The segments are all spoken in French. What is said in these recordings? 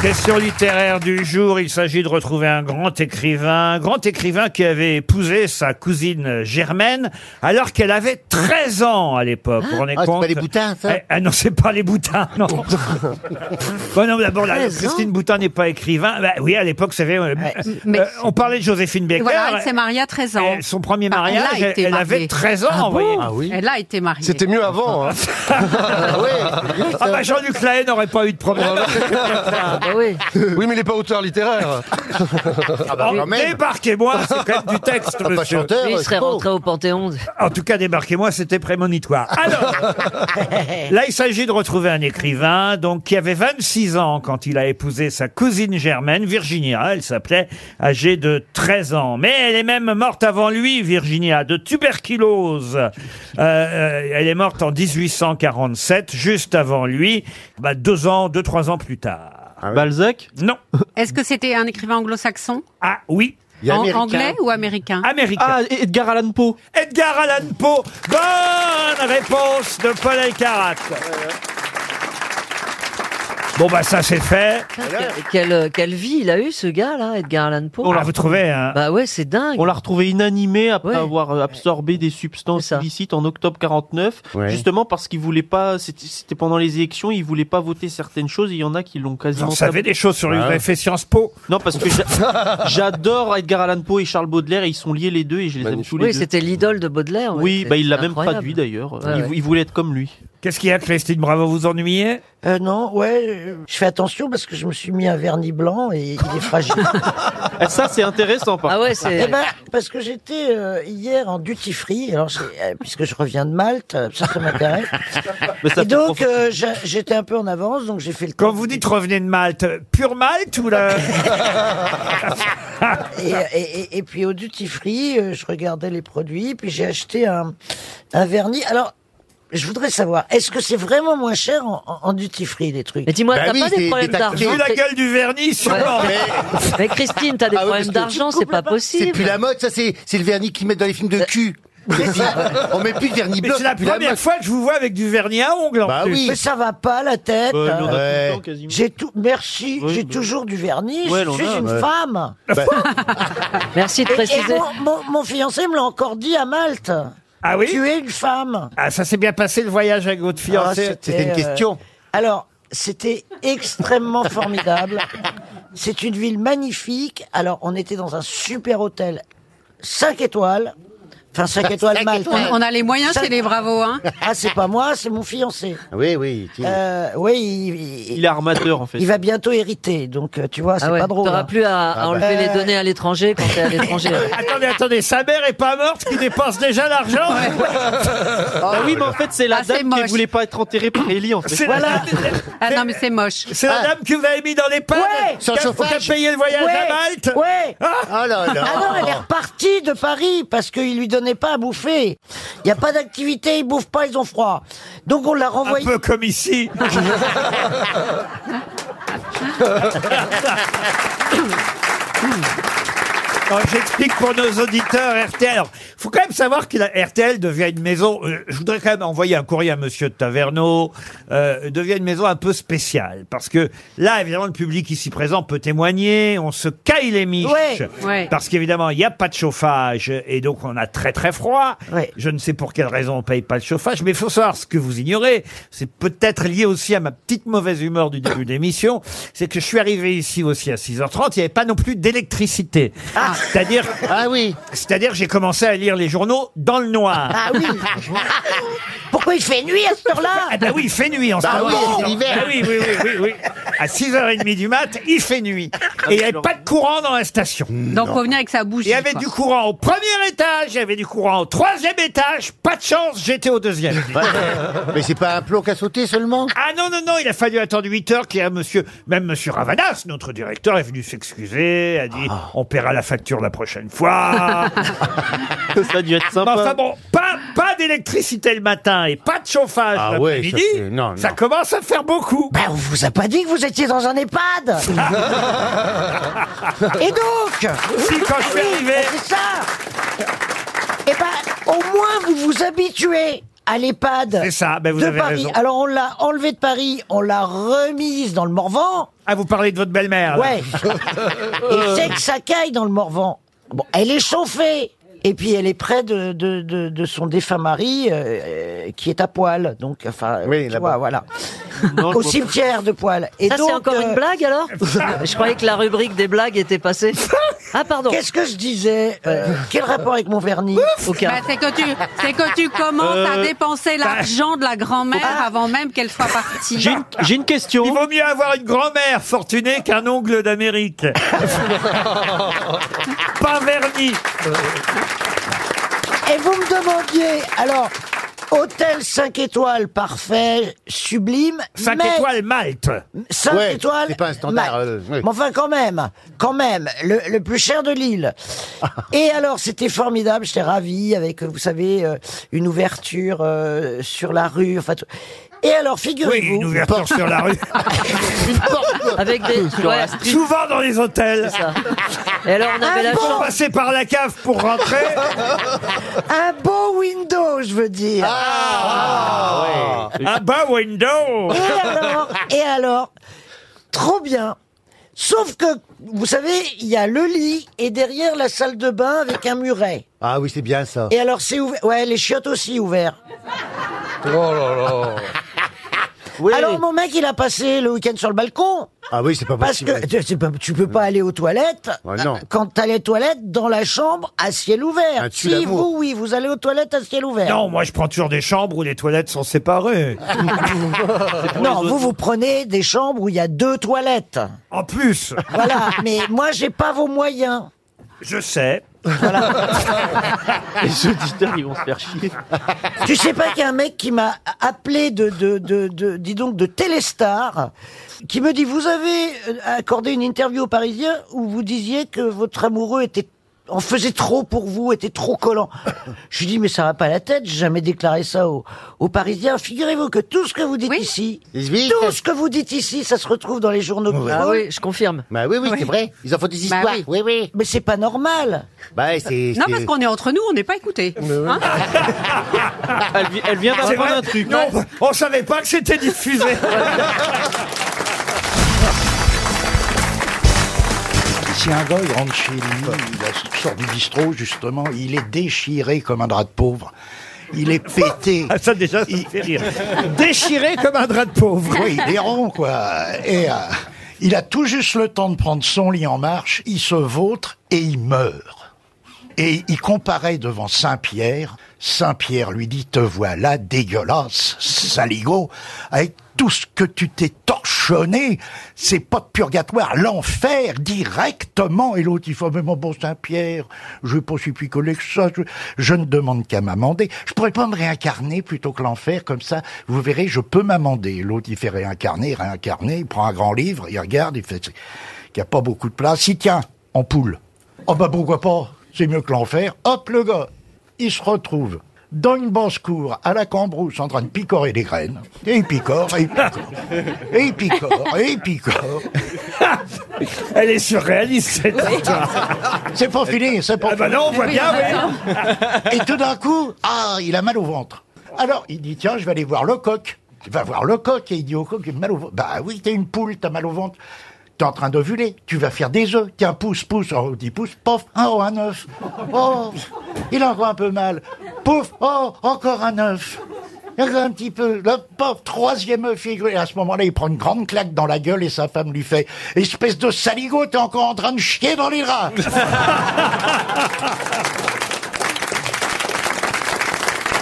Question littéraire du jour, il s'agit de retrouver un grand écrivain, un grand écrivain qui avait épousé sa cousine Germaine alors qu'elle avait 13 ans à l'époque. Vous vous rendez Ah, c'est compte pas les Boutins, ça Oh. Eh, Ah non, c'est pas les boutins, non. bon, non, d'abord, la- 13 ans Christine Boutin n'est pas écrivain. Bah oui, à l'époque, vous savez, euh, euh, mais- on parlait de Joséphine Baker. Voilà, elle s'est mariée à 13 ans. Et son premier Enfin, mariage, elle a elle, été elle avait mariée. 13 ans, vous voyez. Ah Elle a été mariée. C'était mieux avant. hein. bah Jean-Luc Lahaye n'aurait pas eu de problème. Ah bah Oui, mais il n'est pas auteur littéraire. Ah Ah bah, bah, Oh, Débarquez-moi, c'est quand même du texte, Pas monsieur. chanteur, Lui, il serait c'est beau. rentré au Panthéon. En tout cas, débarquez-moi, c'était prémonitoire. Alors, là, il s'agit de retrouver un écrivain donc qui avait 26 ans quand il a épousé sa cousine germaine, Virginia. Elle s'appelait, âgée de 13 ans. Mais elle est même morte avant lui, Virginia, de tuberculose. Euh, euh, elle est morte en 1847, juste avant lui, bah, deux ans, deux, trois ans plus tard. Ah Balzac Non. Est-ce que c'était un écrivain anglo-saxon Ah oui, Il y a An- Américain. Anglais ou américain américain. Ah, Edgar Allan Poe Edgar Allan Poe. Bonne réponse de Paul Elkarat. Ah, Bon bah ça c'est fait. euh, Quelle, quelle vie il a eu, ce gars-là, Edgar Allan Poe On l'a retrouvé. hein. Bah ouais, c'est dingue. On l'a retrouvé inanimé après Ouais. avoir euh, absorbé des substances C'est ça. illicites en octobre 49, Ouais. justement parce qu'il voulait pas, c'était- c'était pendant les élections, il voulait pas voter certaines choses, et il y en a qui l'ont Vous en quasiment... savez des choses sur lui, vous avez fait Sciences Po. Non, parce que j'a- j'adore Edgar Allan Poe et Charles Baudelaire, et ils sont liés les deux, et je les aime Magnifique. tous les Oui, deux. c'était l'idole de Baudelaire. Oui, c'est- bah il l'a c'est même incroyable. traduit d'ailleurs. Ouais, il, ouais. vou- il voulait être comme lui. Qu'est-ce qu'il y a, Christine Bravo, vous ennuyez Euh, non, ouais, euh, je fais attention parce que je me suis mis un vernis blanc et il est fragile. Ah, ça, c'est intéressant. Par Ah ouais, eh c'est. ben, parce que j'étais euh, hier en duty free, alors c'est- euh, puisque je reviens de Malte, euh, ça, ça m'intéresse. Mais ça Et fait donc, profiter. euh, j'a- j'étais un peu en avance, donc j'ai fait le Quand tour vous du- dites revenez de Malte, pure Malte ou la... Ah Et, et- et- et puis au duty free, euh, je regardais les produits, puis j'ai acheté un, un vernis. Alors, je voudrais savoir, est-ce que c'est vraiment moins cher en, en- en duty free les trucs Mais dis-moi, Bah t'as oui, pas c'est- des problèmes t'as- d'argent Vu la t'es- gueule du vernis, sûrement. Mais Mais Christine, t'as des Ah oui, parce problèmes que d'argent, c'est pas c'est possible. Euh. plus la mode, ça c'est c'est le vernis qu'ils mettent dans les films de cul. On met plus de vernis Mais blanc. c'est la plus la première mode. fois que je vous vois avec du vernis à ongles. en Bah plus. oui. Mais ça va pas la tête. Ouais, mais on a tout le Ouais. temps quasiment. J'ai tout, merci, Oui, j'ai mais- toujours du vernis, Ouais, je l'on suis a, une ouais. femme. Merci de Et- Et, préciser. mon, mon- mon fiancé me l'a encore dit à Malte. Ah oui Tu es une femme. Ah ça s'est bien passé le voyage avec votre Ah, fiancé c'était, C'était une euh, question. Alors, c'était extrêmement formidable. C'est une ville magnifique. Alors, on était dans un super hôtel 5 étoiles. Enfin, 5 étoiles Malte. on, hein. on a les moyens Ça- chez les bravos, hein Ah, c'est pas moi, c'est mon fiancé. Oui, oui. tu- Euh, oui, il, il- Il est armateur en fait. il va bientôt hériter. Donc, euh, tu vois, c'est Ah ouais, pas drôle. T'auras hein. plus à, bah. à enlever les données à l'étranger quand t'es à l'étranger. Attendez, attendez, sa mère est pas morte qui dépense déjà l'argent Ah oui, mais en fait, c'est la Ah, c'est dame qui moche. voulait pas être enterrée par Ellie en C'est fait. la- Ah non, mais c'est moche. C'est la Ah. dame que vous avez mis dans les pattes Ouais qui a- Sans Qui a chauffage. payé le voyage à Malte Ouais, ouais. Oh là là. Ah non, elle est repartie de Paris parce qu'il lui donnait pas à bouffer. Il n'y a pas d'activité, ils bouffent pas, ils ont froid. Donc on l'a Un renvoyée. peu comme ici. Alors, J'explique pour nos auditeurs RTL. Alors, faut quand même savoir que la RTL devient une maison. euh, je voudrais quand même envoyer un courrier à Monsieur de Taverneau. euh, devient une maison un peu spéciale parce que là, évidemment, le public ici présent peut témoigner. On se caille les miches Ouais, ouais. parce qu'évidemment, il n'y a pas de chauffage et donc on a très très froid. Ouais. Je ne sais pour quelle raison on paye pas le chauffage, mais il faut savoir ce que vous ignorez. C'est peut-être lié aussi à ma petite mauvaise humeur du début de l'émission. C'est que je suis arrivé ici aussi à 6h30, il n'y avait pas non plus d'électricité. C'est-à-dire, Ah oui. c'est-à-dire, j'ai commencé à lire les journaux dans le noir. Ah oui. Pourquoi il fait nuit à cette heure-là Ah bah oui, il fait nuit en ce Bah moment. oui, c'est l'hiver. Ah oui, oui, oui, oui, oui. À 6h30 du mat, il fait nuit. Ah Et il n'y avait pas de courant dans la station. Donc, faut venir avec sa bougie. Il y avait quoi. du courant au premier étage, il y avait du courant au troisième étage. Pas de chance, j'étais au deuxième. Mais c'est pas un plomb qu'à sauter seulement Ah non, non, non, il a fallu attendre 8 heures qu'il y ait un monsieur, même monsieur Ravanas, notre directeur, est venu s'excuser, a dit Ah. on paiera la facture la prochaine fois. Ça a dû être Mais sympa. enfin bon, pas, pas d'électricité le matin et pas de chauffage Ah ouais, l'après-midi. ça, c'est- non, Ah, ça non. commence à faire beaucoup. Ben, on vous a pas dit que vous étiez dans un EHPAD Et donc Ah Si, quand je suis Oui, arrivé. C'est ça Eh ben, au moins, vous vous habituez à l'EHPAD C'est ça, ben vous de avez Paris. raison. Alors on l'a enlevée de Paris, on l'a remise dans le Morvan. Ah, vous parlez de votre belle-mère là. Ouais. Et c'est que ça caille dans le Morvan. Bon, elle est chauffée. Et puis elle est près de, de, de, de son défunt mari euh, qui est à poil. Donc, enfin, Oui, tu là-bas. vois, voilà. Non, Au je vois- cimetière de poil. Et Ça, donc, c'est encore euh, une blague alors Je croyais que la rubrique des blagues était passée. Ah, pardon. Qu'est-ce que je disais euh, Quel rapport avec mon vernis Aucun. Bah, c'est que tu, c'est que tu commences à Euh, dépenser l'argent de la grand-mère Ah. avant même qu'elle soit partie. J'ai une, j'ai une question. Il vaut mieux avoir une grand-mère fortunée qu'un ongle d'Amérique. Pas verni. Et vous me demandiez, alors, hôtel 5 étoiles parfait, sublime, 5 mais étoiles Malte. 5 Ouais, étoiles. c'est pas un standard, ma- euh, oui. Mais enfin, quand même, quand même, le, le plus cher de l'île. Et alors, c'était formidable, j'étais ravi avec, vous savez, euh, une ouverture euh, sur la rue, enfin tout. Et alors, Oui, figurez-vous. une ouverture sur la rue. Une porte Avec des. ouais. Souvent dans les hôtels. Ah Et alors, on avait Un la bon chance. Passer par la cave pour rentrer. un beau window, je veux dire. Ah, Ah. un bas window. Et alors, et alors, trop bien. Sauf que, vous savez, il y a le lit et derrière la salle de bain avec un muret. Ah oui, c'est bien ça. Et alors c'est ouvert. Ouais, les chiottes aussi ouverts. Oh là là. Oui. Alors mon mec, il a passé le week-end sur le balcon. Ah oui, c'est pas Parce possible. que tu, c'est pas- tu peux pas aller aux toilettes. Ouais, Oh non. Quand t'as les toilettes dans la chambre à ciel ouvert. Un si tue-l'amour. vous, oui, vous allez aux toilettes à ciel ouvert. Non, moi je prends toujours des chambres où les toilettes sont séparées. Non, vous vous prenez des chambres où il y a deux toilettes. En plus, Voilà. Mais moi, j'ai pas vos moyens. je sais. Les auditeurs, ils vont se faire chier. Tu sais pas qu'il y a un mec qui m'a appelé de, de, de, de, dis donc, de Téléstar, qui me dit, vous avez euh, accordé une interview aux Parisiens où vous disiez que votre amoureux était en faisait trop pour vous, était trop collant. Je lui dis, mais ça va pas la tête, j'ai jamais déclaré ça aux, aux Parisiens. Figurez-vous que tout ce que vous dites Oui. ici, Ils vivent. tout ce que vous dites ici, ça se retrouve dans les journaux de Ah Gaulle. oui, je confirme. Bah oui, oui, c'est vrai. Ils en font des Bah histoires. oui. oui. oui, Mais c'est pas normal. Bah c'est. Non, c'est- parce qu'on est entre nous, on n'est pas écoutés. Hein Elle, vi- elle vient C'est d'apprendre vrai un truc. Non, on savait pas que c'était diffusé. Si un gars il rentre chez lui, il a- sort du bistrot justement, il est déchiré comme un drap de pauvre. Il est pété. Ah, ça déjà, ça me fait rire. Déchiré comme un drap de pauvre. Oui, il est rond quoi. Et euh, il a tout juste le temps de prendre son lit en marche, il se vautre et il meurt. Et il comparait devant Saint-Pierre. Saint-Pierre lui dit Te voilà dégueulasse, saligo, avec tout ce que tu t'es torchonné, c'est pas de purgatoire, l'enfer directement. Et l'autre, il faut même bon Saint-Pierre, je pas si picolé que ça, je, je ne demande qu'à m'amender. Je pourrais pas me réincarner plutôt que l'enfer, comme ça, vous verrez, je peux m'amender. L'autre, il fait réincarner, réincarner, il prend un grand livre, il regarde, il fait qu'il n'y a pas beaucoup de place. Si tiens, en poule. Oh bah pourquoi pas C'est mieux que l'enfer. Hop le gars, il se retrouve dans une basse cour à la cambrousse en train de picorer des graines. Et il picore, et il picore, et il picore, et il picore. Elle est surréaliste, cette histoire. C'est pas fini, c'est pas Ah bah fini. non, on voit bien, oui. Et tout d'un coup, ah, il a mal au ventre. Alors il dit tiens, je vais aller voir le coq. Il va voir le coq et il dit au coq, j'ai mal au ventre. Bah oui, t'es une poule, t'as mal au ventre. T'es en train d'ovuler, tu vas faire des œufs. Tiens, pousse, pousse, oh, 10 pouces, pof, un, oh, un œuf. Oh, il a encore un peu mal. Pouf, oh, encore un œuf. Regarde un petit peu, le pauvre troisième œuf figuré. À ce moment-là, il prend une grande claque dans la gueule et sa femme lui fait Espèce de saligo, t'es encore en train de chier dans les rats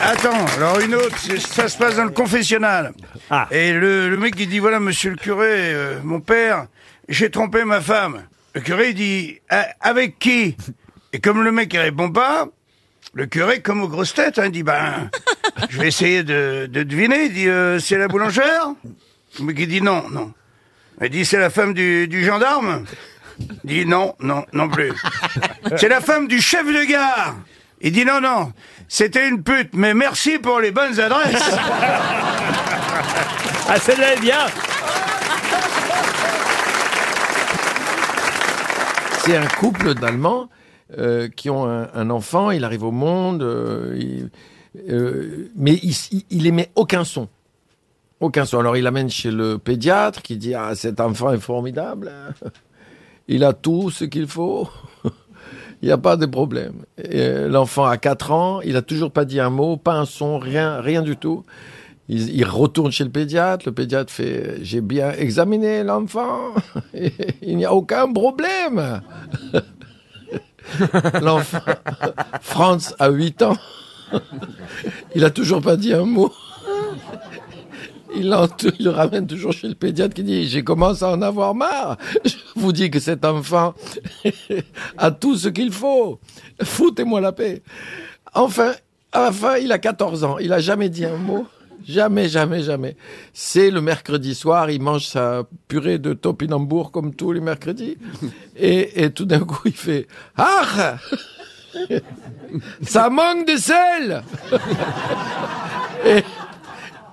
Attends, alors une autre, c'est- ça se passe dans le confessionnal. Ah. Et le, le mec il dit voilà monsieur le curé, euh, mon père, j'ai trompé ma femme. Le curé il dit Ah, avec qui Et comme le mec il répond pas, le curé comme aux grosses têtes, hein, il dit ben je vais essayer de, de deviner. Il dit Euh, c'est la boulangère. Le mec il dit non non. Il dit c'est la femme du, du gendarme. Il dit non non non plus. C'est la femme du chef de gare. Il dit non, non, c'était une pute, mais merci pour les bonnes adresses. Ah, celle-là est bien. C'est un couple d'Allemands euh, qui ont un, un enfant, il arrive au monde, euh, il- Euh, mais il, s- il- il émet aucun son. Aucun son. Alors il l'amène chez le pédiatre qui dit Ah, cet enfant est formidable. hein. Il a tout ce qu'il faut. Il n'y a pas de problème. Et, euh, L'enfant a 4 ans, il n'a toujours pas dit un mot, pas un son, rien, rien du tout. Il, il retourne chez le pédiatre, le pédiatre fait J'ai bien examiné l'enfant, il n'y a aucun problème. L'enfant, Franz a 8 ans, il a toujours pas dit un mot. Il, l'en- il le ramène toujours chez le pédiatre qui dit J'ai commencé à en avoir marre. Je vous dis que cet enfant a tout ce qu'il faut. Foutez-moi la paix. Enfin, à la fin, il a 14 ans. Il a jamais dit un mot. Jamais, jamais, jamais. C'est le mercredi soir, il mange sa purée de topinambour comme tous les mercredis. Et, et tout d'un coup, il fait Ah Ça manque de sel Et-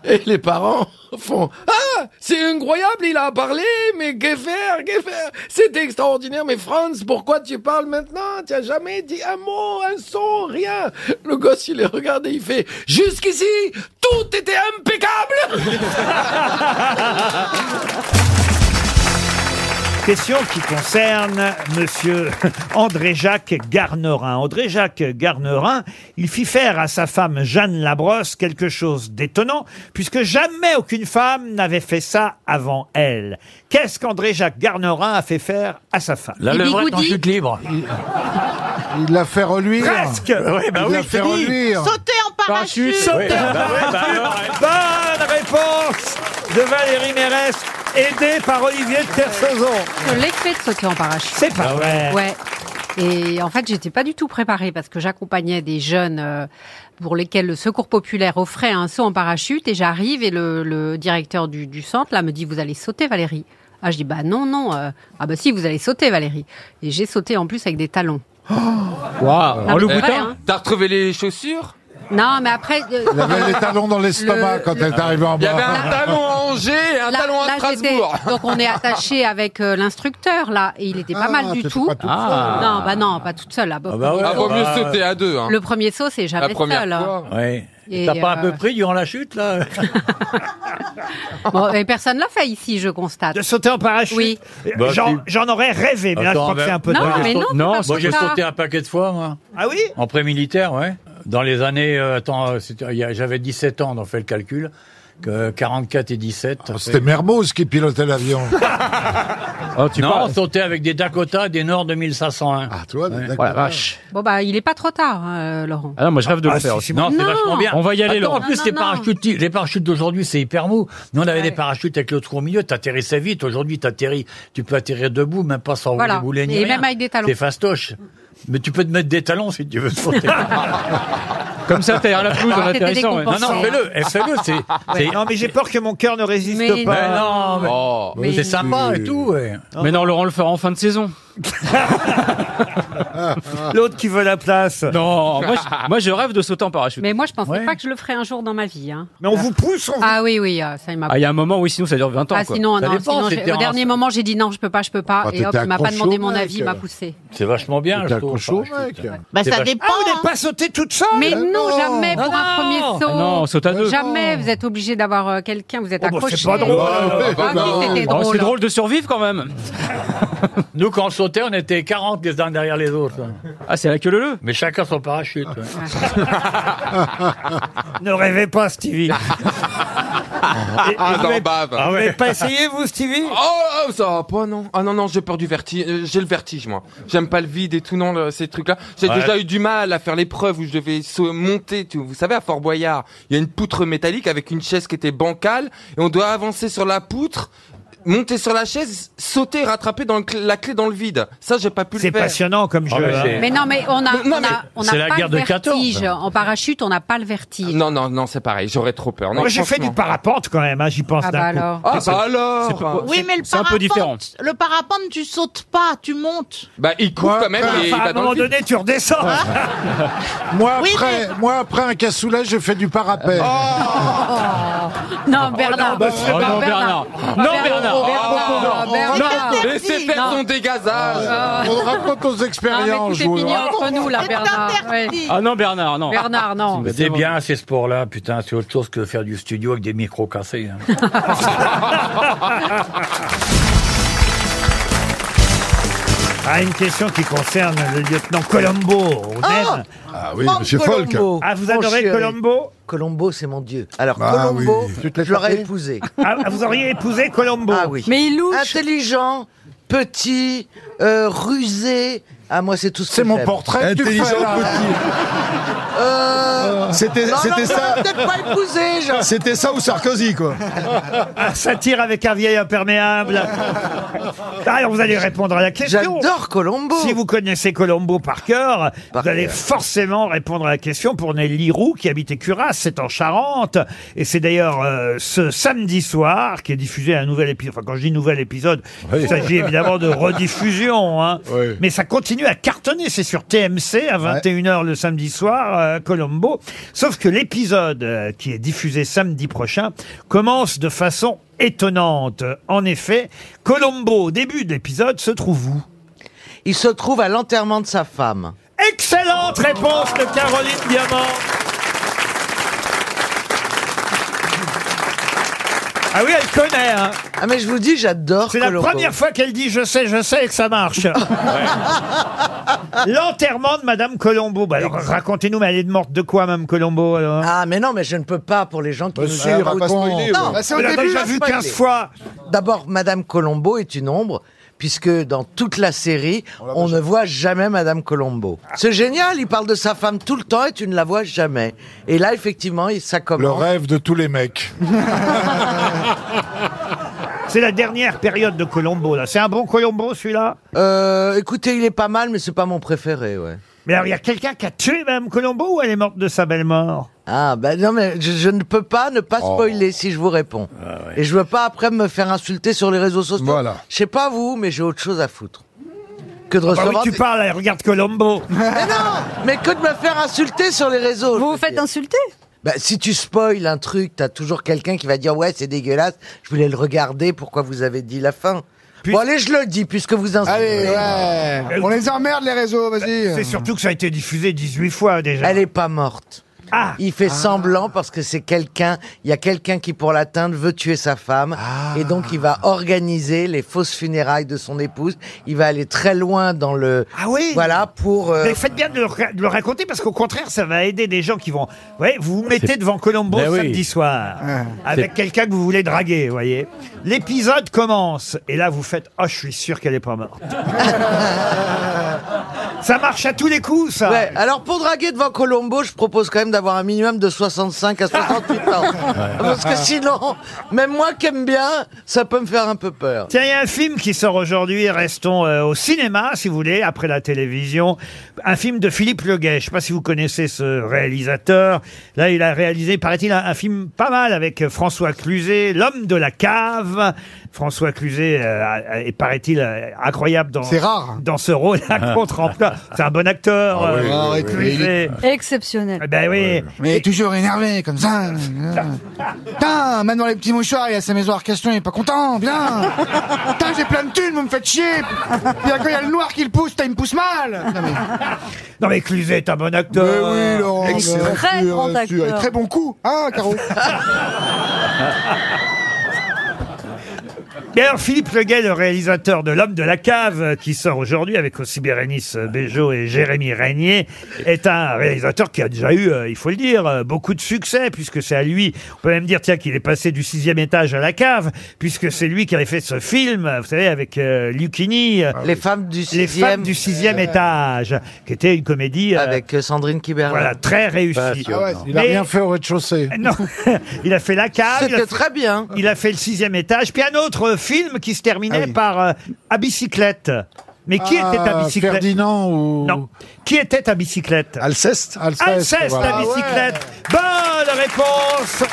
et les parents font Ah, c'est incroyable, il a parlé, mais que faire, que faire C'est extraordinaire, mais Franz, pourquoi tu parles maintenant Tu n'as jamais dit un mot, un son, rien. Le gosse, il les regarde et il fait Jusqu'ici, tout était impeccable Question qui concerne Monsieur André-Jacques Garnerin. André-Jacques Garnerin, il fit faire à sa femme Jeanne Labrosse quelque chose d'étonnant, puisque jamais aucune femme n'avait fait ça avant elle. Qu'est-ce qu'André-Jacques Garnerin a fait faire à sa femme La levrette en chute libre. Il l'a fait reluire. Presque. Oui, bah Il oui, l'a je fait te dis. reluire. Sauter en parachute. Sauter Oui, bah en ouais, bah parachute. alors, Bonne réponse de Valérie Mérès, aidée par Olivier Ah, bah de Kersauzon. Je l'ai fait de sauter en parachute. C'est pas vrai. Ouais. Et en fait, j'étais pas du tout préparée parce que j'accompagnais des jeunes euh, pour lesquels le secours populaire offrait un saut en parachute et j'arrive et le, le directeur du, du centre là me dit vous allez sauter Valérie. Ah je dis bah non non euh, ah bah si vous allez sauter Valérie. Et j'ai sauté en plus avec des talons. Waouh, Non, en mais Louboutin. vrai, hein. T'as retrouvé les chaussures Non mais après euh, Il avait les talons dans l'estomac quand elle est arrivée en bas. Il y avait un talon à Angers et un Là- talon à là, j'étais- Strasbourg. Donc on est attaché avec euh, l'instructeur là et il était pas Ah, mal du t'étais tout. pas toute Ah. Non bah non pas toute seule là. Ah bah ouais. Ah, vaut mieux Bah, sauter à deux. Hein. Le premier saut c'est La jamais première seul. hein. fois. Ouais. Et, T'as pas un euh, peu pris durant la chute, là Bon, et personne l'a fait ici, je constate. De sauter en parachute Oui. Bah, J'en tu- j'en aurais rêvé, mais là, je Attends, crois que ben- c'est un peu Non, dingue. mais non, c'est Non, pas moi j'ai ça. sauté un paquet de fois, moi. Ah oui En pré-militaire, ouais. Dans les années. euh, attends, euh, c'était- il y a- j'avais 17 ans, on fait le calcul. Que 44 et 17. ça Ah, C'était fait- Mermoz qui pilotait l'avion. non, on sautait avec des Dakota, des Nord 2501. Ah, toi, d'accord. Voilà, vache. Bon, bah, il est pas trop tard, hein, Laurent. Ah non, moi je rêve de Ah, le faire. si, si, Non, c'est Non. vachement bien. On va y aller, Attends, Laurent. en plus, Non, les, non, parachutes, les parachutes d'aujourd'hui, c'est hyper mou. Nous, on avait Ouais. des parachutes avec le trou au milieu. T'atterrissais vite. Aujourd'hui, t'atterris. Tu peux atterrir debout, même pas sans Voilà. rouler, bouler, ni Et rien. même avec des talons. T'es fastoche. Mais tu peux te mettre des talons si tu veux sauter. Comme ça, t'as la pelouse en Ah, C'était atterrissant. ouais. non, non, Pensez, fais-le. eh, Fais-le. C'est. c'est- Non, mais j'ai peur que mon cœur ne résiste Mais pas. Mais non, mais- Oh. Mais- c'est sympa et tout. ouais. Mais non, Laurent on le fera en fin de saison. L'autre qui veut la place. Non, moi je, moi, je rêve de sauter en parachute. Mais moi, je pensais Ouais. pas que je le ferais un jour dans ma vie. Hein. Mais on vous pousse, on vous- Ah oui, oui, euh, ça, il m'a. Ah, il y a un moment, oui, sinon ça dure 20 ans. Ah, quoi. sinon, Ça non, dépend, sinon, j'ai- c'était au en- dernier moment, j'ai dit non, je peux pas, je peux pas. Ah, et hop, t'étais il m'a pas accroché au demandé mon mec, avis, il m'a euh. poussé. C'est vachement bien. T'as je le trouve, cochon, le mec. parachute. Bah, C'est ça vache- dépend. Ah, vous n'êtes pas sauté toute seule Mais non, non. jamais Non, pour un premier saut. Ah non, on saute à deux. Jamais, vous êtes obligé d'avoir euh, quelqu'un, vous êtes Oh, bah, accroché. c'est pas drôle. Ouais, Ah, bah, oui, c'était Oh, drôle. c'est drôle de survivre quand même. Nous, quand on sautait, on était 40 les uns derrière les autres. Ah, c'est la queue leu Mais chacun son parachute. ouais. Ne rêvez pas, Stevie. Et- Ah, et vous non, avez- bah, bave. Vous n'avez pas essayé, vous, Stevie Oh, Ça va pas, non Ah non, non, j'ai peur du vertige. euh, J'ai le vertige, moi. J'aime pas le vide et tout, non, le- ces trucs-là. J'ai Ouais. déjà eu du mal à faire l'épreuve où je devais se monter, tu- vous savez, à Fort Boyard. Il y a une poutre métallique avec une chaise qui était bancale et on doit avancer sur la poutre, monter sur la chaise, sauter, rattraper dans le cl- la clé dans le vide. Ça, j'ai pas pu le C'est faire. passionnant comme jeu. Ah, mais hein. c'est- Mais non, mais on a, Non, on mais a, on a c'est la pas guerre le de 14. vertige. En parachute, on n'a pas le vertige. Ah, Non, non, non, c'est pareil. J'aurais trop peur. Non, Moi, j'ai fait franchement. du parapente quand même, hein, j'y pense Ah d'un bah coup. alors. Ah bah alors Oui, mais le c'est un peu différent. parapente, le parapente, tu sautes pas, tu montes. Bah, il court quand Ah, même et il bah, Enfin, à va un dans moment le vide. donné, tu redescends. Moi, Oui, après, moi, après un cassoulet, j'ai fait du parapet. Oh. Non, Bernard. Oh non, Bernard. Non, Bernard. Ah, Bernard. on raconte- Laissez faire son dégazage. On Ah, raconte nos expériences. je vous le raconte. Ah non, Bernard, non. Ah, Bernard, non. C'est bien ces sports-là, putain, c'est autre chose que faire du studio avec des micros cassés. hein. Ah, une question qui concerne le lieutenant Colombo. On Ah aime. Ah oui, monsieur Folk. Ah, vous adorez Colombo Colombo, c'est mon dieu. Alors, Ah Colombo, oui. Tu te l'es je l'aurais tapé épousé. Ah, vous auriez épousé Colombo Ah oui. Mais il Intelligent, petit, euh, rusé. Ah, moi, c'est tout ce que C'est mon j'aime. portrait que tu Intelligent, fais, là. Euh, C'était- non, c'était non, ça. j'aurais peut-être pas épousé, je- C'était ça ou Sarkozy, quoi. Ah, ça tire avec un vieil imperméable. Ah, alors vous allez répondre à la question. J'adore Colombo. Si vous connaissez Colombo par cœur, vous allez cœur. forcément répondre à la question pour Nelly Roux, qui habite Curas, c'est en Charente. Et c'est d'ailleurs euh, ce samedi soir qui est diffusé un nouvel épisode. Enfin, quand je dis nouvel épisode, Oui. il s'agit évidemment de rediffusion. hein. Mais ça continue à cartonner. C'est sur TMC à 21h le samedi soir, euh, Colombo. Sauf que l'épisode euh, qui est diffusé samedi prochain commence de façon étonnante. En effet, Colombo, au début de l'épisode, se trouve où Il se trouve à l'enterrement de sa femme. Excellente réponse de Caroline Diamant. Ah oui, elle connaît. Hein. Ah mais je vous dis, j'adore. C'est la première fois qu'elle dit je sais, je sais et que ça marche. L'enterrement de Madame Colombo. Bah, alors racontez-nous, mais elle est morte de quoi, Madame Colombo alors Ah mais non, mais je ne peux pas pour les gens qui Bah, nous si, on va pas spoiler, ouais. Bah, c'est au On l'a début, déjà là, vu c'est pas 15 grave. fois. D'abord, Madame Colombo est une ombre. Puisque dans toute la série, on ne voit jamais Madame Colombo. C'est génial, il parle de sa femme tout le temps et tu ne la vois jamais. Et là, effectivement, il- ça Le commence. rêve de tous les mecs. C'est la dernière période de Colombo. là. C'est un bon Colombo celui-là Euh, écoutez, il est pas mal, mais c'est pas mon préféré, ouais. Mais alors, il y a quelqu'un qui a tué Madame Colombo ou elle est morte de sa belle mort Ah, ben non, mais je, je ne peux pas ne pas spoiler si je vous réponds. Ah Et je veux pas après me faire insulter sur les réseaux sociaux. Voilà. Je sais pas vous, mais j'ai autre chose à foutre. Que de Ah bah oui, recevoir. tu des- parles, elle regarde Colombo. Mais non Mais que de me faire insulter sur les réseaux. Vous vous faites insulter bah, si tu spoil un truc, t'as toujours quelqu'un qui va dire ouais c'est dégueulasse. Je voulais le regarder. Pourquoi vous avez dit la fin Bon allez, je le dis puisque vous insultez. Allez, Ah ouais. On les emmerde, les réseaux, vas-y. C'est surtout que ça a été diffusé 18 fois déjà. Elle est pas morte. Ah. Il fait semblant parce que c'est quelqu'un, il y a quelqu'un qui pour l'atteindre veut tuer sa femme Ah. et donc il va organiser les fausses funérailles de son épouse. Il va aller très loin dans le Ah oui Voilà pour euh, Mais faites bien de le, ra- de le raconter parce qu'au contraire, ça va aider des gens qui vont. Vous voyez, vous vous mettez C'est- devant Colombo Ben oui. samedi soir avec quelqu'un que vous voulez draguer, vous voyez. L'épisode commence et là vous faites Oh, je suis sûr qu'elle est pas morte. ça marche à tous les coups, ça. Ouais, alors pour draguer devant Colombo, je propose quand même d'avoir un minimum de 65 à 68 ans. Parce que sinon, même moi qui aime bien, ça peut me faire un peu peur. Tiens, il y a un film qui sort aujourd'hui, restons euh, au cinéma, si vous voulez, après la télévision. Un film de Philippe Leguet. Je sais pas si vous connaissez ce réalisateur. Là, il a réalisé, paraît-il, un, un film pas mal avec euh, François Cluzet, L'homme de la cave. François Cluzet euh, a- a- est, paraît-il, euh, incroyable dans, C'est rare. dans ce rôle à contre-emploi. C'est un bon acteur, Ah oui, euh, oui, oui, oui. Cluzet. Exceptionnel. Eh Ben oui. Mais toujours énervé, comme ça. Putain, même dans les petits mouchoirs, il y a sa maison Arcachon, il est pas content, bien. Putain, j'ai plein de thunes, vous me faites chier. Puis quand il y a le noir qui le pousse, putain, il me pousse mal. Non, mais- Non, mais Cluzet est un bon acteur. Mais oui, Laurent, bien Très sûr, grand bien sûr. acteur. Et Très bon coup, hein, Caro D'ailleurs, Philippe Leguet, le réalisateur de L'homme de la cave, euh, qui sort aujourd'hui avec aussi Bérénice euh, Bejo et Jérémy Régnier, est un réalisateur qui a déjà eu, euh, il faut le dire, euh, beaucoup de succès, puisque c'est à lui, on peut même dire, tiens, qu'il est passé du sixième étage à la cave, puisque c'est lui qui avait fait ce film, euh, vous savez, avec euh, Lucchini. euh, Les femmes du les sixième. Euh, femmes du sixième étage, qui était une comédie. euh, Avec euh, Sandrine Kiberlin. Voilà, très réussie. Ah ouais, il a Mais- rien fait au rez-de-chaussée. Euh, non, il a fait la cave. il a C'était fait- très bien. Il a fait le sixième étage. Puis un autre euh, film qui se terminait par euh, à bicyclette. Mais qui Ah, était à bicyclette Ferdinand ou. Non. Qui était à bicyclette Alceste Alceste, Alceste voilà. Ah à bicyclette. Bonne réponse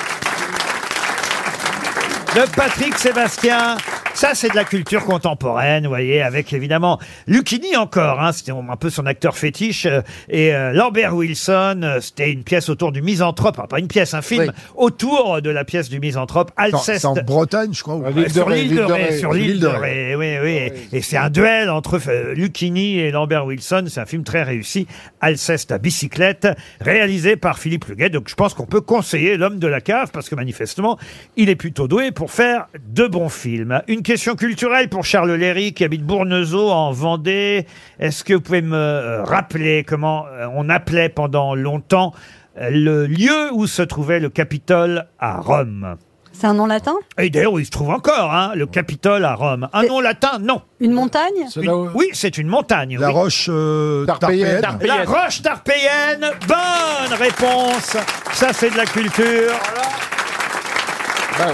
de Patrick Sébastien. Ça, c'est de la culture contemporaine, vous voyez, avec évidemment Lucchini encore, hein, c'était un peu son acteur fétiche, euh, et euh, Lambert Wilson, euh, c'était une pièce autour du misanthrope, enfin, pas une pièce, un film, autour de la pièce du misanthrope, Alceste. C'est en Bretagne, je crois. ou- Ouais, sur l'île de Ré, sur l'île de Ré, oui, oui. Et c'est un duel entre euh, Lucchini et Lambert Wilson. C'est un film très réussi, Alceste à bicyclette, réalisé par Philippe Luguet. Donc je pense qu'on peut conseiller l'homme de la cave parce que manifestement, il est plutôt doué pour faire de bons films. Une question culturelle pour Charles Léry qui habite Bournezeau en Vendée. Est-ce que vous pouvez me euh, rappeler comment euh, on appelait pendant longtemps euh, le lieu où se trouvait le Capitole à Rome C'est un nom latin et d'ailleurs, il se trouve encore, hein, le Capitole à Rome. Un nom latin, non. Une montagne Une- Oui, c'est une montagne. La roche euh, Tarpéienne. La roche Tarpéienne. Bonne réponse. Ça, c'est de la culture. Bah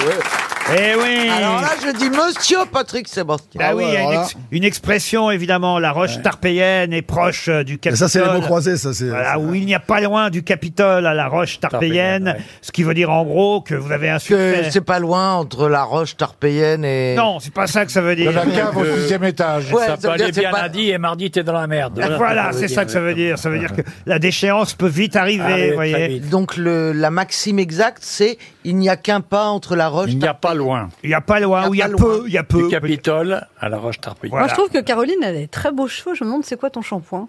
Eh oui. Alors là, je dis monsieur Patrick Sébastien. Bah oui, il y a une, ex- une expression évidemment, la roche tarpéienne est proche euh, du Capitole. ça, c'est les mots croisés, ça, c'est- Voilà, où il n'y a pas loin du Capitole à la roche tarpéienne, ce qui veut dire en gros que vous avez un Que succès. c'est pas loin entre la roche tarpéienne et. Non, c'est pas ça que ça veut dire. Euh, Ah, Ouais, ça, ça veut peut dire aller que c'est bien pas. lundi et mardi, t'es dans la merde. Ah, Voilà, c'est ça que ça veut dire. Ça veut dire que la déchéance peut vite arriver, Ah oui, très vous voyez. vite. Donc le, la maxime exacte, c'est il n'y a qu'un pas entre la roche. Il n'y a pas loin. Il n'y a pas loin. ou il y a peu. Il y a peu. Du Capitole à la roche tarpille Moi, je trouve que Caroline elle a des très beaux cheveux. Je me demande c'est quoi ton shampoing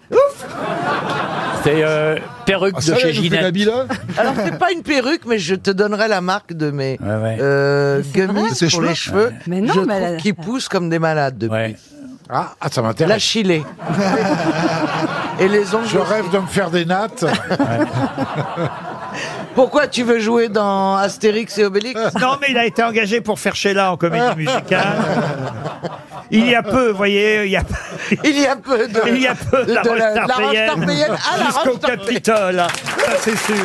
C'est euh, perruque Ah, ça, de là, chez nous fait la Ginette. Alors c'est pas une perruque, mais je te donnerai la marque de mes euh, gummies vrai. Ses pour cheveux les cheveux. Mais non, je mais elle trouve a- qu'ils poussent comme des malades depuis. Ah, ah, ça m'intéresse. La chilée. Et les ongles. Je rêve de me faire des nattes. Pourquoi tu veux jouer dans Astérix et Obélix Non, mais il a été engagé pour faire Sheila en comédie musicale. Il y a peu, vous voyez, il y a il y a peu de il y a peu de la de roche la- la roche tarpéienne tarpéienne à la roche jusqu'au tarpéienne. Capitole, ça c'est sûr.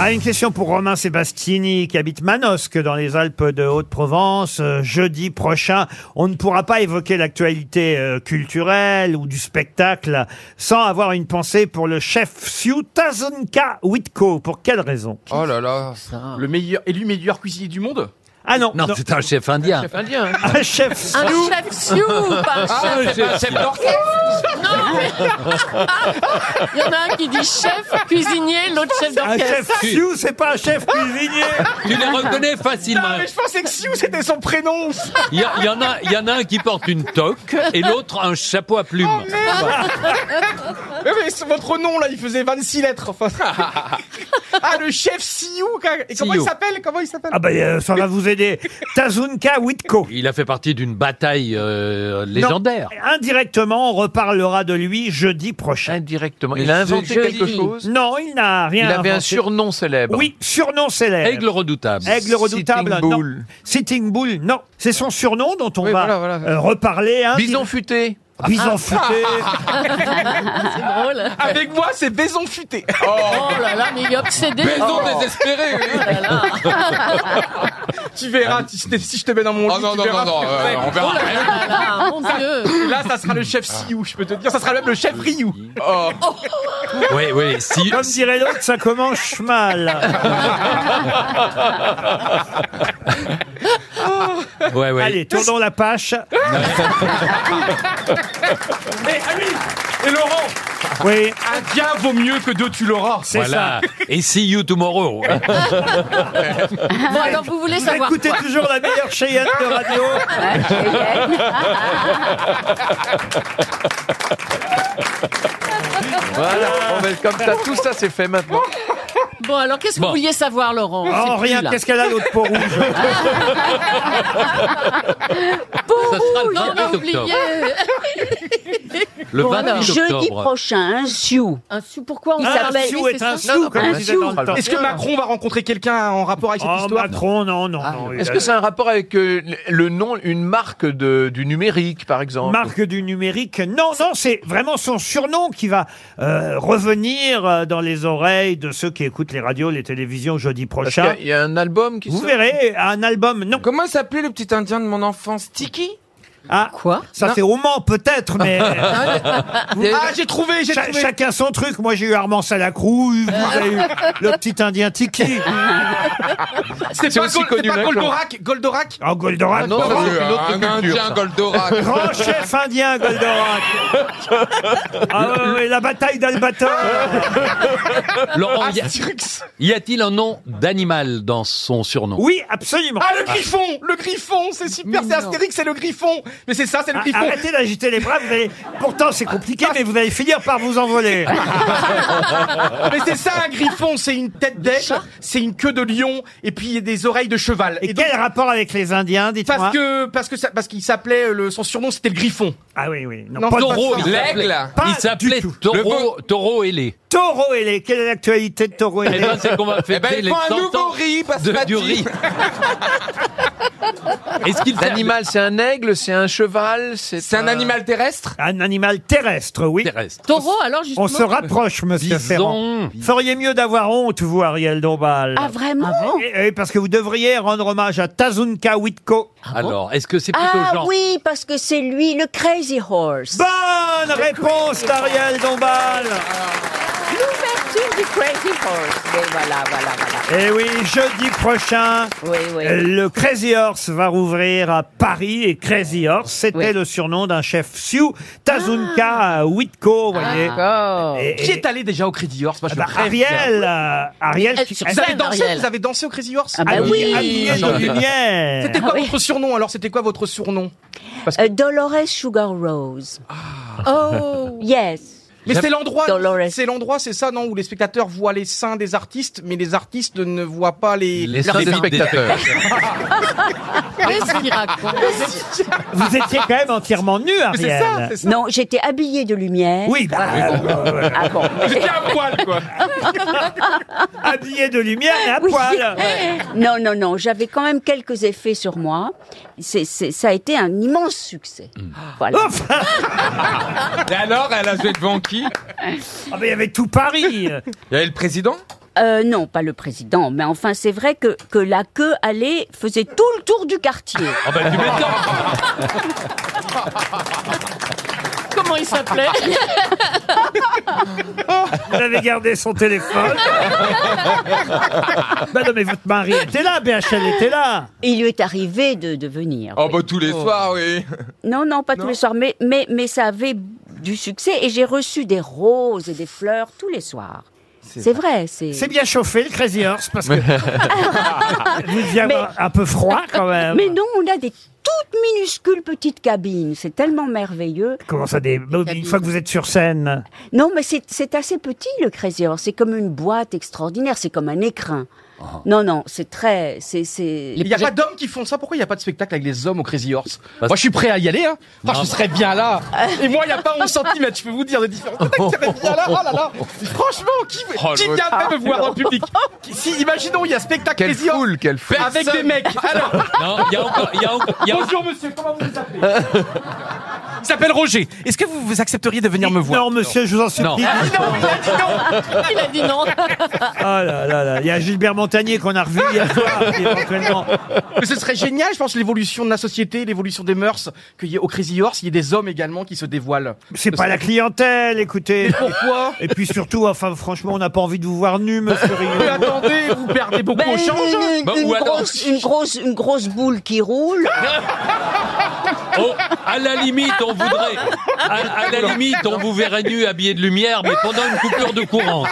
Ah, une question pour Romain Sébastini qui habite Manosque dans les Alpes de Haute-Provence. Euh, jeudi prochain, on ne pourra pas évoquer l'actualité euh, culturelle ou du spectacle sans avoir une pensée pour le chef Siutazenka Witko. Pour quelle raison Oh là là, le meilleur élu meilleur cuisinier du monde Ah non, Non, c'est un chef indien. Chef indien. hein. Un chef Un Sioux. chef Sioux, pas un Ah, chef- un pas un chef d'orchestre. Non, mais- Il y en a un qui dit chef cuisinier, l'autre chef Un d'orchestre. chef Sioux, c'est pas un chef cuisinier. Tu les reconnais facilement. Ah, Non, mais je pensais que Sioux, c'était son prénom. Il y, a- il y en a- il y en a un qui porte une toque et l'autre un chapeau à plumes. Oh, merde Ah, Mais, mais c'est votre nom là, il faisait 26 lettres. enfin. ah le chef Siou quoi. Et comment il Siou. s'appelle Comment il s'appelle Ah bah euh, ça va vous aider. Tazunka Witko. Il a fait partie d'une bataille euh, légendaire. Non, indirectement, on reparlera de lui jeudi prochain. Indirectement. Il a inventé quelque chose Non, il n'a rien Il avait un inventé. surnom célèbre. Oui, surnom célèbre. Aigle redoutable. Aigle redoutable, Sitting non. Bull. Sitting Bull, non. C'est son surnom dont on va voilà, voilà. euh, reparler. hein. Bison futé. Bison Ah. futé. C'est drôle. Avec moi, c'est Baison futé. Oh. là là, mais il est obsédé. Baison Oh. désespéré, oui. Oh là là. Tu verras, si je te- si je te mets dans mon Oh lit, non, tu non, verras. non, ce que non, je fais. euh, on verra. Oh là là, Ah, mon ça- Dieu. Là, ça sera le chef Siou, je peux te dire. Ça sera même le chef Ryu. Oh. Oui, oui. Si... Comme dirait l'autre, ça commence mal. Ouais, ouais. Allez, tournons la page. Mais ah oui, et Laurent, Oui. un bien vaut mieux que deux, tu l'auras. Voilà. Et see you tomorrow. Bon, alors vous voulez Vous savoir écoutez quoi toujours la meilleure Cheyenne de radio. voilà. Bon, ben, comme ça, tout ça, c'est fait maintenant. Bon, alors qu'est-ce que Bon. vous vouliez savoir, Laurent Oh, rien, qu'est-ce qu'elle a l'autre peau rouge Ça Oh, sera Non, le mais 28 octobre. oubliez. Le hein, Bon, 28 alors, Jeudi octobre. prochain, un Sioux. Un Sioux, pourquoi on Il s'appelle s'appelle- Sioux c'est ça. hein, Est-ce que Macron va rencontrer quelqu'un en rapport avec cette Ah. Oh, histoire Ah. Macron, non, non, non. il Est-ce a- que c'est un rapport avec euh, le nom, une marque de, du numérique, par exemple Marque du numérique. Non, non, c'est vraiment son surnom qui va euh, revenir euh, dans les oreilles de ceux qui écoutent les radios, les télévisions jeudi Parce prochain. qu'il y a- il y a un album qui Vous sort. verrez, un album, non. Comment s'appelait le petit indien de mon enfance Tiki Ah, quoi Ça, c'est roman, peut-être, mais. Ah, j'ai trouvé, j'ai Cha- trouvé. Chacun son truc. Moi, j'ai eu Armand Salacrou, vous avez eu le petit Indien Tiki. C'est pas, Gol- c'est pas Goldorak, Goldorak. Ah, Goldorak. non, ça, c'est une autre Un indien Goldorak. Grand chef indien Goldorak. Ah ouais, ouais, la bataille d'Albator. Laurent, y a- y a-t-il un nom d'animal dans son surnom Oui, absolument. Ah, le griffon, le griffon, c'est super, c'est Astérix, c'est le griffon. Mais c'est ça, c'est le Ah, griffon. Arrêtez d'agiter les bras, vous allez- pourtant c'est compliqué, mais vous allez finir par vous envoler. Mais c'est ça un griffon, c'est une tête d'aigle, c'est une queue de lion et puis il y a des oreilles de cheval. Et, quel rapport avec les Indiens, dites-moi Parce que parce que ça- parce qu'il s'appelait euh, le son surnom c'était le griffon. Ah oui oui. Non, Non, pas- Taureau, pas- il s'appelait- l'aigle. il Pas s'appelait taureau, taureau ailé. Taureau et les. Quelle est l'actualité de Taureau et Eh les ben, c'est qu'on va fêter Eh ben, il les faut un 100 nouveau ans riz, de- du riz. Est-ce qu'il sert- L'animal, c'est un aigle, c'est un cheval, c'est. C'est un animal terrestre Un animal terrestre, oui. Taureau, alors, justement. On se rapproche, monsieur Ferrand. Feriez mieux d'avoir honte, vous, Ariel Dombal. Ah, vraiment Eh, eh, Parce que vous devriez rendre hommage à Tazunka Witko. Alors, est-ce que c'est Ah oui, parce que c'est lui, le Crazy Horse. Bonne réponse d'Ariel Dombal L'ouverture du Crazy Horse. Mais voilà, voilà, voilà. Et Eh oui, jeudi prochain, euh, le Crazy Horse va rouvrir à Paris. Et Crazy Horse, c'était le surnom d'un chef Sioux, Tazunka à Witko, vous voyez. Qui est allé déjà au Crédit Horse Moi, je bah, rêve. Ariel, euh, Ariel, Elle- tu- sur elle- scène, vous, avez dansé, Ariel. vous avez dansé au Crazy Horse Ah bah Habillé- oui. habillé de lumière. C'était quoi Ah oui. votre surnom alors C'était quoi votre surnom Euh, Dolores Sugar Rose. Ah. Oh Yes. Mais c'est l'endroit, Dolores. c'est l'endroit, c'est ça, non, où les spectateurs voient les seins des artistes, mais les artistes ne voient pas les Les leurs seins des spectateurs. Qu'est-ce qu'il raconte Vous étiez quand même entièrement nu, Ariel. Non, j'étais habillée de lumière. Oui, bah, euh, Ah bon. habillée de lumière et à poil. Non, non, non, j'avais quand même quelques effets sur moi. C'est, c'est- ça a été un immense succès. Voilà. Et alors, elle a joué devant qui Ah, mais il y avait tout Paris Il y avait le président Euh, non, pas le président, mais enfin, c'est vrai que, que la queue allait, faisait tout le tour du quartier. Ah ben, tu m'étonnes. Comment il s'appelait Vous avez gardé son téléphone. bah non, mais votre mari était là, BHL était là. Il lui est arrivé de, de venir. Oh, bah, tous les soirs, oui. Non, non, pas tous les soirs, mais, mais, mais ça avait du succès et j'ai reçu des roses et des fleurs tous les soirs. C'est vrai, c'est. C'est bien chauffé, le Crazy Horse, parce que vous deviez avoir un peu froid quand même. Mais non, on a des toutes minuscules petites cabines. C'est tellement merveilleux. Comment ça, des... une fois que vous êtes sur scène Non, mais c'est- c'est assez petit le Crazy Horse. C'est comme une boîte extraordinaire. C'est comme un écrin. Non, non, c'est très. c'est- c'est- Il n'y a pas d'hommes qui font ça. Pourquoi il n'y a pas de spectacle avec les hommes au Crazy Horse Moi, je suis prêt à y aller. Hein. Enfin, je serais bien là. Et moi, il n'y a pas 11 cm. Je peux vous dire de différence. Peut-être que Je serais bien là. Oh là là. Franchement, qui, Oh, qui le- viendrait me voir en public Qui- Si, imaginons, il y a spectacle Quelle Crazy Horse foule, quelle foule. Avec des mecs. Alors. Non, il y a encore. il y a encore- il y a- Bonjour, monsieur. Comment vous vous appelez Il s'appelle Roger. Est-ce que vous, vous accepteriez de venir me voir Non, monsieur, je vous en supplie. Il a dit Ah, non, il a dit non. Il a dit non. Oh là là là, il y a Gilbert Montagnier qu'on a revu hier soir, éventuellement. Mais ce serait génial, je pense, l'évolution de la société, l'évolution des mœurs, qu'il y ait au Crazy Horse, il y ait des hommes également qui se dévoilent. C'est pas la clientèle, écoutez. pourquoi Et puis surtout, enfin, franchement, on n'a pas envie de vous voir nu, monsieur Rio. Mais attendez, vous perdez beaucoup Ben, au change. une- une- Bah, une ou alors- grosse, une, grosse, une grosse boule qui roule. Oh, à la limite, on voudrait. À, à la limite, on vous verrait nu, habillé de lumière, mais pendant une coupure de courant.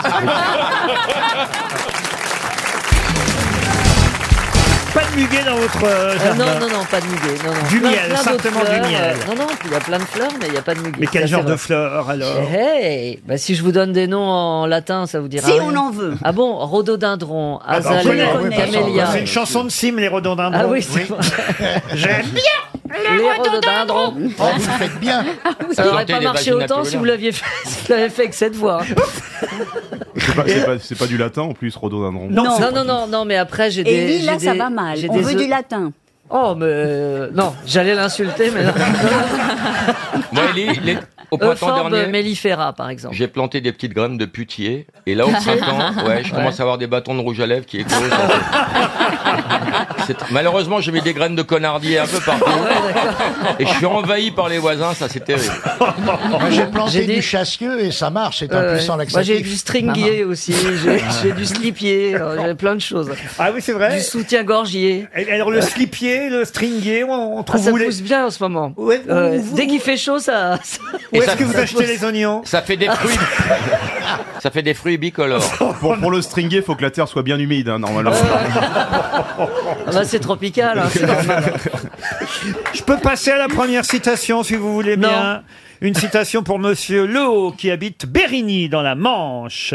Pas de muguet dans votre euh, Euh, jardin. non, non, non, pas de muguet. Non, non. Du Plein- miel, plein d'autres simplement du fleurs, miel. euh, non, non, il y a plein de fleurs, mais il n'y a pas de muguet. Mais quel Ça, genre c'est de vrai. fleurs alors Hey, bah, si je vous donne des noms en latin, ça vous dira. Si rien. on en veut. Ah bon, rhododendron, Ah, bah, on azalée, connaît, oui, camélia. C'est une chanson de Sim, les rhododendrons. Ah oui, c'est Ah, J'aime bien. Les rhododendrons. Oh, vous le faites bien. Ah Ça n'aurait Chantez pas les marché vaginateurs. autant si vous l'aviez fait, si vous l'avez fait avec cette voix. C'est pas, c'est pas- c'est pas du latin en plus, rhododendron. Non, non, non, non, non, mais après j'ai des. Et lui, là, j'ai ça des- va mal. j'ai On des veut œufs- du latin. Oh, mais euh, non, j'allais l'insulter, mais non. Moi, les, les- Au Euh, Au printemps dernier mellifera, par exemple. J'ai planté des petites graines de putier. Et là, au Putier printemps, ouais, je Ouais. commence à avoir des bâtons de rouge à lèvres qui éclosent. C'est- Malheureusement, j'ai mis des graines de connardier un peu partout. et je suis envahi par les voisins, ça c'est terrible. Moi, Ah, j'ai planté J'ai des- du chassieux et ça marche, c'est Ouais, un ouais. puissant Moi, laxatif. j'ai du stringier aussi, j'ai j'ai du slipier, euh, j'ai plein de choses. Ah oui, c'est vrai Du soutien-gorgier. Alors le slipier, le stringier, on, on trouve Ah, ça où les- pousse bien en ce moment. Euh, Dès qu'il fait chaud, ça. ça- Où est-ce que vous achetez les oignons Ça fait des fruits. ça fait des fruits bicolores. Pour, pour le stringuer, faut que la terre soit bien humide, hein, normalement. Ah bah, c'est tropical. hein, c'est normal. Je peux passer à la première citation si vous voulez bien. Une citation pour Monsieur Lowe qui habite Bérigny dans la Manche.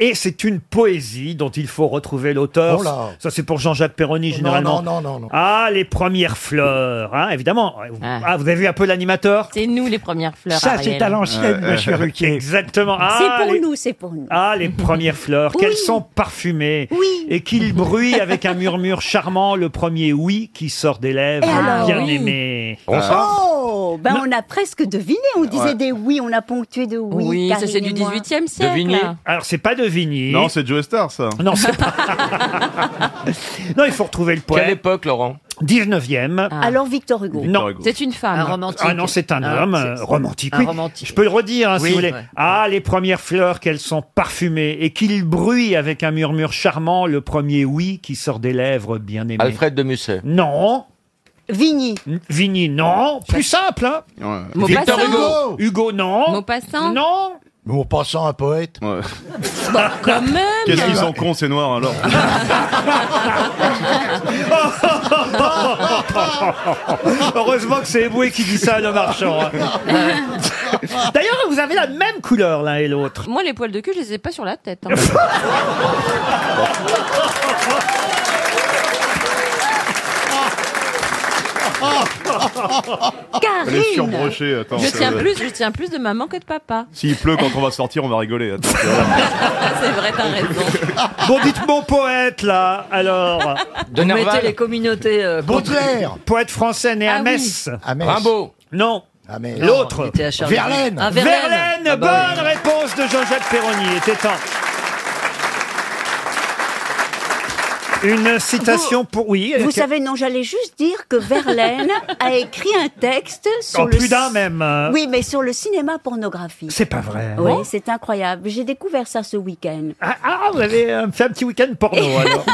Et c'est une poésie dont il faut retrouver l'auteur. Oh là. Ça c'est pour Jean-Jacques Perroni généralement. non, non, non, non. Ah, les premières fleurs, hein, évidemment. Ah, vous avez vu un peu l'animateur C'est nous les premières fleurs. Ça, c'est Ariel. à l'ancienne, Euh, monsieur euh, Ruquier. Exactement. Ah, c'est pour les- nous, c'est pour nous. Ah, les premières fleurs, Oui. qu'elles sont parfumées et qu'ils bruient avec un murmure charmant le premier oui qui sort des Eh lèvres ben, Et Eh alors, bien oui. aimées. Oh, ben on a presque deviné. On disait Ouais. des oui, on a ponctué de oui. Oui, ça, Karine c'est et du moi. 18e siècle. Vigny. Alors c'est pas de Vigny. Non, c'est Joe Star, ça. Non, c'est pas. non, il faut retrouver le poème. Quelle époque, Laurent 19e. Ah. Alors Victor Hugo. Non. C'est une femme. Un Ah non, c'est un homme euh, romantique. un oui. romantique. Je peux le redire hein, si Oui, vous voulez. ouais. Ah, les premières fleurs qu'elles sont parfumées et qu'il bruit avec un murmure charmant le premier oui qui sort des lèvres bien aimées. Alfred de Musset. Non. Vigny. Vigny, non. Plus simple, hein Maupassant. Victor Hugo. Hugo, non. Maupassant. Non. Maupassant, un poète. Ah, Quand même. Qu'est-ce qu'ils sont cons, ces noirs, alors Heureusement que c'est Eboué qui dit ça à le marchand. hein. D'ailleurs, vous avez la même couleur l'un et l'autre. Moi, les poils de cul, je les ai pas sur la tête. hein. Elle est Karine surbrochée, attends. je c'est- tiens, plus, je tiens plus de maman que de papa. S'il pleut quand on va sortir, on va rigoler. hein. Attends, C'est vrai, t'as raison. Bon, dites mon poète, là, alors. De Vous mettez les communautés. euh, Ah Baudelaire. Poète français né à Metz. À Metz. Rimbaud. Non. Non, il L'autre. était à Charlie. Ah, Verlaine. Ah, Verlaine. Verlaine. Ah bah oui. Bonne réponse de Jean-Jacques Perroni. Il était temps. Une citation pour. Oui. euh, vous laquelle- savez, non, j'allais juste dire que Verlaine a écrit un texte sur En le. plus d'un, même. euh, Oui, mais sur le cinéma pornographique. C'est pas vrai. Oh. Oui, c'est incroyable. J'ai découvert ça ce week-end. Ah, ah, vous avez euh, fait un petit week-end porno, alors.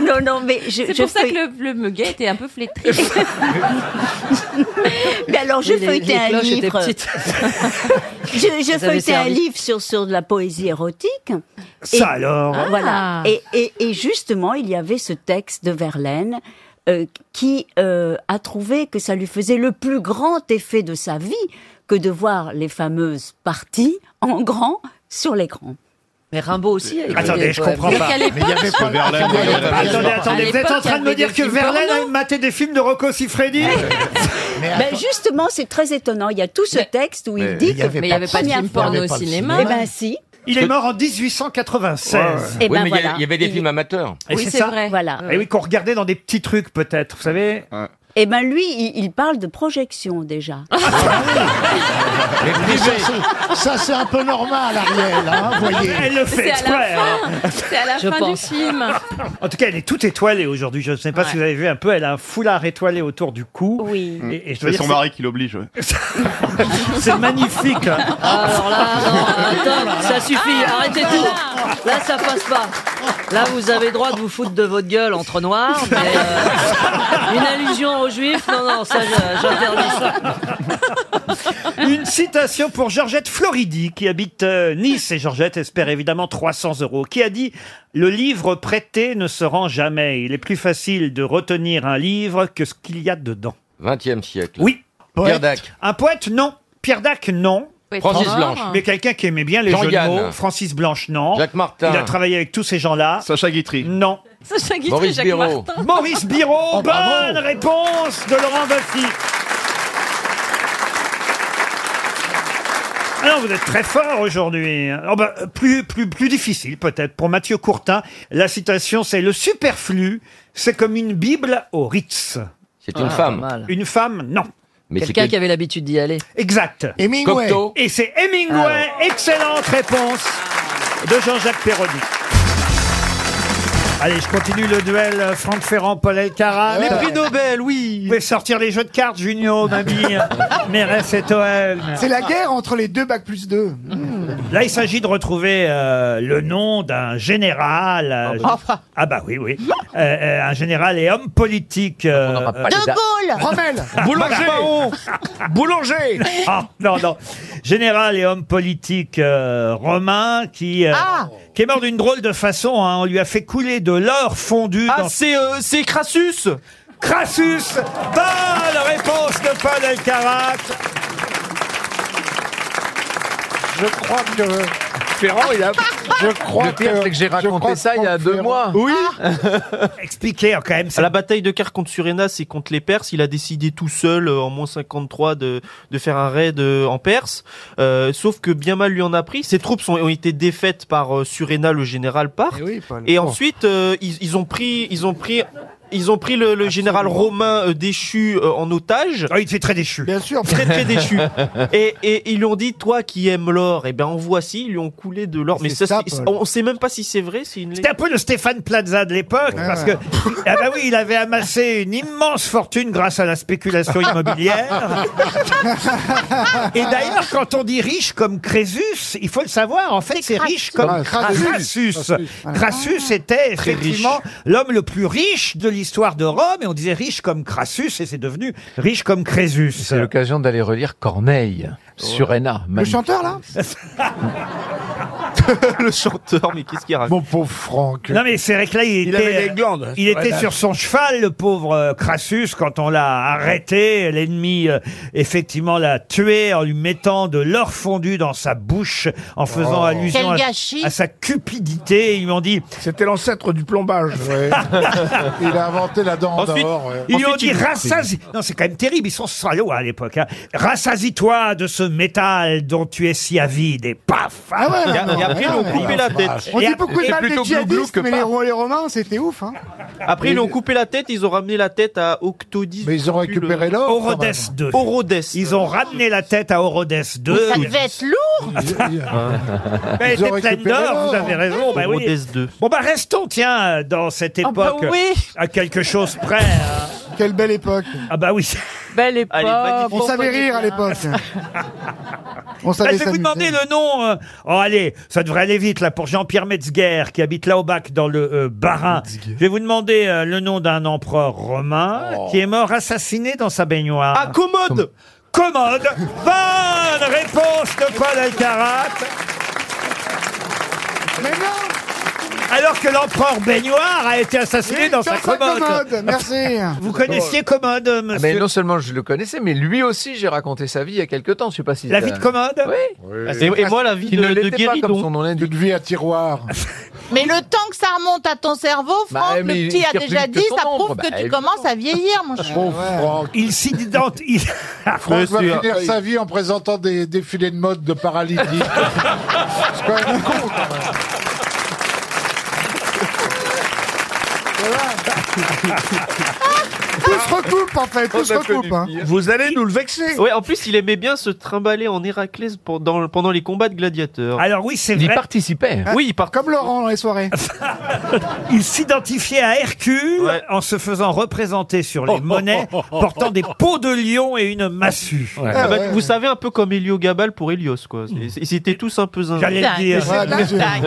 non, non, mais je. C'est je pour ça feuille- que le, muguet était un peu flétri. mais alors, je Oui, les- feuilletais les un cloches étaient livre. petites. Je, je avez feuilletais un servi. livre sur, sur de la poésie érotique. Ça alors. Ah. Voilà. Et, et, et justement, il y avait ce texte de Verlaine euh, qui euh, a trouvé que ça lui faisait le plus grand effet de sa vie que de voir les fameuses parties en grand sur l'écran. Mais Rimbaud aussi. a écrit Attendez, des je poèmes. comprends Mais pas. qu'à l'époque- Mais il y avait pas- Verlaine, Attendez, Verlaine, attendez, Verlaine. attendez, À vous êtes en l'époque, il y train de me avait dire des que films Verlaine porno. a maté des films de Rocco Siffredi Ben justement, c'est très étonnant. Il y a tout ce texte où Mais- il dit il y que avait Mais il y pas avait de pas de première film fois- porno au cinéma. Eh ben si. Il est mort en 1896. Eh oui, ben mais il y a- voilà. il y, avait des Il- films amateurs. Et Oui, c'est ça vrai. Voilà. Et oui, qu'on regardait dans des petits trucs, peut-être, vous savez Eh ben lui, il, il parle de projection déjà. Ah, Ah, Mais ça, c'est- Ça, c'est un peu normal, Ariel, hein, voyez. Elle le fait exprès. hein. C'est à la Je fin du pense. film. En tout cas, elle est toute étoilée aujourd'hui. Je ne sais pas Ouais. si vous avez vu un peu. Elle a un foulard étoilé autour du cou. Oui. Mmh. Et, et je dois C'est dire, son mari qui l'oblige. ouais. c'est- C'est magnifique. hein. Alors là, non, attends, ça suffit, Ah, arrêtez tout. Là, ça passe pas. Là, vous avez droit de vous foutre de votre gueule entre noirs, mais euh, une allusion aux juifs, non, non, ça, je- j'interdis ça. Une citation pour Georgette Floridi, qui habite euh, Nice, et Georgette espère évidemment 300 euros, qui a dit « Le livre prêté ne se rend jamais. Il est plus facile de retenir un livre que ce qu'il y a dedans. 20e siècle. Oui. Pierre Dac. » Un poète, non. Pierre Dac, non. Poète Francis mort. Blanche. Mais quelqu'un qui aimait bien les jeux de Jean-Yann. mots. Francis Blanche, non. Jacques Martin. Il a travaillé avec tous ces gens-là. Sacha Guitry. Non. Sacha Guitry, Maurice Jacques Béraud. Martin. Maurice Biro, Oh, bravo. bonne réponse de Laurent Baffy. Alors vous êtes très fort aujourd'hui. Oh bah, plus, plus, plus difficile peut-être pour Mathieu Courtin. La citation c'est le superflu, c'est comme une Bible au Ritz. C'est une Ah, femme. pas Une femme, non. Mais c'est Quelqu'un quel- qui avait l'habitude d'y aller. Exact. Hemingway. Cocteau. Et c'est Hemingway. Ah Excellente réponse de Jean-Jacques Perroni. Allez, je continue le duel euh, Franck Ferrand, Paul Elkarat. Les prix Nobel, oui. Vous pouvez sortir les jeux de cartes, Junio, mamie, Mérès et Toel. C'est la guerre entre les deux bacs plus deux. Mmh. Mmh. Là, il s'agit de retrouver euh, le nom d'un général. euh, ah bah oui, oui. Euh, euh, un général et homme politique. euh, euh, Rommel Boulanger Boulanger Ah, non, non. Général et homme politique euh, romain qui, euh, Ah qui est mort d'une drôle de façon. hein. On lui a fait couler de l'or fondu Ah, dans... c'est euh, c'est Crassus Crassus Bonne réponse de Paul Elkarat Je crois que. Ferrand, il a. Je crois Le pire, que- c'est que j'ai je crois raconté que ça il y a Franck deux Ferrand- mois. Oui. Expliquez hein, quand même. À la bataille de Car contre Surénas et contre les Perses, il a décidé tout seul, euh, en moins 53, de, de faire un raid euh, en Perse. Euh, sauf que bien mal lui en a pris. Ses troupes sont- ont été défaites par euh, Suréna, le général Parthe. Et, ensuite, euh, ils, ils ont pris, ils ont pris, ils ont pris le, le général romain euh, déchu euh, en otage. Ah, il était très déchu. Bien sûr. Très très déchu. et, et ils lui ont dit, toi qui aimes l'or, eh ben en voici. Ils lui ont coulé de l'or. Mais ça, C'est ça, c'est- Paul. on sait même pas si c'est vrai. C'est une C'était un peu le Stéphane Plaza de l'époque, parce que, ah bah oui, il avait amassé une immense fortune grâce à la spéculation immobilière. Et d'ailleurs, quand on dit riche comme Crésus, il faut le savoir, en fait, c'est riche comme Crassus. Ah, Crassus. Crassus. Crassus était effectivement l'homme le plus riche de l'histoire de Rome, et on disait riche comme Crassus, et c'est devenu riche comme Crésus. C'est l'occasion d'aller relire Corneille, Suréna. Le chanteur là le chanteur, mais qu'est-ce qu'il raconte Mon pauvre Franck. Non mais c'est vrai que là il, euh, Il était, euh, avait des glandes, hein, il sur la était dalle. sur son cheval, le pauvre euh, Crassus, quand on l'a arrêté, l'ennemi euh, effectivement l'a tué en lui mettant de l'or fondu dans sa bouche, en faisant Oh. allusion à, Quel gâchis. à sa cupidité. Ils lui ont dit. C'était l'ancêtre du plombage. Il a inventé la dent Ensuite, d'or. ouais. ils lui ont dit rassasie. Non, c'est quand même terrible. Ils sont salauds à l'époque. hein. Rassasie-toi de ce métal dont tu es si avide et paf. Bah, Ah ouais, non, non, et après, ils non, l'ont non, coupé non, la non, tête. vache. On Et dit après- beaucoup de c'est mal des plutôt glouglou djihadistes, que mais les, pas. Ro- les Romains, c'était ouf. Hein. Après, ils l'ont coupé la tête, ils ont ramené la tête à Octodis. Mais ils ont récupéré l'or, Orodes 2. Ils ont ramené la tête à Orodes 2. Ça devait être lourd Ah. Mais Ils ont elle était pleine récupéré d'or, l'or. vous avez raison. bah oui. Rodez 2. Bon, bah restons, tiens, euh, dans cette époque. bah oui. À quelque chose près. hein. Quelle belle époque. Ah, bah oui. Belle époque. on savait rire à l'époque. On Bah, savait je vais vous s'amuser. demander le nom. euh, Oh, allez, ça devrait aller vite, là, pour Jean-Pierre Metzger, qui habite là au bac dans le euh, Bas-Rhin. Je vais vous demander euh, le nom d'un empereur romain Oh. qui est mort assassiné dans sa baignoire. Ah, Commode Commode Bonne réponse de Paul Alcarat Mais non Alors que l'empereur baignoire a été assassiné dans sa commode. Merci. Vous connaissiez Commode, monsieur Ah, mais non seulement je le connaissais, mais lui aussi, j'ai raconté sa vie il y a quelque temps. Je sais pas si La vie de Commode Oui. Et- Ah, et moi, la vie Qui de- ne de l'était pas, comme Guéridon. son nom l'indique. Une vie à tiroir. Mais le temps que ça remonte à ton cerveau, Bah, Franck, mais le petit il a tire plus déjà vite que dit, son ça ombre. prouve Bah, que tu évidemment. commences à vieillir, Ah, mon chou. Il s'identite. il- Franck va Monsieur. Ah, finir sa vie en présentant des défilés de mode de paralytique. C'est quand même con, quand même. Tout se recoupe en fait, Oh, tout se recoupe. hein. Vous allez nous le vexer. Ouais, en plus, il aimait bien se trimballer en Héraclès pendant, pendant les combats de gladiateurs. Alors oui, c'est Il vrai. participait. hein. Oui, il part... Ah. Comme Laurent dans les soirées. Il s'identifiait à Hercule en se faisant représenter sur les monnaies portant des peaux de lion et une massue. Ah bah, Vous savez, un peu comme Héliogabal pour Hélios, quoi. C'est- Ils étaient tous un peu zinzin. J'allais le dire. Ah, Ouais, bien sûr. Après,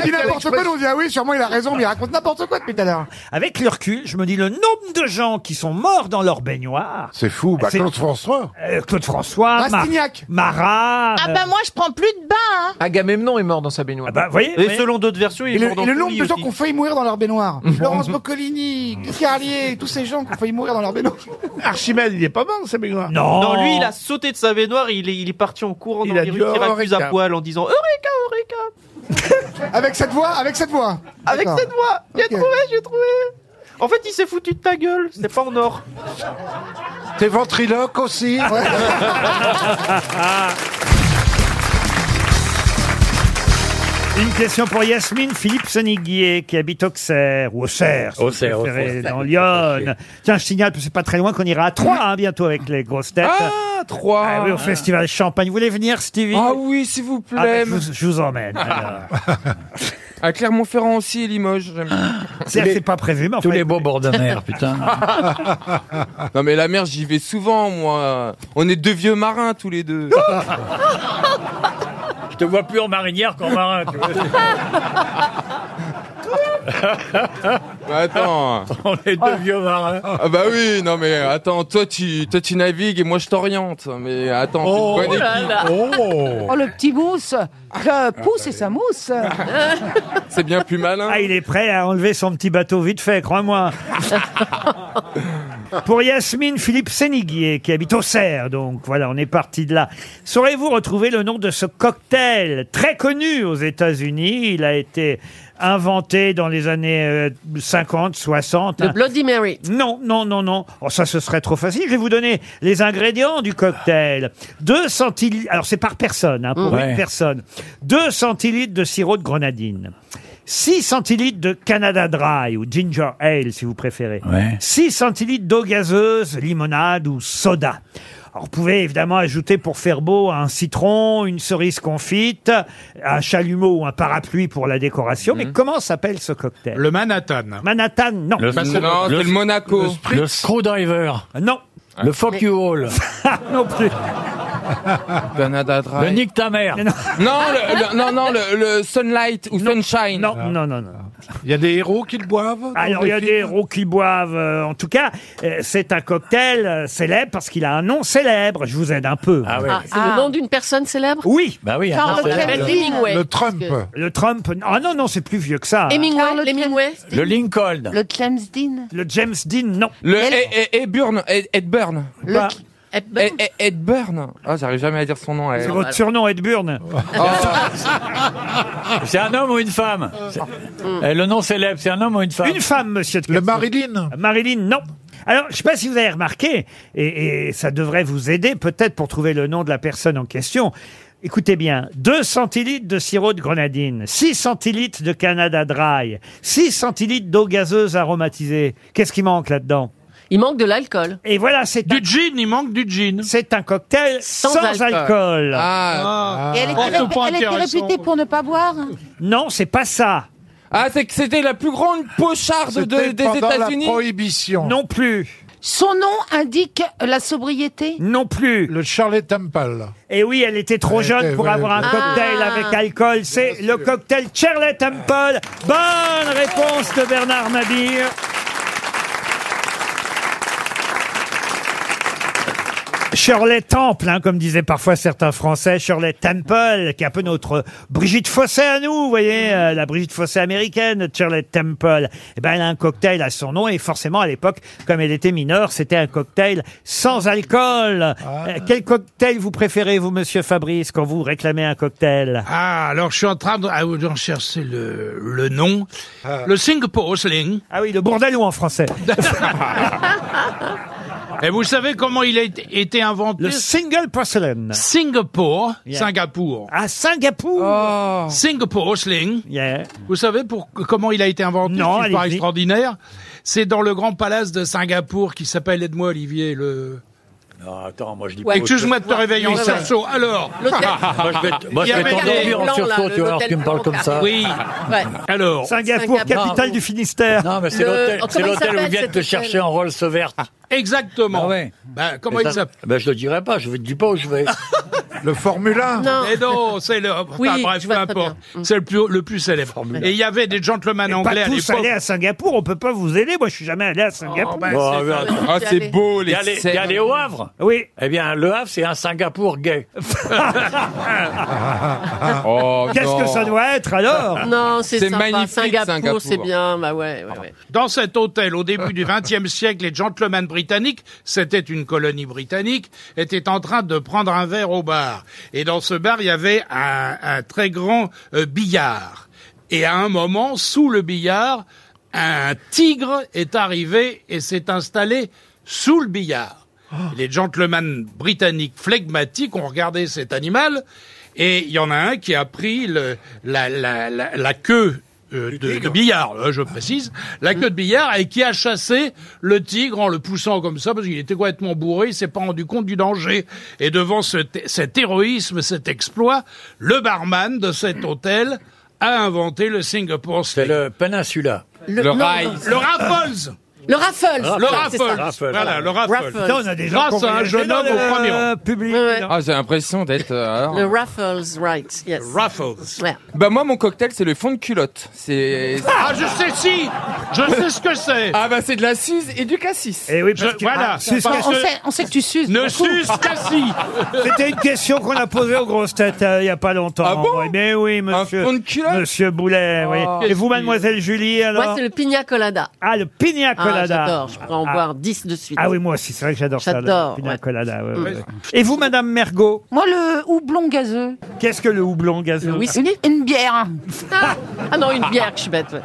il dit n'importe quoi, expression. on dit ah oui, sûrement il a raison, mais il raconte n'importe quoi depuis tout à l'heure. Avec le recul, je me dis le nombre de gens qui sont morts dans leur baignoire. C'est fou. Bah, C'est- Claude François. Euh, Claude François, Mar- Rastignac. Marat. Ah euh, bah moi, je prends plus de bain, hein. Agamemnon est mort dans sa baignoire. bah, voyez, Et voyez. selon d'autres versions, il Et est le, mort dans et le le nombre lit de gens aussi. qui ont failli mourir dans leur baignoire. Laurence Boccolini, Carlier, tous ces gens qui ont failli mourir dans leur baignoire. Archimède, il est pas mort, c'est baignoire. Non. Non, lui, il a sauté de sa baignoire, il est, il est parti en courant dans a les dit rues Syracuse Eureka. à poil en disant Eureka, Eureka Avec cette voix, avec cette voix. Avec D'accord. cette voix J'ai Ok. trouvé, j'ai trouvé En fait, il s'est foutu de ta gueule, c'est pas en or. T'es ventriloque aussi. Une question pour Yasmine Philippe Soniguier qui habite Auxerre, ou Auxerre, si vous Auxerre, préférez, Auxerre. dans Lyon. Tiens, je signale que c'est pas très loin qu'on ira à Troyes hein, bientôt avec les grosses têtes. Ah, Troyes. Ah oui, au Festival Champagne. Vous voulez venir, Stevie Ah oui, s'il vous Ah, plaît. ben, je, vous, je vous emmène. alors. À Clermont-Ferrand aussi et Limoges. j'aime bien. C'est c'est pas prévu, mais en tous fait- les beaux bords de mer, putain. non mais la mer, j'y vais souvent, moi. On est deux vieux marins tous les deux. Je te vois plus en marinière qu'en marin. tu vois. Mais Bah, attends. On est deux vieux marins. Ah bah oui, non mais attends, toi tu, toi, tu navigues et moi je t'oriente. Mais attends, Oh, c'est une bonne là équipe. là. Oh, le petit mousse Euh, Le pouce et sa mousse Ah, C'est bien plus malin. Ah, il est prêt à enlever son petit bateau vite fait, crois-moi. Pour Yasmine Philippe Séniguier, qui habite Auxerre, donc voilà, on est parti de là. Saurez-vous retrouver le nom de ce cocktail très connu aux États-Unis Il a été inventé dans les années euh, 50, 60. Le Bloody Mary. Non, non, non, non. Oh, ça, ce serait trop facile. Je vais vous donner les ingrédients du cocktail. 2 centilitres. Alors, c'est par personne, hein, pour Mm. une Ouais. personne. 2 centilitres de sirop de grenadine. 6 centilitres de Canada Dry ou Ginger Ale, si vous préférez. 6 centilitres d'eau gazeuse, limonade ou soda. Alors, vous pouvez évidemment ajouter pour faire beau un citron, une cerise confite, un chalumeau ou un parapluie pour la décoration. Mais comment s'appelle ce cocktail Le Manhattan. Manhattan, non. Mmh. Le- Bah, c'est- non, le- c'est le Monaco. le Spritz. Le Screwdriver. Ah, Non. Le fuck you all. non plus. Canada Dry. Le nique ta mère. Non, le, le- non, non, le, le Sunlight ou Sunshine. Non, non, non, non. Il y a des héros qui le boivent Alors, il y a des héros qui boivent. euh, en tout cas, euh, c'est un cocktail euh, célèbre parce qu'il a un nom célèbre. Je vous aide un peu. Ah Ah, c'est le nom d'une personne célèbre Oui. Bah oui. Carl attends, c'est- Kennedy. Hemingway. Le Trump. Parce Le Trump. Ah non, non, c'est plus vieux que ça. Hemingway, Hemingway. Le Lincoln. Le James Dean Le James Dean, non. Le Ed, Ed Burn. Ed, Ed Burn. Le- Bah. Ed, Ed- Ed Burn. Ah, j'arrive jamais à dire son nom. C'est votre surnom, Ed Burn. Ah. C'est un homme ou une femme Ah. Hmm. Eh, Le nom célèbre, c'est un homme ou une femme Une femme, monsieur. Le Marilyn. Marilyn, non. Alors, je ne sais pas si vous avez remarqué, et, et ça devrait vous aider peut-être pour trouver le nom de la personne en question. Écoutez bien, 2 centilitres de sirop de grenadine, 6 centilitres de Canada Dry, 6 centilitres d'eau gazeuse aromatisée. Qu'est-ce qui manque là-dedans Il manque de l'alcool. Et voilà, c'est du gin, il manque du gin. C'est un cocktail sans, alcool. Ah. Et elle était, ré- elle était réputée pour ne pas boire hein. Non, c'est pas ça. Ah, c'est que c'était la plus grande pocharde de- C'était des pendant la États-Unis. prohibition. Non plus. Son nom indique la sobriété Non plus. Le Charlie Temple. Et oui, elle était trop Elle jeune était- pour ouais, avoir un ouais. cocktail Ah. avec alcool. C'est le cocktail Charlie Temple. Bonne réponse de Bernard Mabir. Shirley Temple, hein, comme disaient parfois certains Français, Shirley Temple, qui est un peu notre Brigitte Fossé à nous, vous voyez, euh, la Brigitte Fossé américaine, Shirley Temple. Eh ben, elle a un cocktail à son nom et forcément, à l'époque, comme elle était mineure, c'était un cocktail sans Ah. alcool. Euh, Quel cocktail vous préférez, vous, monsieur Fabrice, quand vous réclamez un cocktail Ah, alors je suis en train de, ah, d'en chercher le, le nom. Le Singapore Sling. Ah oui, le bourdalou en français. Et vous savez comment il a été, été inventé Le single porcelain. Singapore, Yeah. Singapour. Ah, Singapour Singapore Sling. Vous savez pour, comment il a été inventé Non, C'est pas allez-y. extraordinaire. C'est dans le grand palace de Singapour qui s'appelle, aide-moi Olivier, le... Non, attends, moi je dis Ouais. Excuse-moi de te réveiller en sursaut. Alors Moi je vais t- moi, Il je y vais avait t'endormir des- en sursaut, tu vas voir que tu me parles comme ça. Oui. Alors. Singapour, capitale du Finistère. Non, mais c'est Le- l'hôtel- comment c'est il l'hôtel où ils s'appelle, viennent cet te hôtel chercher en Rolls verte. Exactement. Ah ouais. Bah, comment Et il ça- s'appelle Ben, je le dirai pas, je ne dis pas où je vais. Le Formule 1 Non. Et Eh non, c'est le. Oui, enfin, bref, je peu vois très Mm. importe. C'est le plus, le plus célèbre. Et il y avait des gentlemen Pas anglais à tous l'époque. allés à Singapour, on peut pas vous aider. Moi, je suis jamais allé à Singapour. ben, bah, Bon, c'est- regarde. Ah, c'est beau, les Il y a les- Il y a scènes. les au Havre Oui. Eh bien, le Havre, c'est un Singapour gay. Oh, Qu'est-ce que ça doit être alors Non, c'est C'est sympa. magnifique, Singapour, Singapour. c'est bien. Bah ouais, ouais, ouais. Dans cet hôtel, au début du XXe siècle, les gentlemen britanniques, c'était une colonie britannique, étaient en train de prendre un verre au bar. Et dans ce bar, il y avait un, un très grand euh, billard. Et à un moment, sous le billard, un tigre est arrivé et s'est installé sous le billard. Les gentlemen britanniques flegmatiques ont regardé cet animal Et il y en a un qui a pris le- la, la- la- la queue euh, de, de billard, euh, je précise, la queue de billard, et qui a chassé le tigre en le poussant comme ça, parce qu'il était complètement bourré, il s'est pas rendu compte du danger. Et devant ce t- cet héroïsme, cet exploit, le barman de cet hôtel a inventé le Singapore C'est le Peninsula. Le- Le non, Rise. non. Le Raffles Le Raffles. Le Raffles. Voilà, le Raffles. Putain, on a des gens Grâce qui ont à un voyagé jeune dans homme au le premier rang. Ah, j'ai l'impression d'être. euh, alors. Le Raffles, right, yes. Raffles. Ouais. Bah moi mon cocktail c'est le fond de culotte. C'est. Ah, je sais si Je sais ce que c'est Ah bah c'est de la suze et du cassis. Et oui, parce que- voilà. Ah, c'est on, parce que- sait, on sait que tu suces. Ne beaucoup. suce qu'à C'était une question qu'on a posée aux grosses têtes euh, il y a pas longtemps. Ah bon Oui, Mais oui, monsieur. Monsieur Ah, Boulet, oui. Et vous, mademoiselle Julie, alors Moi, c'est le pina colada. Ah, le pina colada. Ah, j'adore, je pourrais en Ah. boire 10 de suite. Ah oui, moi aussi, c'est vrai que j'adore ça. J'adore, le pina ouais. colada, ouais, Mm. ouais, ouais. Et vous, madame Mergot Moi, le houblon gazeux. Qu'est-ce que le houblon gazeux Une, une bière. Ah non, une bière, que je suis bête. ouais.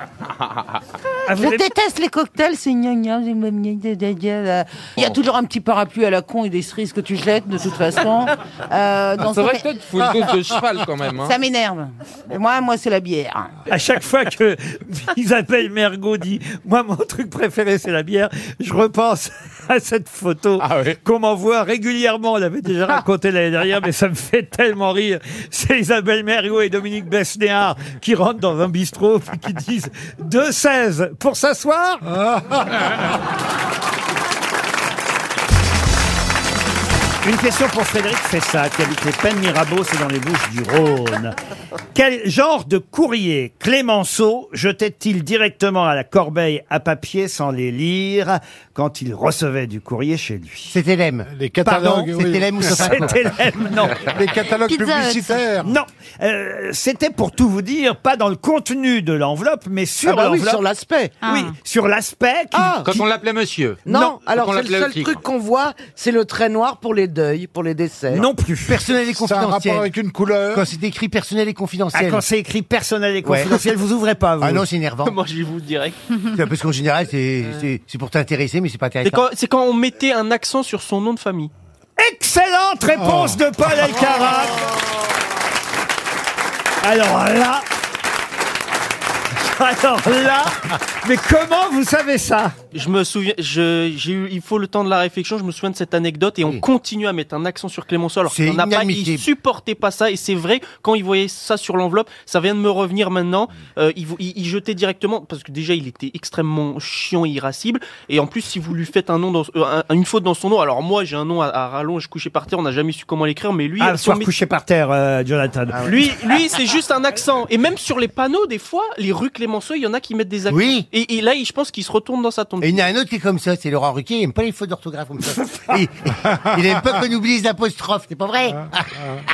Ah, vous je aimez- déteste les cocktails, c'est gna gna, gna gna gna gna gna. Il y a toujours un petit parapluie à la con et des cerises que tu jettes, de toute façon. Euh, dans Ah, c'est ce vrai ca- que toi, tu fous une dose de cheval quand même. Hein. Ça m'énerve. Et Moi, moi, c'est la bière. À chaque fois que Isabelle Mergot dit Moi, mon truc préféré, c'est la bière, je repense à cette photo qu'on m'envoie régulièrement. On l'avait déjà raconté l'année dernière, mais ça me fait tellement rire. C'est Isabelle Mergot et Dominique Besnéard qui rentrent dans un bistrot et qui disent 2,16 pour s'asseoir Une question pour Frédéric Fessa, qui habite les Pennes Mirabeau, c'est dans les Bouches du Rhône. Quel genre de courrier Clémenceau jetait-il directement à la corbeille à papier sans les lire quand il recevait du courrier chez lui C'était l'aime. Les catalogues, oui. C'était l'aime, non. Les catalogues Pizza Hut. publicitaires. Non. Euh, C'était pour tout vous dire, pas dans le contenu de l'enveloppe, mais sur Ah bah oui, l'enveloppe. sur l'aspect. Ah. Ah. Oui, sur l'aspect. qui- Quand qui- on l'appelait monsieur. Non, Non, alors quand on c'est le l'appelait seul le tigre. truc qu'on voit, c'est le trait noir pour les deuils, pour les décès. Non plus. Personnel et Ça a un confidentiel. rapport avec une couleur. Quand c'est écrit personnel et Ah, confidentiel. quand c'est écrit personnel et Ouais. confidentiel, vous ouvrez pas, vous. Ah non, c'est énervant. Moi, je vous dirais. C'est Parce qu'en général, c'est- c'est c'est pour t'intéresser, mais c'est pas C'est intéressant. quand, c'est quand on mettait un accent sur son nom de famille. Excellente réponse Oh. de Paul Alcarat. Alors là. Alors là. Mais comment vous savez ça Je me souviens, je- j'ai eu, il faut le temps de la réflexion, je me souviens de cette anecdote et on continue à mettre un accent sur Clémenceau alors C'est qu'il n'en a pas, il inadmissible. supportait pas ça et c'est vrai, quand il voyait ça sur l'enveloppe, ça vient de me revenir maintenant, Mm. euh, il, vo- il- il jetait directement, parce que déjà il était extrêmement chiant et irascible et en plus si vous lui faites un nom dans, euh, un- une faute dans son nom, alors moi j'ai un nom à, à rallonge couché par terre, on n'a jamais su comment l'écrire, mais lui, Ah, son soir mé- couché par terre, euh, Jonathan. Lui, lui, c'est juste un accent. Et même sur les panneaux, des fois, les rues Clémenceau, il y en a qui mettent des accents. Oui. Et, et là, il- je pense qu'il se retourne dans sa tombe. Et il y en a un autre qui est comme ça, c'est Laurent Ruquier, il aime pas les fautes d'orthographe comme ça. il, il aime pas qu'on oublie les apostrophes, c'est pas vrai Ah,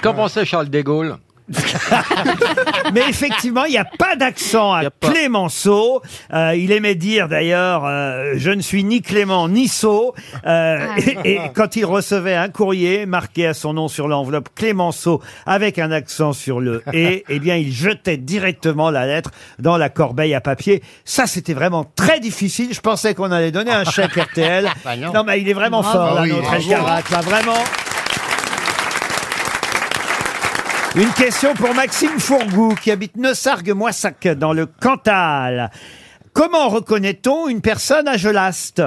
Qu'en pensait Charles de Gaulle Mais effectivement, il n'y a pas d'accent à Clémenceau. Euh, il aimait dire d'ailleurs, euh, je ne suis ni Clément ni Sceau. Euh, et, et quand il recevait un courrier marqué à son nom sur l'enveloppe Clémenceau avec un accent sur le et, eh bien, il jetait directement la lettre dans la corbeille à papier. Ça, c'était vraiment très difficile. Je pensais qu'on allait donner un chèque RTL. Bah non. non. mais il est vraiment Bravo. fort, Ah là, oui, notre bravo. Elkarat, là, vraiment. Une question pour Maxime Fourgou, qui habite Neussargues-Moissac, dans le Cantal. Comment reconnaît-on une personne à Gelaste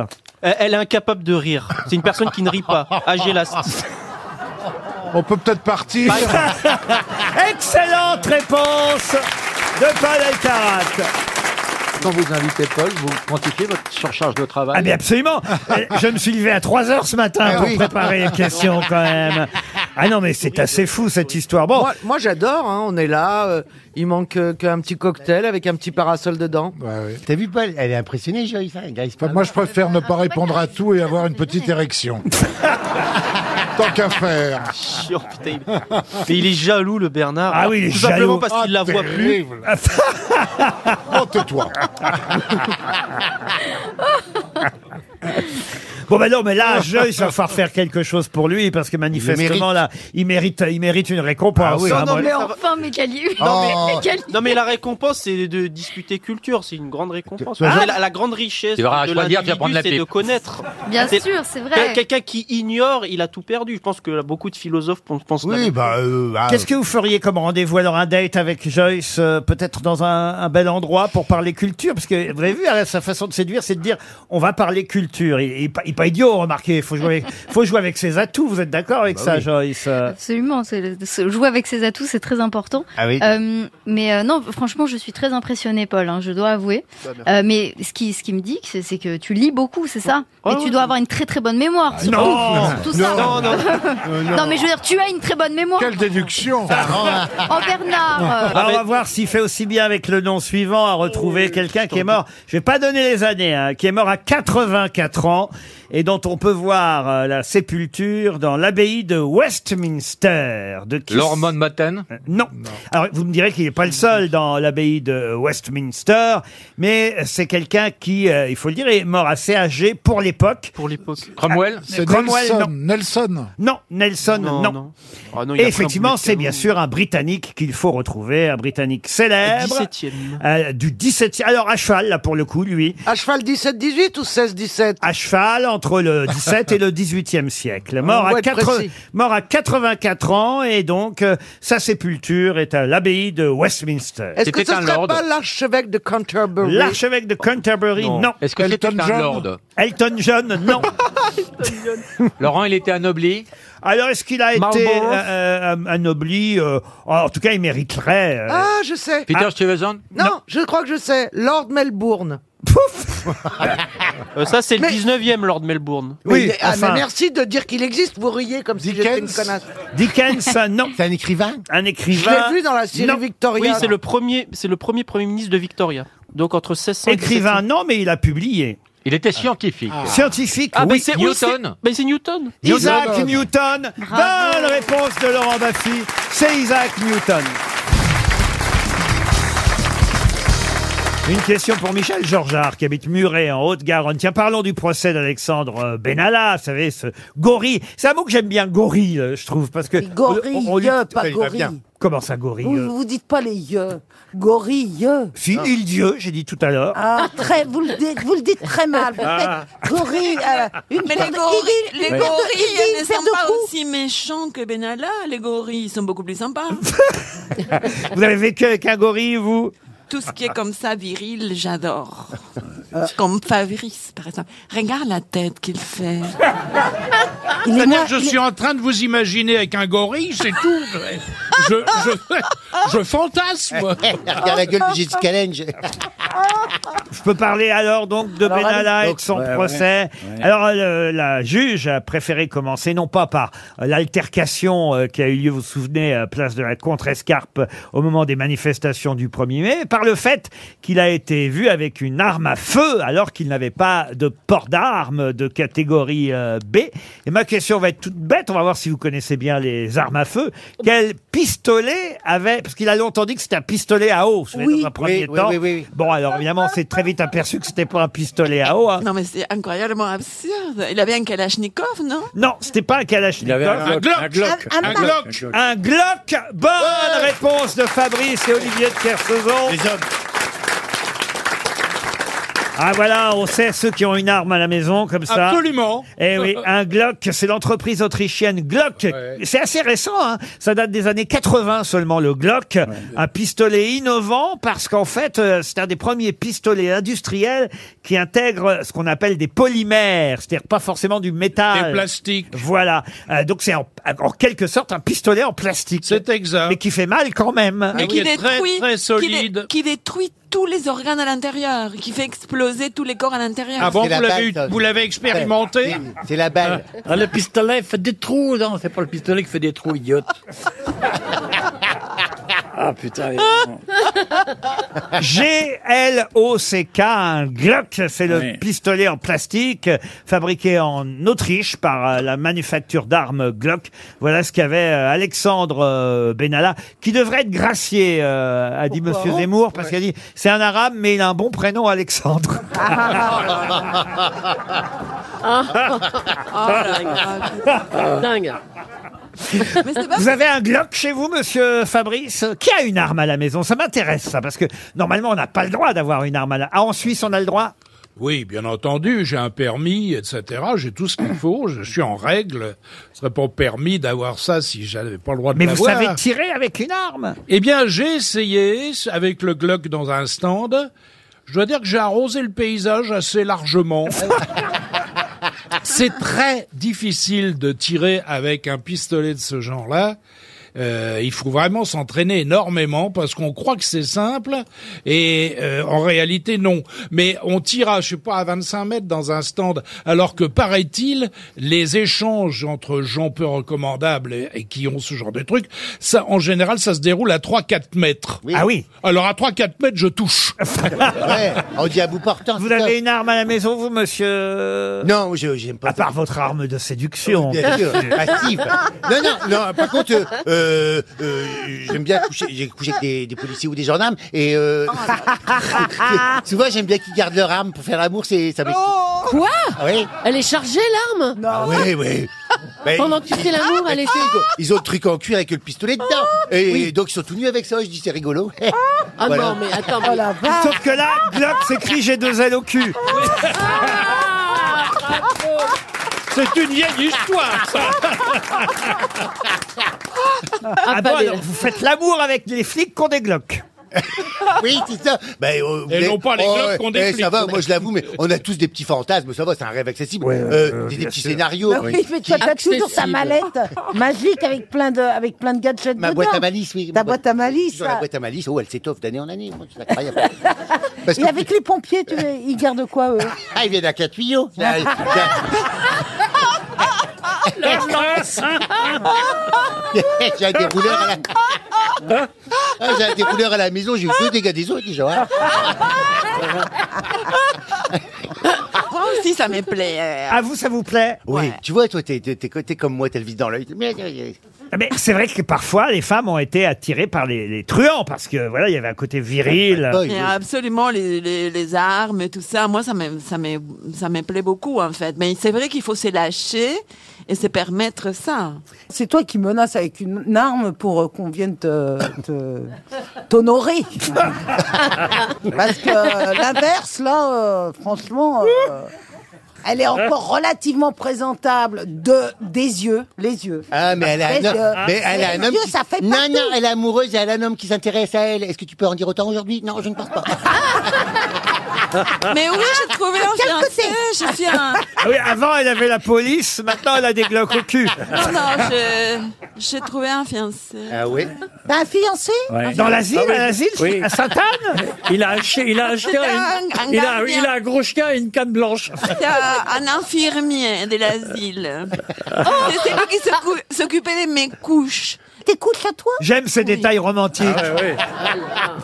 Euh, Elle est incapable de rire. C'est une personne qui ne rit pas. Ah, Agélas. On peut peut-être partir. Excellente réponse de Paul Alcarat. Quand vous invitez Paul, vous quantifiez votre surcharge de travail Ah, mais absolument Je me suis levé à 3 heures ce matin Ah pour oui. préparer les questions, quand même. Ah non, mais c'est assez fou, cette histoire. Bon, Moi, moi, j'adore, hein, on est là, euh, il manque euh, qu'un petit cocktail avec un petit parasol dedans. T'as vu, Paul Elle est impressionnée, Joyce. hein, Grace Palmer. Moi, je préfère ne pas répondre à tout et avoir une petite érection. Tant qu'à faire. Chiant, putain. il- Mais il est jaloux, le Bernard. Ah oui, il est Tout jaloux. simplement parce qu'il Ah, la voit plus. terrible. Honte-toi. Bon, ben non, mais là, un jeu, il va falloir faire quelque chose pour lui, parce que manifestement, mérite. là, il mérite, il mérite une récompense. Ah oui, hein, non, moi. non, mais en- Enfin, mais quelle idée. Non mais, Oh. quelle non, mais la récompense c'est de discuter culture, c'est une grande récompense. Ah. Mais la, la grande richesse Tu verras, je de crois dire, tu vas l'individu prendre la c'est de pipe. connaître. Bien C'est- sûr, c'est vrai. Quel- Quelqu'un qui ignore, il a tout perdu. Je pense que là, beaucoup de philosophes pon- pensent. Oui, bah, Ah Qu'est-ce que vous feriez comme rendez-vous alors un date avec Joyce, euh, peut-être dans un, un bel endroit pour parler culture, parce que vous avez vu hein, sa façon de séduire, c'est de dire on va parler culture. Il, il, pa- il est pas idiot, remarquez. Faut jouer, faut jouer avec ses atouts. Vous êtes d'accord avec Bah ça, oui. Joyce euh Absolument, c'est le- se jouer avec ses atouts, c'est très important. Ah oui. Euh, mais euh, non, franchement, je suis très impressionnée, Paul. hein, je dois avouer. Bah, merci. Euh, mais ce qui, ce qui me dit, c'est c'est que tu lis beaucoup, c'est ça. Ah et ouais. tu dois avoir une très très bonne mémoire. Ah, surtout. non. Surtout Non, ça. non, non. Euh, non. Non, mais je veux dire, tu as une très bonne mémoire. Quelle déduction Oh Bernard. euh, Alors, Ah, on va voir s'il fait aussi bien avec le nom suivant à retrouver quelqu'un qui est mort. Je vais pas donner les années, hein, qui est mort à 84 ans et dont on peut voir euh, la sépulture dans l'abbaye de Westminster. De qui Euh, Lormon Matten non. Alors, vous me direz qu'il n'est pas le seul dans l'abbaye de Westminster, mais c'est quelqu'un qui, euh, il faut le dire, est mort assez âgé pour l'époque. Pour l'époque. Cromwell C'est Cromwell, Nelson. non. Nelson. Non, Nelson, non. Ah non, il Et a pris un effectivement, c'est bien sûr un Britannique qu'il faut retrouver, un Britannique célèbre. 17e. Euh, du 17e. Alors, à cheval, là, pour le coup, lui. À cheval 17-18 ou 16-17 À cheval entre le 17 et le 18e siècle. Mort, On à, doit être 80 précis. mort à 84 ans et donc euh, sa sépulture est à l'abbaye de Westminster. Est-ce que ce serait pas l'archevêque de Canterbury L'archevêque de Canterbury, non. Non. Est-ce que Elton c'était un John lord Elton John, non. Laurent, il était anobli Alors, est-ce qu'il a été Marlborough euh, euh, anobli euh, En tout cas, il mériterait. euh, Ah, je sais. Peter Ah. Stuyvesant non, je crois que je sais. Lord Melbourne. Euh, ça c'est le 19e Lord Melbourne. Mais il est- ah, mais merci de dire qu'il existe. Vous riez comme si j'étais une connasse. Dickens, non. C'est un écrivain Un Je l'ai vu dans la série Victoria. Oui, c'est le premier, c'est le premier premier ministre de Victoria. Donc entre 1600 et Écrivain, non, mais il a publié. Il était scientifique. Scientifique, Ah, oui. mais c'est oui, c'est- mais c'est Newton. Isaac Newton. Bonne réponse de Laurent Baffy. C'est Isaac Newton. Une question pour Michel Georgeard, qui habite Muret, en Haute-Garonne. Tiens, parlons du procès d'Alexandre euh, Benalla, vous savez, ce gorille. C'est un mot que j'aime bien, gorille, euh, je trouve, parce que... gorille, euh, pas Il va gorille. bien. Comment ça, gorille Vous euh vous dites pas les yeux. Gorille. Si, il dieu, j'ai dit tout à l'heure. Ah, très, vous, le dites, vous le dites très mal. Vous Ah. faites gorille. euh, une Mais paire les de- gorilles, il dit- les une paire de- il dit gorilles une ne paire sont de pas coups. aussi méchants que Benalla. Les gorilles ils sont beaucoup plus sympas. Vous avez vécu avec un gorille, vous Tout ce qui est comme ça viril, j'adore. Comme Fabrice, par exemple. Regarde la tête qu'il fait. C'est-à-dire que je suis en train de vous imaginer avec un gorille, c'est tout. Je, je, je fantasme. Regarde la gueule de Giscard Je peux parler alors donc de Alors, Benalla allez. et de son Ouais, ouais, procès. ouais. Alors euh, la juge a préféré commencer non pas par euh, l'altercation euh, qui a eu lieu, vous vous souvenez, à place de la Contrescarpe au moment des manifestations du 1er mai, par le fait qu'il a été vu avec une arme à feu alors qu'il n'avait pas de port d'armes de catégorie euh, B. Et ma question va être toute bête, on va voir si vous connaissez bien les armes à feu. Quel pistolet avait parce qu'il a longtemps dit que c'était un pistolet à eau, vous vous souvenez, Oui. dans un Oui, premier oui, temps. oui, oui, oui. Bon, alors évidemment, on s'est très vite aperçu que c'était pas un pistolet à eau. hein. Non, mais c'est incroyablement absurde. Il avait un Kalachnikov, non Non, c'était pas un Kalachnikov. Il avait un Glock, Un Glock. Un, Glock. Un Glock. Bonne réponse de Fabrice et Olivier de Kersauzon. Les hommes. Ah voilà, on sait ceux qui ont une arme à la maison comme ça. Absolument. Eh oui, un Glock, c'est l'entreprise autrichienne Glock. C'est assez récent, hein. ça date des années 80 seulement le Glock, un pistolet innovant parce qu'en fait euh, c'est un des premiers pistolets industriels qui intègre ce qu'on appelle des polymères, c'est-à-dire pas forcément du métal. Des plastiques. Voilà, Euh, donc c'est en, en quelque sorte un pistolet en plastique. C'est exact. Mais qui fait mal quand Ah même. Mais qui dé- Qui, détruit tous les organes à l'intérieur, qui fait exploser tous les corps à l'intérieur. Ah bon, vous l'avez eu- vous l'avez expérimenté C'est la balle. Ah, le pistolet fait des trous, non C'est pas le pistolet qui fait des trous, idiote. ah putain. les- G-L-O-C-K, un Glock, c'est le pistolet en plastique euh, fabriqué en Autriche par euh, la manufacture d'armes Glock. Voilà ce qu'avait euh, Alexandre euh, Benalla, qui devrait être gracié, euh, a dit Pourquoi Monsieur Zemmour, parce qu'il a dit c'est un arabe, mais il a un bon prénom, Alexandre. Oh, Ah. dingue. Vous avez un Glock chez vous, monsieur Fabrice Qui a une arme à la maison Ça m'intéresse, ça, parce que normalement, on n'a pas le droit d'avoir une arme à la... Ah, en Suisse, on a le droit Oui, bien entendu, j'ai un permis, etc. J'ai tout ce qu'il faut, je suis en règle. Ce serait pas permis d'avoir ça si j'avais pas le droit de Mais vous l'avoir. savez tirer avec une arme Eh bien, j'ai essayé avec le Glock dans un stand. Je dois dire que j'ai arrosé le paysage assez largement. C'est très difficile de tirer avec un pistolet de ce genre-là. Euh, il faut vraiment s'entraîner énormément parce qu'on croit que c'est simple et euh, en réalité non. Mais on tire à, je sais pas, à 25 mètres dans un stand alors que paraît-il, les échanges entre gens peu recommandables et, et qui ont ce genre de truc, ça, en général, ça se déroule à 3-4 mètres. Ah oui. Alors à 3-4 mètres, je touche. Ouais, on dit à bout portant. Vous avez une arme à la maison, vous, monsieur Non, je j'aime pas. À part votre arme de séduction. Bien sûr, passive. Non, non, non, par contre, euh, euh, euh, j'aime bien coucher, j'ai couché avec des, des policiers ou des gendarmes, et euh, souvent j'aime bien qu'ils gardent leur arme pour faire l'amour, c'est, ça m'excite. Quoi Ah oui Elle est chargée, l'arme Non. Ah oui, oui. Mais- Pendant que tu fais Ah, l'amour, elle est- Tu sais, ils ont- Ils ont le truc en cuir avec le pistolet dedans. Et donc ils sont tout nus avec ça, je dis c'est rigolo. Ah Voilà. non, mais attends. mais- Sauf que là, Glock s'écrit j'ai deux ailes au cul. C'est une vieille histoire, ça Ah, Ah, bon, pas des- alors, vous faites l'amour avec les flics qu'on dégloque. Oui, c'est ça. Ben, euh, vous Et voulez- non pas les Oh, clubs ouais. qu'on Eh, déflique. Ça va, moi je l'avoue, mais on a tous des petits fantasmes, ça va, c'est un rêve accessible. Euh, des, des petits scénarios. Bah oui, mais toi, t'as toujours ta mallette magique avec plein de, avec plein de gadgets Ma dedans. boîte à malice, oui. Ta boîte à malice. Toujours la boîte à malice, oh, elle s'étoffe d'année en année. moi, c'est incroyable. Et avec les pompiers, tu, les- ils gardent quoi, eux Ah, Ah, il vient d'un cas tuyau. Là, Ah, J'ai j'ai un dérouleur à la... Hein Ah, J'ai un dérouleur à la maison, j'ai eu deux dégâts des eaux déjà. hein. Ah Ah, Moi aussi, ça me plaît. euh. À Ah, vous, ça vous plaît Oui, tu vois, toi, t'es t'es- t'es- t'es comme moi, t'as le vide dans l'œil. Mais- Ah, Mais c'est vrai que parfois, les femmes ont été attirées par les, les truands, parce que voilà, il y avait un côté viril. Ah, Mais absolument, les, les, les armes, et tout ça, moi, ça me, ça, me, ça me plaît beaucoup, en fait. Mais c'est vrai qu'il faut se lâcher et se permettre ça. C'est toi qui menaces avec une une arme pour euh, qu'on vienne te, te- t'honorer. Parce que euh, l'inverse, là, euh, franchement, euh, elle est encore relativement présentable de des yeux, les yeux. Ah, mais elle a un Les homme, yeux. mais elle a Les un homme yeux, qui... ça fait Non, partie. non, elle est amoureuse et elle a un homme qui s'intéresse à elle. Est-ce que tu peux en dire autant aujourd'hui Non, je ne pense pas. Ah, Mais oui, j'ai trouvé un fiancé, Eh, je suis un... Ah oui, avant, elle avait la police, maintenant, elle a des glocks au cul. Non, non, je- j'ai trouvé un fiancé. Ah oui T'as un fiancé Ouais. Bah, Dans l'asile, à l'asile, à Sainte-Anne Il a acheté, il a acheté, C'était une- un- un il a, gardien. il a un gros chien et une canne blanche. C'était un un infirmier de l'asile. Oh C'était lui qui s'occu- s'occupait de mes couches. Tes couches à toi J'aime ces détails romantiques. Ah,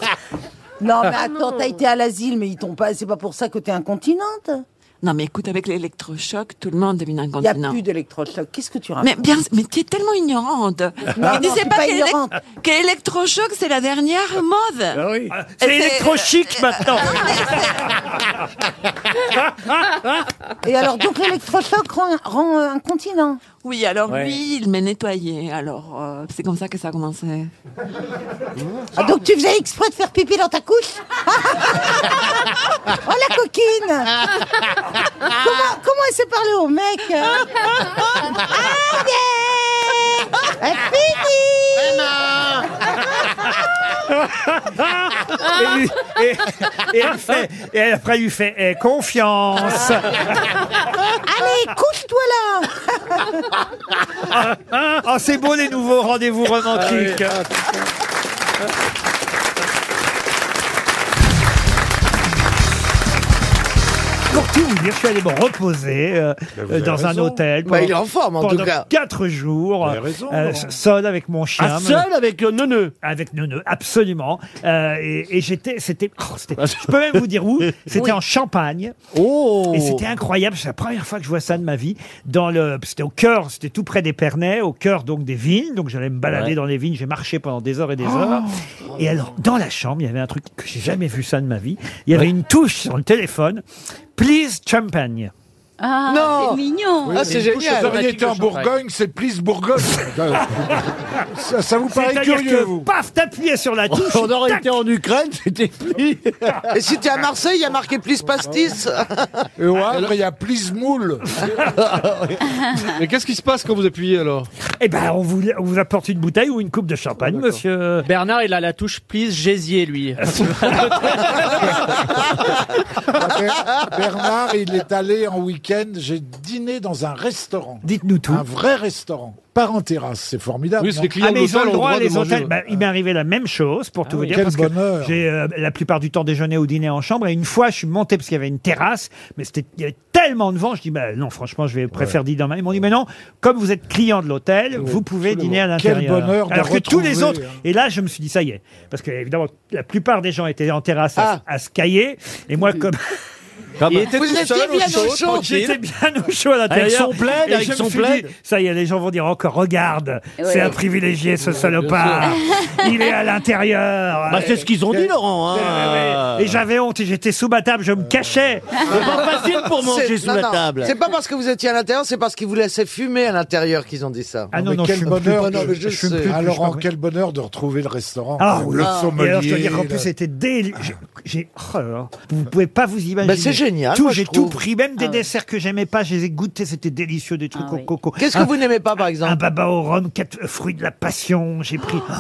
Non, mais attends, t'as été à l'asile, mais ils t'ont pas. C'est pas pour ça que t'es incontinente. Non, mais écoute, avec l'électrochoc, tout le monde devient Il n'y a incontinent. plus d'électrochoc. Qu'est-ce que tu Mais racontes bien, mais tu es tellement ignorante. Non, tu non, je sais suis pas, pas que l'élec- ignorante. que l'électrochoc, c'est la dernière mode. Ah Euh, C'est électrochic maintenant. Et alors, donc l'électrochoc rend, rend euh, incontinent. Oui, alors Ouais. lui, il me nettoyait. Alors, euh, c'est comme ça que ça a commencé. Ah, donc tu faisais exprès de faire pipi dans ta couche Oh la coquine comment, comment elle s'est parlée au mec Allez Fini Et, lui- et- et elle fait- et après, il lui fait eh, confiance. Allez, couche-toi là Ah, ah, c'est beau les nouveaux Ah rendez-vous romantiques. Pour tout vous dire, je suis allé me reposer euh, Ben, avez dans un raison. hôtel. Bah, il est en forme, en tout pendant cas. quatre jours. avez raison, euh, Laurent. seul avec mon chien. Ah, seul avec Neuneu Avec Neuneu, absolument. Euh, et et j'étais, c'était, oh, c'était- je peux même vous dire où. C'était Oui. en Champagne. Oh. Et c'était incroyable. C'est la première fois que je vois ça de ma vie. Dans le, c'était au cœur, c'était tout près d'Épernay, au cœur donc des vignes. Donc j'allais me balader Ouais. dans les vignes. J'ai marché pendant des heures et des Oh. heures. Et alors, dans la chambre, il y avait un truc que j'ai jamais vu ça de ma vie. Il y avait une touche sur le téléphone. Please champagne. Ah, c'est mignon. Ah, c'est génial. Vous auriez été en Bourgogne, c'est plus Bourgogne. ça, ça vous paraît C'est-à-dire curieux, que, vous Paf, t'appuyais sur la touche. On aurait été en Ukraine, c'était plus. Et si t'es à Marseille, il y a marqué plus pastis. Et Ah, ouais, après, il y a plus moule. Mais qu'est-ce qui se passe quand vous appuyez alors Eh ben, on vous, on vous apporte une bouteille ou une coupe de champagne, monsieur. Bernard, il a la touche please gésier, lui. Bernard, il est allé en week-end, j'ai dîné dans un restaurant. Dites-nous tout. Un vrai restaurant. Pas en terrasse, c'est formidable. non Ah, mais ils ont le droit, les hôtels. Bah, il m'est arrivé la même chose, pour Ah tout vous oui. dire, Quel parce bonheur. que j'ai euh, la plupart du temps déjeuné ou dîné en chambre. Et une fois, je suis monté parce qu'il y avait une terrasse, mais c'était il y avait tellement de vent, je dis bah non, franchement, je vais préfère dîner dans ma. Ils m'ont dit mais non, comme vous êtes client de l'hôtel, vous pouvez dîner à Quel l'intérieur. bonheur de Alors que tous les retrouver, hein. autres. Et là, je me suis dit ça y est, parce que évidemment, la plupart des gens étaient en terrasse Ah. à, à se cailler, et moi comme. Ah, bah. Il était Vous tout étiez seul au bien chaud, au chaud. tranquille. J'étais bien au chaud à l'intérieur. Avec son plaid, Et avec je me son suis plaid. dit, ça y est, les gens vont dire encore, regarde, Ouais. c'est un privilégié ce salopard. sûr. Il est à l'intérieur. Bah, c'est ce qu'ils ont dit, Laurent, hein. Ouais, ouais. Et j'avais honte, et j'étais sous ma table, je me cachais. C'est- non, non, C'est pas parce que vous étiez à l'intérieur, c'est parce qu'ils vous laissaient fumer à l'intérieur qu'ils ont dit ça. Ah non, mais quel bonheur. Non, mais je sais. Alors, en quel bonheur de retrouver le restaurant. Ah oui. le Ah. sommelier. Et alors, je dois dire qu'en le- plus, c'était délicieux. J'ai- J'ai. oh là là. Vous pouvez pas vous imaginer. Bah, c'est génial, Tout, moi, j'ai je trouve. tout pris, même des Ah ouais. desserts que j'aimais pas, je les ai goûtés, c'était délicieux, des trucs au coco. Ah. Qu'est-ce que vous n'aimez pas, par exemple Un baba au rhum, quatre euh, fruits de la passion, j'ai pris. Oh,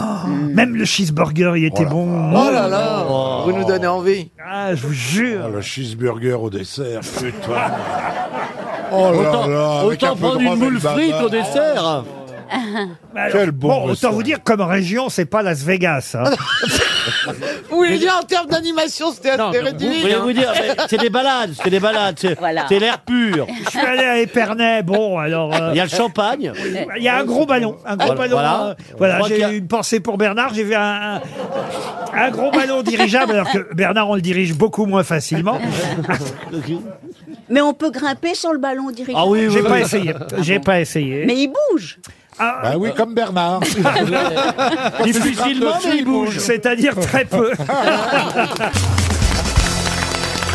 Même le cheeseburger, il était bon. Oh là là, vous nous donnez envie. Ah, je vous jure. le cheeseburger au dessert, putain. Oh là Autant- là, avec autant un peu prendre de une rhum et moule de baba. frite au dessert. Mais alors, Quel bon bon, autant restaurant. vous dire, comme région, c'est pas Las Vegas. hein. Vous voulez dire en termes d'animation, c'était assez Je réduit. hein. voulais vous dire, mais c'est des balades, c'est des balades, c'est Voilà. c'est l'air pur. Je suis allé à Épernay, bon, alors... euh, Il y a le champagne. Il y a un gros ballon, un gros Voilà. ballon. Voilà. euh, Voilà, Je crois qu'il y a- j'ai eu une pensée pour Bernard. J'ai vu un, un, un gros ballon dirigeable, alors que Bernard, on le dirige beaucoup moins facilement. Ah Mais on peut grimper sur le ballon dirigeable. Ah J'ai pas essayé. Ah J'ai pas essayé. Mais il bouge. Ah. Bah oui, comme Bernard. Difficilement, mais il bouge. C'est-à-dire très peu.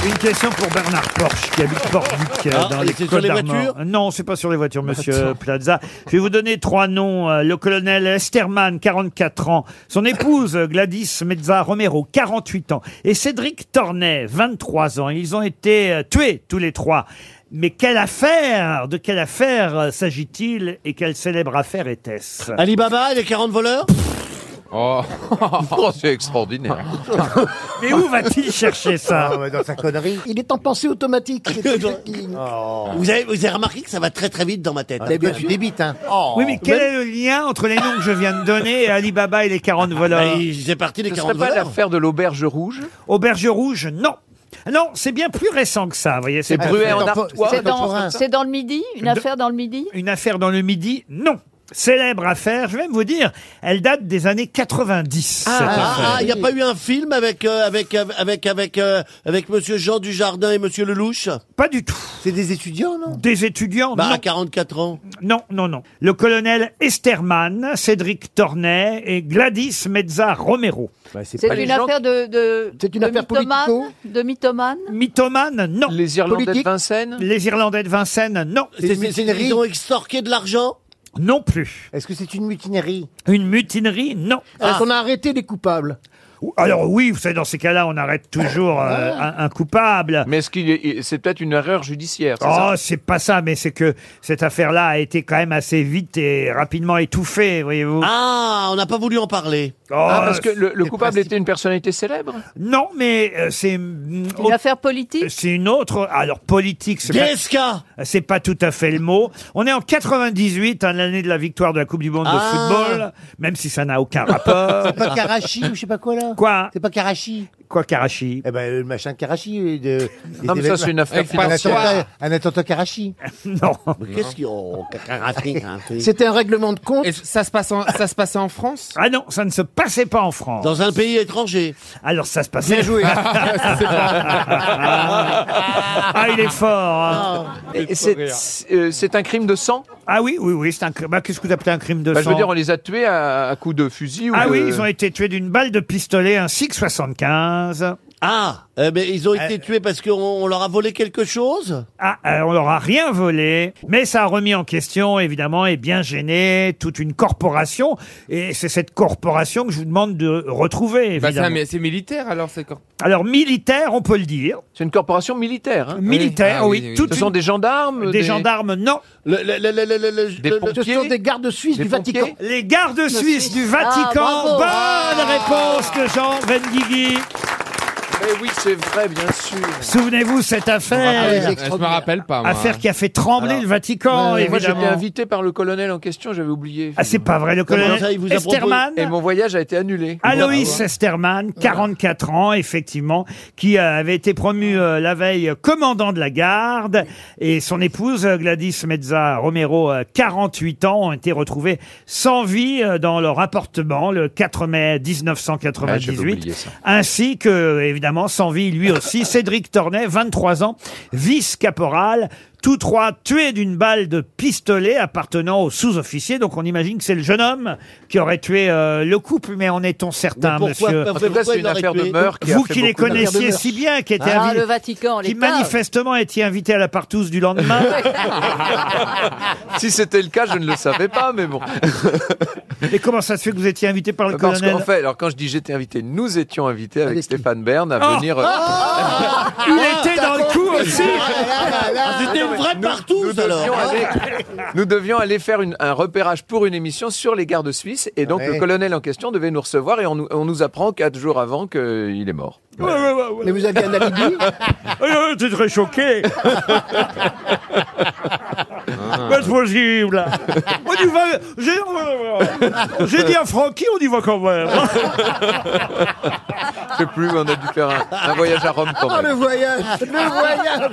Une question pour Bernard Porsche, qui habite Portduc, euh, Ah, dans et les c'est sur Côtes les d'Armor. voitures Non, c'est pas sur les voitures, monsieur Attends. euh, Plaza. Je vais vous donner trois noms. Euh, Le colonel Esterman, 44 ans. Son épouse, euh, Gladys Mezza Romero, 48 ans. Et Cédric Tornet, 23 ans. Ils ont été euh, tués, tous les trois. Mais quelle affaire De quelle affaire euh, s'agit-il et quelle célèbre affaire était-ce Alibaba et les 40 voleurs Oh, c'est extraordinaire. Mais où va-t-il chercher Ah, ça Dans sa connerie. Il est en pensée automatique. c'est tout ça qui- Oh. Vous, avez, vous avez remarqué que ça va très très vite dans ma tête. Ah, bien Des- sûr. des bites, hein. Oui, mais quel est le lien entre les noms que je viens de donner et Alibaba et les 40 voleurs Bah, il faisait partie des Ce 40 serait pas voleurs. l'affaire de l'Auberge Rouge Auberge Rouge, non. Non, c'est bien plus récent que ça, vous voyez. C'est Bruet en Artois. C'est dans, c'est dans le midi Une hein. De- affaire dans le midi Une affaire dans le Midi, non. Célèbre affaire, je vais même vous dire, elle date des années 90. Ah, cette ah, affaire. ah, il n'y a pas eu un film avec euh, avec avec avec euh, avec Monsieur Jean Dujardin et Monsieur Lelouch Pas du tout. C'est des étudiants, non Des étudiants, bah, non. à 44 ans. Non, non, non. Le colonel Esterman, Cédric Tornet et Gladys Mezza Romero. Bah, C'est une affaire de, de, de mythomane De mythomane Mythomane, non. Les Irlandais de Vincennes Les Irlandais de Vincennes, non. C'est une mutinerie. Ils ont extorqué de l'argent Non plus. Est-ce que c'est une mutinerie Une mutinerie, non. Est-ce qu'on a arrêté les coupables Alors oui, vous savez, dans ces cas-là, on arrête toujours euh, Ah. un, un coupable. Mais est-ce qu'il est- c'est peut-être une erreur judiciaire c'est Oh, ça c'est pas ça, mais c'est que cette affaire-là a été quand même assez vite et rapidement étouffée, voyez-vous. Oh, Ah, on n'a pas voulu en parler. Ah, parce que le, le coupable était une personnalité célèbre Non, mais euh, c'est... Une affaire politique C'est une autre... Alors, politique, c'est pas... C'est pas tout à fait le mot. On est en 98, hein, l'année de la victoire de la Coupe du Monde Ah. de football, même si ça n'a aucun rapport. C'est pas Karachi ou je sais pas quoi là Quoi C'est pas Karachi Quoi Karachi Eh ben le machin Karachi euh, de Non, mais ça, c'est une affaire Avec financière. Un Passoir. attentat, un attentat Karachi. Non. Qu'est-ce qu'il y a oh, Karachi C'était un règlement de compte. ça se passe en ça se passait en France Ah non, ça ne se passait pas en France. Dans un pays étranger. Alors ça se passait. ah, il est fort. hein. Ah, Et C'est c'est, euh, c'est un crime de sang Ah oui, oui, oui, c'est un crime. bah, Qu'est-ce que vous appelez un crime de Bah, Je sang veux dire, on les a tués à, à coups de fusil ou euh, Ah de- oui, ils ont été tués d'une balle de pistolet, un 6,75. Ah, euh, mais ils ont été tués parce qu'on on leur a volé quelque chose Ah, euh, on leur a rien volé, mais ça a remis en question, évidemment, et bien gêné toute une corporation. Et c'est cette corporation que je vous demande de retrouver, Bah, évidemment. ça, mais c'est militaire alors, c'est corps. Alors, militaire, on peut le dire. C'est une corporation militaire. hein Militaire, Ah oui. toute Ce sont une- des gendarmes Des, gendarmes, non. Des le- pompiers ce sont des gardes suisses Des du Vatican. pompiers Les gardes suisses du Vatican. Ah, bravo. Bonne Ah. réponse de Jean Benguigui. Mais oui, c'est vrai, bien sûr. Souvenez-vous cette affaire. euh, Ah oui, c'est extraordinaire. Je me rappelle pas, moi. Affaire qui a fait trembler Alors, le Vatican, ouais, Moi, évidemment. j'étais invité par le colonel en question, j'avais oublié. Ah, c'est pas vrai, le Comment colonel ça, il vous a proposé Esterman Et mon voyage a été annulé. Aloïs Esterman, 44 ans, effectivement, qui euh, avait été promu euh, la veille euh, commandant de la garde, et son épouse euh, Gladys Mezza Romero, euh, 48 ans, ont été retrouvés sans vie euh, dans leur appartement le 4 mai Ah, j'avais 1998. oublié ça. ainsi que, évidemment, sans vie lui aussi, Cédric Tornet, 23 ans, vice-caporal, tous trois tués d'une balle de pistolet appartenant au sous-officier. Donc on imagine que c'est le jeune homme qui aurait tué euh, le couple, mais en est-on certain, Mais pourquoi monsieur pas- Parce que pourquoi c'est une il l'aurait affaire de tué meurtre qui a Vous fait qui les beaucoup de- connaissiez Affaire de si meurtre. bien, qui était Ah, à le Vatican, qui manifestement était invité à la partouze du lendemain. si c'était le cas, je ne le savais pas, mais bon. Et comment ça se fait que vous étiez invité par le Parce colonel qu'en fait, alors quand je dis j'étais invité, nous étions invités avec Stéphane Bern à Oh venir. euh, Ah Ah Il était dans le coup aussi Ah, C'était une vraie partouze, nous alors. devions aller- Nous devions aller faire une- un repérage pour une émission sur les gardes suisses et donc Ouais. le colonel en question devait nous recevoir et on, nous- on nous apprend quatre jours avant qu'il est mort. Mais vous aviez un alibi J'étais très choqué Ah. Ah. Pas possible On y va J'ai- J'ai dit à Francky, on y va quand même Je sais plus, mais on a dû faire un, un voyage à Rome quand Oh, le même. voyage Le voyage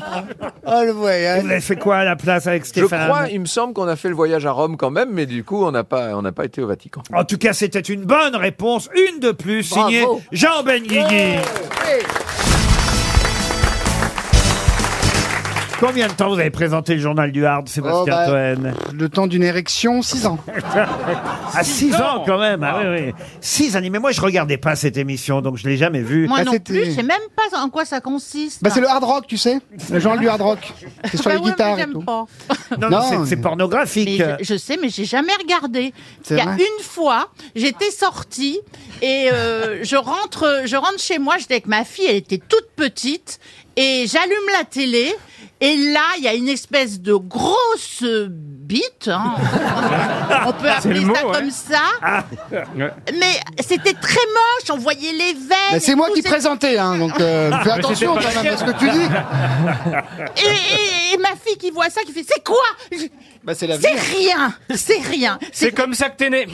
Oh le voyage Vous avez fait quoi à la place avec Je Stéphane crois, il me semble qu'on a fait le voyage à Rome quand même, mais du coup, on n'a pas, on n'a pas été au Vatican. En tout cas, c'était une bonne réponse, une de plus, signée Bravo. Jean Benguigui. Combien de temps vous avez présenté le journal du Hard, Sébastien Oh, bah, Toen Le temps d'une érection, 6 ans. À 6 ans quand même, ah, oui, oui. 6 années, mais moi je regardais pas cette émission, donc je l'ai jamais vue. Moi non plus, je sais même pas en quoi ça consiste. Bah, c'est le hard rock, tu sais Le genre du hard rock. C'est sur Bah les ouais, mais guitares et j'aime tout. pas. Non, non, c'est- c'est pornographique. Mais je, je sais, mais j'ai jamais regardé. C'est Il y a vrai. une fois, j'étais sortie et euh, je rentre, je rentre chez moi. J'étais avec ma fille, elle était toute petite, et j'allume la télé. Et là, il y a une espèce de grosse bite. hein. On peut C'est le appeler mot, ça ouais. Ah. comme ça. Mais c'était très moche. On voyait les veines. Bah, c'est et moi tout, qui présentais, hein, donc euh, fais attention quand même à ce que tu dis. Et, et- et ma fille qui voit ça, qui fait C'est quoi Je- Bah, c'est C'est hein. rien C'est rien C'est comme ça que t'es né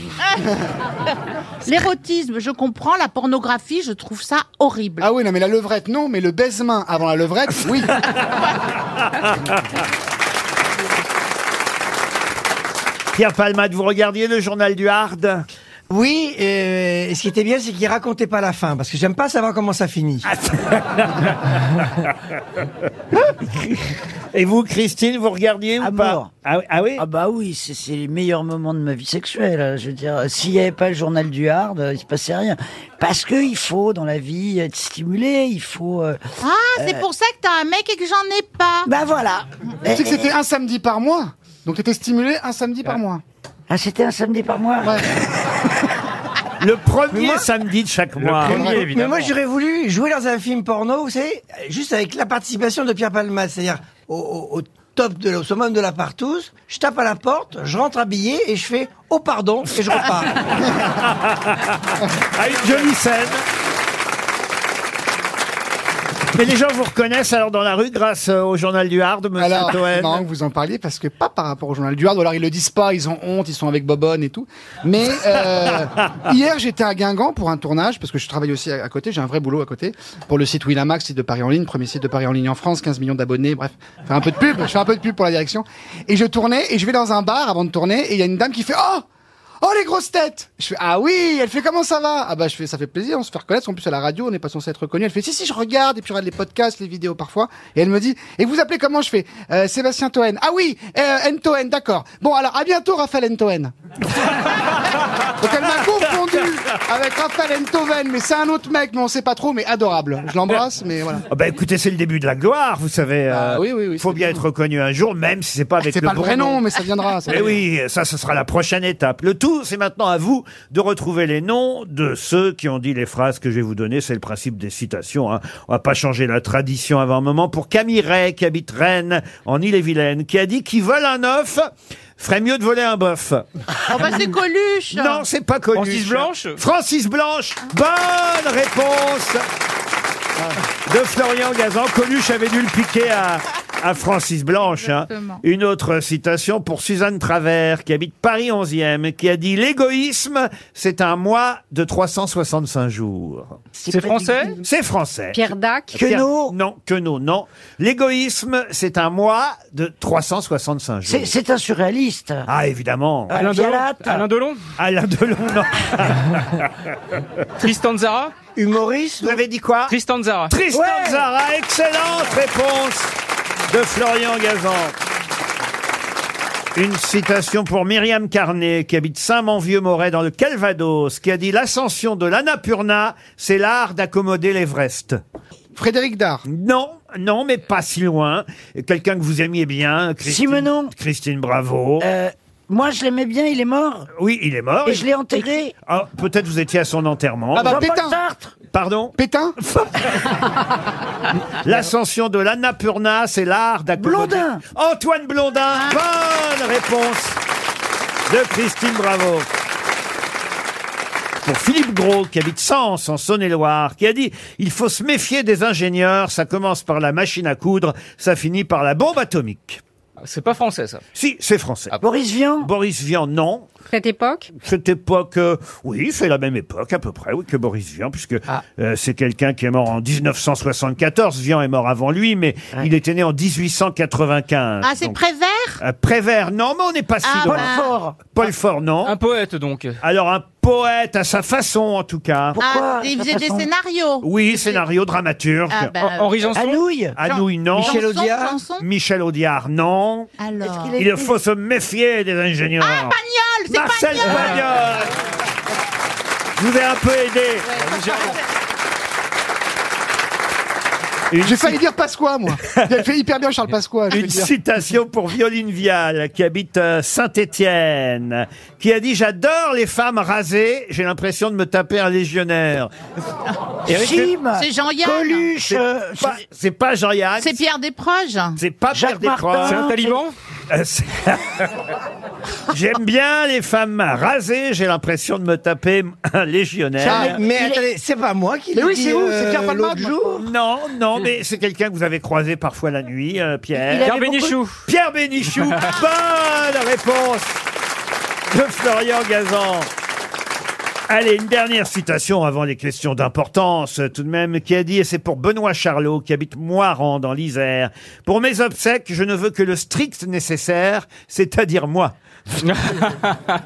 L'érotisme, je comprends, la pornographie, je trouve ça horrible. Ah oui, non, mais la levrette, non, mais le baise-main avant la levrette, oui. Pierre Palmade, vous regardiez le journal du Hard Oui, euh, et ce qui était bien, c'est qu'il racontait pas la fin, parce que j'aime pas savoir comment ça finit. Ah, Et vous, Christine, vous regardiez ou pas ah, oui Ah bah oui, c'est c'est les meilleurs moments de ma vie sexuelle. hein. Je veux dire, s'il n'y avait pas le journal du hard, euh, il se passait rien. Parce que il faut dans la vie être stimulé, il faut. euh, Ah, c'est euh, pour ça que t'as un mec et que j'en ai pas Bah voilà Tu sais que c'était un samedi par mois, donc t'étais stimulé un samedi par mois. Ah, c'était un samedi par mois Le premier samedi de chaque mois. Mais moi, j'aurais voulu jouer dans un film porno, vous savez, euh, juste avec la participation de Pierre Palmade, c'est-à-dire au, au- au top de, au summum de la partouze, je tape à la porte, je rentre habillé et je fais « Oh pardon !» et je repars. Ah, une jolie scène. Mais les gens vous reconnaissent alors dans la rue grâce euh, au journal du Hard, monsieur Alors, Toen. c'est marrant que vous en parliez parce que pas par rapport au journal du Hard, ou alors ils le disent pas, ils ont honte, ils sont avec Bobonne et tout. Mais euh, hier, j'étais à Guingamp pour un tournage parce que je travaille aussi à, à côté, j'ai un vrai boulot à côté pour le site Winamax, site de Paris en ligne, premier site de Paris en ligne en France, 15 millions d'abonnés, bref, faire un peu de pub, je fais un peu de pub pour la direction. Et je tournais et je vais dans un bar avant de tourner et il y a une dame qui fait Oh Oh les grosses têtes Je fais ah oui, elle fait comment ça va Ah bah je fais ça fait plaisir, on se fait reconnaître, en plus à la radio, on n'est pas censé être reconnu. Elle fait si si je regarde et puis je regarde les podcasts, les vidéos parfois et elle me dit et vous appelez comment Je fais Euh, Sébastien Toen. Ah oui, euh, Ntoen, d'accord. Bon alors à bientôt Raphaël Ntoen. Donc elle m'a confondu avec Raphaël Entoven, mais c'est un autre mec, mais on sait pas trop, mais adorable. Je l'embrasse, mais voilà. Bah, Ah bah écoutez, c'est le début de la gloire, vous savez. euh, faut bien être reconnu un jour, même si c'est pas avec C'est le pas le bon vrai nom, mais ça viendra. ça Mais viendra. oui, ça, ce sera la prochaine étape. Le tout, c'est maintenant à vous de retrouver les noms de ceux qui ont dit les phrases que je vais vous donner. C'est le principe des citations. Hein. On va pas changer la tradition avant un moment. Pour Camille Ray, qui habite Rennes, en Ille-et-Vilaine, qui a dit « Qui vole un œuf ferait mieux de voler un bœuf ». Ah Oh bah c'est Coluche Non, c'est pas Coluche. Francis Blanche Francis Blanche. Bonne réponse de Florian Gazan. Coluche avait dû le piquer à, à Francis Blanche. hein. Exactement. Une autre citation pour Suzanne Travers, qui habite Paris 11e, qui a dit « L'égoïsme, c'est un mois de 365 jours ». C'est pas français du- C'est français. Pierre Dac Pierre- Queneau Non, Queneau, non. L'égoïsme, c'est un mois de 365 jours. C'est- c'est un surréaliste. Ah, évidemment. Alain Delon Vialat. Alain Delon Alain Delon, non. Tristan Zara Humoriste Vous avez dit quoi Tristan Zara. Tristan Ouais. Zara, excellente réponse de Florian Gazan. Une citation pour Myriam Carnet, qui habite Saint-Manvieux-Moret dans le Calvados, qui a dit L'ascension de l'Annapurna, c'est l'art d'accommoder l'Everest. Frédéric Dard. Non, non, mais pas si loin. Quelqu'un que vous aimiez bien. Christine, Simonon. Christine Bravo. Euh, Moi, je l'aimais bien, il est mort. oui, il est mort. Et je l'ai enterré. Ah, Peut-être vous étiez à son enterrement. Ah bah, Jean-Paul Pétain. Sartre. Pardon Pétain L'ascension de l'Annapurna, c'est l'art d'accompagner. Blondin Antoine Blondin Bonne réponse de Christine Bravo. Pour Philippe Gros, qui habite Sens, en Saône-et-Loire, qui a dit « Il faut se méfier des ingénieurs, ça commence par la machine à coudre, ça finit par la bombe atomique. » C'est pas français, ça. Si, c'est français. Boris Vian Boris Vian, non. Cette époque Cette époque, euh, oui, c'est la même époque à peu près oui, que Boris Vian, puisque Ah. euh, c'est quelqu'un qui est mort en 1974. Vian est mort avant lui, mais il était né en 1895. Ah, c'est donc. Prévert Euh, Prévert, non, mais on n'est pas si Ah, loin. bah. Paul Fort. Paul Fort, non. Un poète, donc. Alors, un poète à sa façon, en tout cas. Ah, il faisait des scénarios Oui, scénario, dramaturge. Ah, bah, Henri Janson Anouilh Anouilh, non. Michel Janson, Audiard Janson Michel Audiard, non. Alors... Il faut se méfier des ingénieurs. Ah, Pagnol C'est Marcel Pagnol Pagnol Je vous ai un peu aidé. J'ai failli dire Pasqua, moi. Il a fait hyper bien Charles Pasqua. je Une veux dire. citation pour Violine Vial, qui habite euh, Saint-Étienne, qui a dit « J'adore les femmes rasées, j'ai l'impression de me taper un légionnaire. » Eric- Jim C'est Jean-Yann. Coluche, C'est euh, pas- C'est pas Jean-Yann. C'est Pierre Desproges C'est pas Pierre Desproges. Euh, c'est- J'aime bien les femmes rasées, j'ai l'impression de me taper un Ah, légionnaire. mais attendez, c'est pas moi qui l'ai dit, euh, l'autre jour. Non, non, mais c'est quelqu'un que vous avez croisé parfois la nuit, euh, Pierre. Il avait Pierre beaucoup- Bénichou. Pierre Bénichou. Bonne réponse de Florian Gazan. Allez, une dernière citation avant les questions d'importance, euh, tout de même, qui a dit, et c'est pour Benoît Charlot, qui habite Moiran, dans l'Isère. Pour mes obsèques, je ne veux que le strict nécessaire, c'est-à-dire moi. Euh,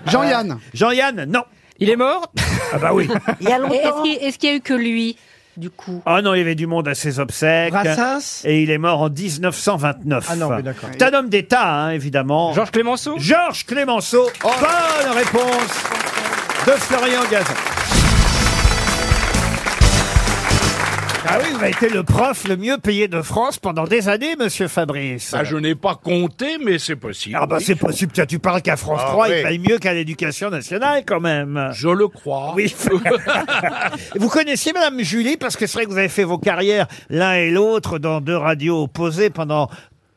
Jean-Yann. Jean-Yann, non. Il est mort Ah bah oui. Il y a longtemps. Est-ce qu'il- y a eu que lui, du coup Ah non, il y avait du monde à ses obsèques. Brassens Et il est mort en 1929. Ah non, mais d'accord. C'est un homme d'État, hein, évidemment. Georges Clémenceau Georges Clémenceau. Bonne réponse de Florian Gazan. Ah oui, vous avez été le prof le mieux payé de France pendant des années, monsieur Fabrice. Ah, je n'ai pas compté, mais c'est possible. Ah bah c'est possible, tiens, tu parles qu'à France Ah 3, ouais. il paye mieux qu'à l'éducation nationale quand même. Je le crois. Oui. vous connaissiez Madame Julie parce que c'est vrai que vous avez fait vos carrières l'un et l'autre dans deux radios opposées pendant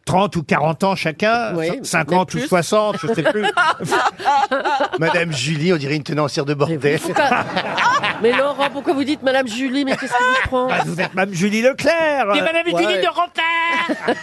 30 ou 40 ans chacun, 50 ou 60, je sais plus. Madame Julie, on dirait une tenancière de bordel. Mais Laurent, pourquoi vous dites Madame Julie Mais qu'est-ce qui vous prend Bah, vous êtes Madame Julie Leclerc. C'est Madame Julie de Rampart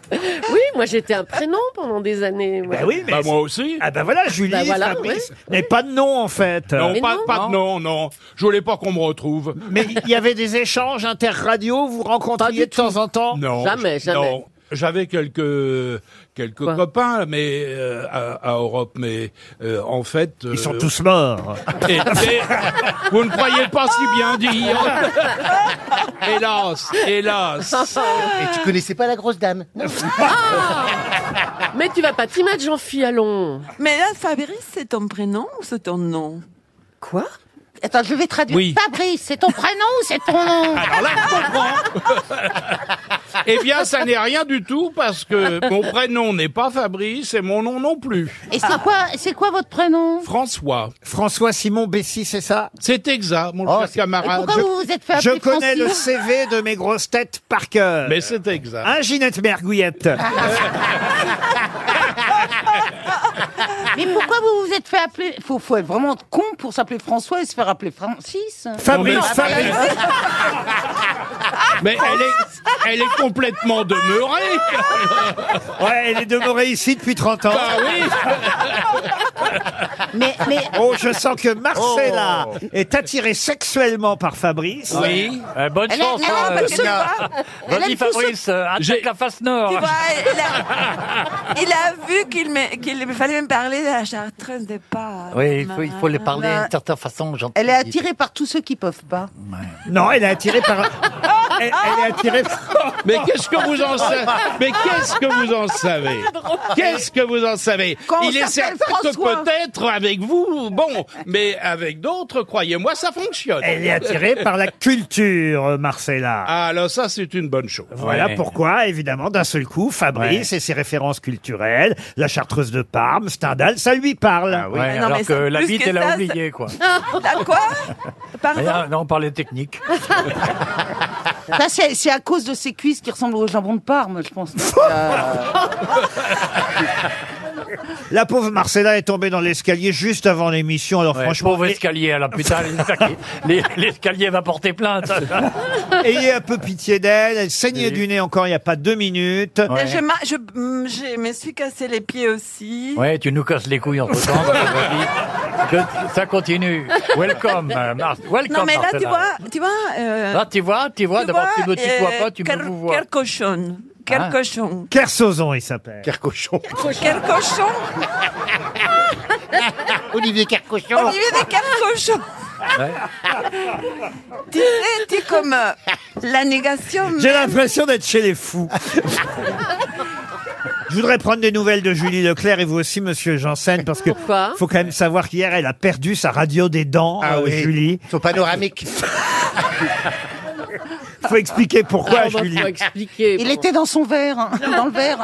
Oui, moi j'étais un prénom pendant des années. Bah oui, mais moi aussi. Ah bah voilà, Julie, Bah voilà, Fabrice. ouais. Mais pas de nom en fait. Non, Mais pas- non. pas de nom, non. Je voulais pas qu'on me retrouve. Mais il y avait des échanges interradios, vous rencontriez de temps en temps Non. Jamais, je- jamais. Non. j'avais quelques quelques copains, mais euh, à, à Europe, mais euh, en fait, ils sont tous morts. Et- et- vous ne croyez pas si bien dire. hélas, hélas. Et tu connaissais pas la grosse dame non Mais tu vas pas t'y mettre, Jean-Philippe, allons. Mais là, Fabrice, c'est ton prénom ou c'est ton nom Quoi Attends, je vais traduire. Oui. Fabrice, c'est ton prénom ou c'est ton nom Alors là, je Eh bien, ça n'est rien du tout parce que mon prénom n'est pas Fabrice et mon nom non plus. Et c'est quoi, c'est quoi votre prénom François. François Simon Bessy, c'est ça C'est exact, mon cher Et camarade. pourquoi vous vous êtes fait Oh, Je appeler connais le Francine CV de mes grosses têtes par cœur. Mais c'est exact. Hein, Ginette Mergouillette Ah, Mais pourquoi vous vous êtes fait appeler Faut, faut être vraiment con pour s'appeler François et se faire appeler Francis. Fabrice, Fabrice. Mais elle est, elle est complètement demeurée. Ouais, elle est demeurée ici depuis 30 ans. Bah oui. Mais, mais... Oh, je sens que Marcella Oh. est attirée sexuellement par Fabrice. Oui. Euh, bonne Elle a- chance. elle a- hein, parce que- Sonia. elle Vas-y, aime tout Fabrice, euh, attaque la face Tu nord. vois, il a, il a vu qu'il me- qu'il me fallait me parler de la chartreuse de Parme. Oui, il faut, il faut les parler Voilà. d'une certaine façon, gentille. Elle est attirée par tous ceux qui peuvent pas. Non, elle est attirée par. Elle, elle est attirée. Mais qu'est-ce que vous en savez Mais qu'est-ce que vous en savez Qu'est-ce que vous en savez Quand on Il est s'appelle certain que François. peut-être avec vous, bon, mais avec d'autres, croyez-moi, ça fonctionne. Elle est attirée par la culture, euh, Marcella. Ah, alors ça, c'est une bonne chose. Voilà Ouais. pourquoi, évidemment, d'un seul coup, Fabrice et ses références culturelles, la chartreuse de Parme, Stendhal, ça lui parle. Ouais, Ah alors que la bite, elle a oublié, quoi. T'as quoi Rien, Ah, non, on parlait technique. Ça, c'est c'est à cause de ses cuisses qui ressemblent au jambon de Parme, je pense. Euh, Ah, La pauvre Marcella est tombée dans l'escalier juste avant l'émission. Alors Ouais, franchement, pauvre escalier, alors putain, les- l'escalier va porter plainte. ayez un peu pitié d'elle. Elle saignait du nez encore il n'y a pas deux minutes. Et Je, ma- je, mm, je me suis cassé les pieds aussi. Ouais, tu nous casses les couilles entre temps. ça continue. Welcome, euh, Mar- welcome. non mais là tu Marcella. vois, tu vois. euh, Là, tu vois, tu vois, d'abord, tu me tutoies euh, pas, tu me quel- vous vois. Quel cochon, quel Hein cochon, Kersozon, il s'appelle. Kercochon. quel cochon, Olivier Oh. Kercochon. Olivier de quel cochon. Tu sais, tu es comme euh, la négation. J'ai l'impression d'être chez les fous. Je voudrais prendre des nouvelles de Julie Leclerc et vous aussi, Monsieur Janssen, parce que Pourquoi faut quand même savoir qu'hier, elle a perdu sa radio des dents, Ah euh, oui. Julie. Son panoramique. faut expliquer pourquoi, Ah, bah, Julie. faut Il était dans son verre, hein, dans le verre.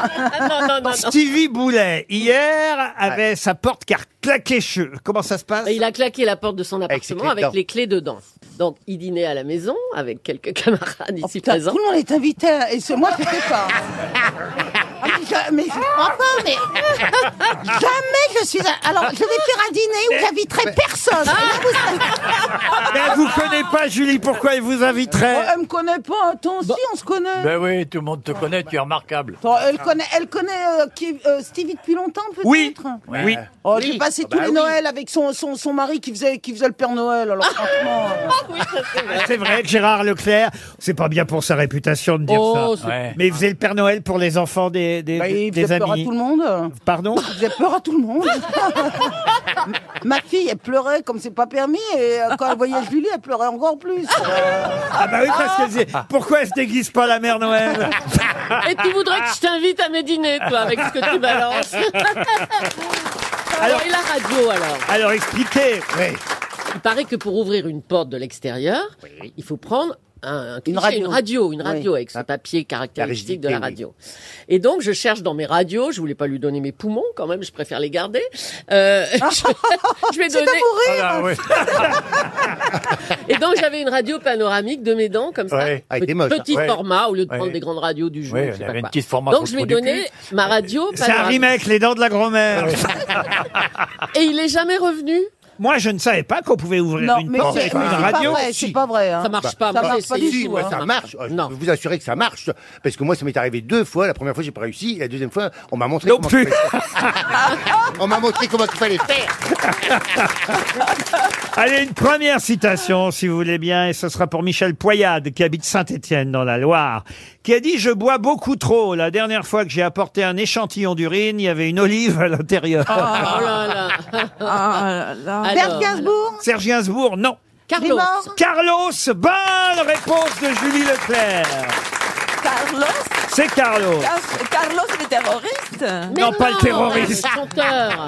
Stevie Boulet, hier, avait sa porte car claquée cheveux. Comment ça se passe Il a claqué la porte de son ses appartement clés avec dedans. les clés dedans. Donc, il dînait à la maison avec quelques camarades ici Putain, présents. tout le monde est invité, à- et c'est moi qui fais pas. Ah, mais je- mais enfin, mais jamais je suis. à- Alors, je vais faire un dîner où j'inviterai personne. Ah. Là, vous savez- Mais elle vous connaît pas, Julie, pourquoi elle vous inviterait Ah, Oh, Elle me connaît pas. Attends, si on se connaît. Ben oui, tout le monde te connaît, tu es remarquable. Attends, elle connaît, elle connaît euh, qui- euh, Stevie depuis longtemps, peut-être. Oui. Oui. Oh, Oui. J'ai passé Ah tous bah les oui. Ah. Noëls avec son, son, son mari qui faisait, qui faisait le Père Noël. Alors franchement, euh, C'est vrai que Gérard Leclerc, c'est pas bien pour sa réputation de dire Oh, ça. c'est- Ouais. Mais il faisait le Père Noël pour les enfants des, des, bah, il des faisait peur à amis. tout le monde. Pardon Il faisait peur à tout le monde. Ma fille, elle pleurait comme c'est pas permis. Et euh, quand elle voyait Julie, elle pleurait encore plus. Ah bah oui, parce qu'elle disait, pourquoi elle se déguise pas la mère Noël Et tu voudrais que je t'invite à mes dîners, toi, avec ce que tu balances. alors, et la radio, alors Alors, expliquez Il paraît que pour ouvrir une porte de l'extérieur, il faut prendre un, un cliché, une, radio. radio. une radio, Oui. avec ce papier caractéristique de rigidité, la oui. radio. Et donc, je cherche dans mes radios, je voulais pas lui donner mes poumons quand même, je préfère les garder. Euh, je, je vais C'est à donner... Oh mourir. Et donc, j'avais une radio panoramique de mes dents, comme ça, Ouais. Ah, elle était petit, moche, petit hein. Ouais. format, au lieu de Ouais. prendre des grandes radios du jour. Ouais, je sais elle pas avait quoi. un petit format donc, pour je le vais trou du donner ma radio C'est un panoramique. Ah remake, les dents de la grand-mère. Et il est jamais revenu Moi, je ne savais pas qu'on pouvait ouvrir Non, une mais porte c'est avec une c'est radio. pas vrai, c'est pas vrai. hein. Ça marche pas du tout. hein. ça marche. Oh, Je peux vous assurer que ça marche. Parce que moi, ça m'est arrivé deux fois. La première fois, j'ai pas réussi. Et la deuxième fois, on m'a montré comment il fallait- on m'a montré comment il fallait faire. Allez, une première citation, si vous voulez bien, et ce sera pour Michel Poyade, qui habite Saint-Étienne, dans la Loire, qui a dit « Je bois beaucoup trop. La dernière fois que j'ai apporté un échantillon d'urine, il y avait une olive à l'intérieur. Ah, Oh là là. Alors, Serge Gainsbourg, non. Carlos. Vivant Carlos, bonne réponse de Julie Leclerc. Carlos C'est Carlos. Car- Carlos le terroriste Non, pas le terroriste. Le chanteur.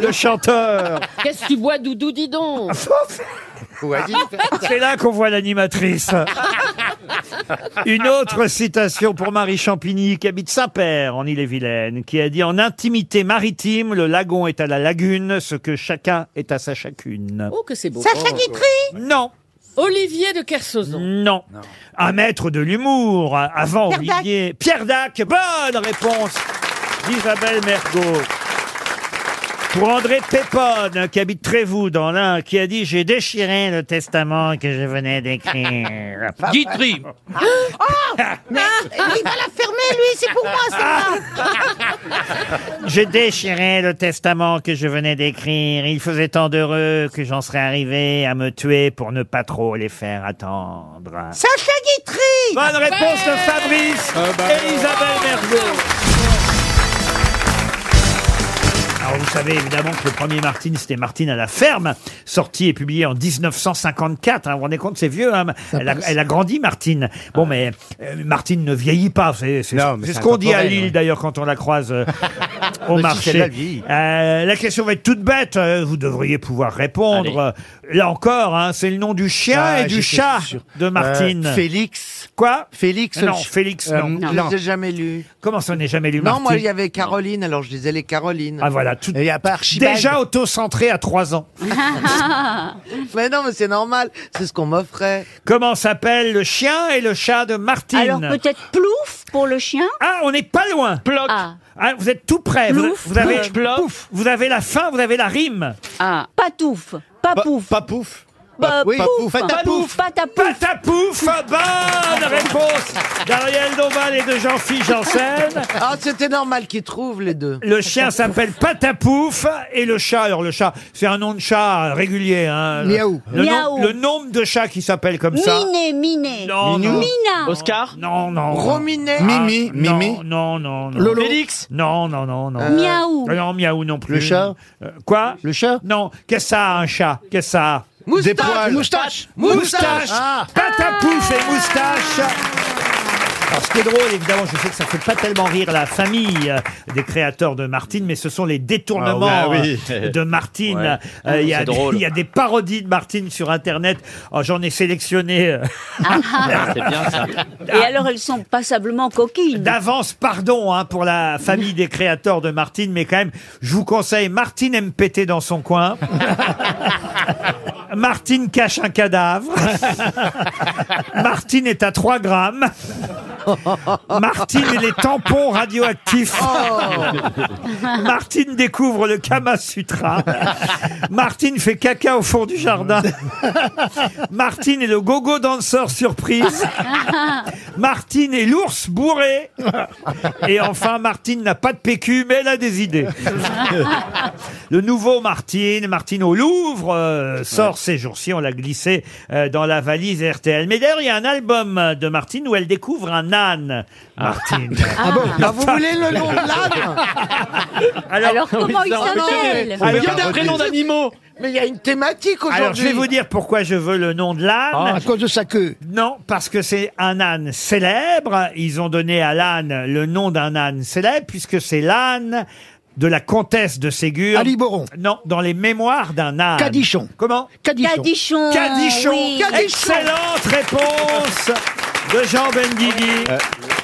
Le chanteur. Qu'est-ce que tu bois, Doudou, dis Ah, donc C'est là qu'on voit l'animatrice. Une autre citation pour Marie Champigny, qui habite Saint-Père, en Ille-et-Vilaine, qui a dit « En intimité maritime, le lagon est à la lagune, ce que chacun est à sa chacune. » Oh, que c'est beau. Sacha Guitry Non. Olivier de Kersauzon. Non. Un maître de l'humour, euh, avant Pierre Dac. Olivier. Pierre Dac, bonne réponse d'Isabelle Mergot. Pour André Pépone, qui habite Trévoux dans l'Ain, qui a dit « J'ai déchiré le testament que je venais d'écrire. » Guitry. Ah Mais il va la fermer, lui, c'est pour moi, ça J'ai déchiré le testament que je venais d'écrire. Il faisait tant d'heureux que j'en serais arrivé à me tuer pour ne pas trop les faire attendre. Sacha Guitry Bonne réponse de Fabrice et Isabelle Mergo. Alors vous savez évidemment que le premier Martine, c'était Martine à la ferme, sorti et publié en 1954. hein. vous vous rendez compte, c'est vieux. hein. elle, a, elle a grandi, Martine. Bon, mais euh, Martine ne vieillit pas. C'est c'est- Ah. mais c'est c'est ce qu'on dit à intemporel, Lille ouais. d'ailleurs quand on la croise euh, Mais au si, marché. celle-là, elle vieillit. Euh, la question va être toute bête. euh, vous devriez pouvoir répondre. Euh, Là encore, hein, c'est le nom du chien Ah, et du j'étais chat sûr. de Martine. Euh, Félix. Quoi Félix. Euh, Non, Félix, non. Non. Je l'ai jamais lu. Comment ça, on n'est jamais lu Non, Martine moi, il y avait Caroline, alors je disais les Carolines. Ah voilà, tout. Et il y a pas Archibald. Déjà auto-centré à 3 ans. mais non, mais c'est normal, c'est ce qu'on m'offrait. Comment s'appelle le chien et le chat de Martine Alors peut-être plouf pour le chien Ah, on n'est pas loin. Ploc. Ah. vous êtes tout près. Vous- Plouf. vous, avez Plouf. Pouf. Vous avez la fin, vous avez la rime. Ah. Patouf. Papouf. Papouf. Bah, pouf. Patapouf. Patapouf. Patapouf. Bonne réponse d'Ariel Dombal et de Jean-Philippe Janssen. Ah, c'était normal qu'ils trouvent les deux. Le chien s'appelle Patapouf et le chat, alors le chat, c'est un nom de chat régulier. Hein. Miaou. Le, nom- Miaou. le nombre de chats qui s'appellent comme ça. Miné, miné. Non, non. Mina. Oscar Non, non. Rominet. Mimi, Mimi. Non, non, non. Lolo. Félix Non, non, non, non. Euh, Miaou. Euh, Non, miaou non plus. Le chat Euh, Quoi Le chat Non. Qu'est-ce que ça, un chat Qu'est-ce que ça Moustache. Des poils. Moustache Moustache. Moustache Ah. Patapouf et moustache alors, ce qui est drôle, évidemment, je sais que ça fait pas tellement rire la famille euh, des créateurs de Martine, mais ce sont les détournements Ah oui. euh, de Martine. Ouais. Euh, il y a C'est des- drôle. il y a des parodies de Martine sur Internet. Oh, J'en ai sélectionné. euh, Ah. bien ça. Et alors elles sont passablement coquines. D'avance, pardon hein, pour la famille des créateurs de Martine, mais quand même, je vous conseille Martine aime péter dans son coin. Martine cache un cadavre. Martine est à 3 grammes. Martine et les tampons radioactifs. Oh. Martine découvre le Kama Sutra. Martine fait caca au fond du jardin. Martine est le gogo danseur surprise. Martine est l'ours bourré. Et enfin, Martine n'a pas de PQ, mais elle a des idées. Le nouveau Martine, Martine au Louvre, euh, sort ces jours-ci. On l'a glissé euh, dans la valise RTL. Mais d'ailleurs, il y a un album de Martine où elle découvre un âne. Martine. Ah bon Ah, vous voulez le nom de l'âne Alors, comment il s'appelle On vient d'un prénom d'animaux. Mais il y a une thématique aujourd'hui. Alors, je vais vous dire pourquoi je veux le nom de l'âne. Ah, à cause de sa queue. Non, parce que c'est un âne célèbre. Ils ont donné à l'âne le nom d'un âne célèbre, puisque c'est l'âne de la comtesse de Ségur. Ali Boron. Non, dans les mémoires d'un âne. Cadichon. Comment Cadichon. Cadichon, Cadichon. oui. Excellente réponse de Jean Benguigui.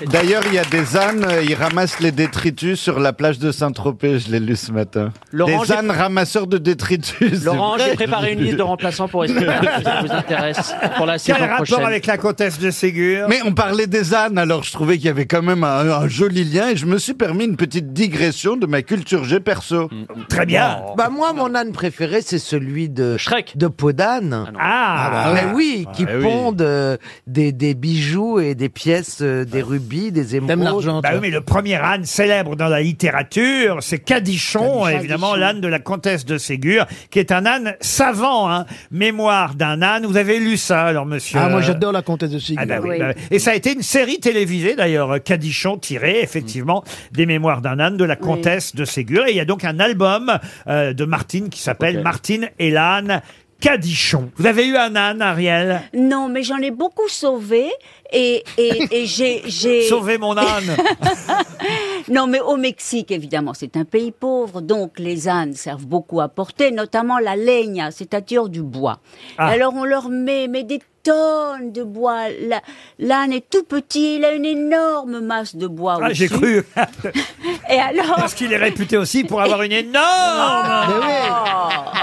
D'ailleurs, il y a des ânes, euh, ils ramassent les détritus sur la plage de Saint-Tropez, je l'ai lu ce matin. Laurent, des j'ai- ânes ramasseurs de détritus. c'est Laurent, vrai, j'ai préparé je une l'ai liste de lu. remplaçants pour Escobar, si ça vous intéresse, pour la saison Quel rapport prochaine. avec la comtesse de Ségur Mais on parlait des ânes, alors je trouvais qu'il y avait quand même un, un joli lien et je me suis permis une petite digression de ma culture G perso. Oh. Très bien. Bah moi, mon âne préféré, c'est celui de Shrek, de peau d'âne. Ah, bah, ouais. mais oui, qui Ah, oui. pondent euh, des, des bijoux et des pièces, euh, des rubis, des émeraudes. Bah oui, mais le premier âne célèbre dans la littérature, c'est Cadichon, évidemment l'âne de la comtesse de Ségur, qui est un âne savant, hein. mémoire d'un âne. Vous avez lu ça, alors monsieur Ah, moi euh, j'adore la comtesse de Ségur. Ah bah oui, bah oui. Et ça a été une série télévisée d'ailleurs, euh, Cadichon tiré effectivement des mémoires d'un âne de la comtesse de Ségur. Et il y a donc un album euh, de Martine qui s'appelle Martine et l'âne Cadichon. Vous avez eu un âne, Ariel Non, mais j'en ai beaucoup sauvé et, et, et j'ai, j'ai... Sauvez mon âne Non, mais au Mexique, évidemment, c'est un pays pauvre, donc les ânes servent beaucoup à porter, notamment la leña, c'est-à-dire du bois. Ah. Alors on leur met, mais des tonnes de bois. La- L'âne est tout petit, il a une énorme masse de bois. Ah, j'ai au-dessus. cru Et alors Ah, Parce qu'il est réputé aussi pour avoir une énorme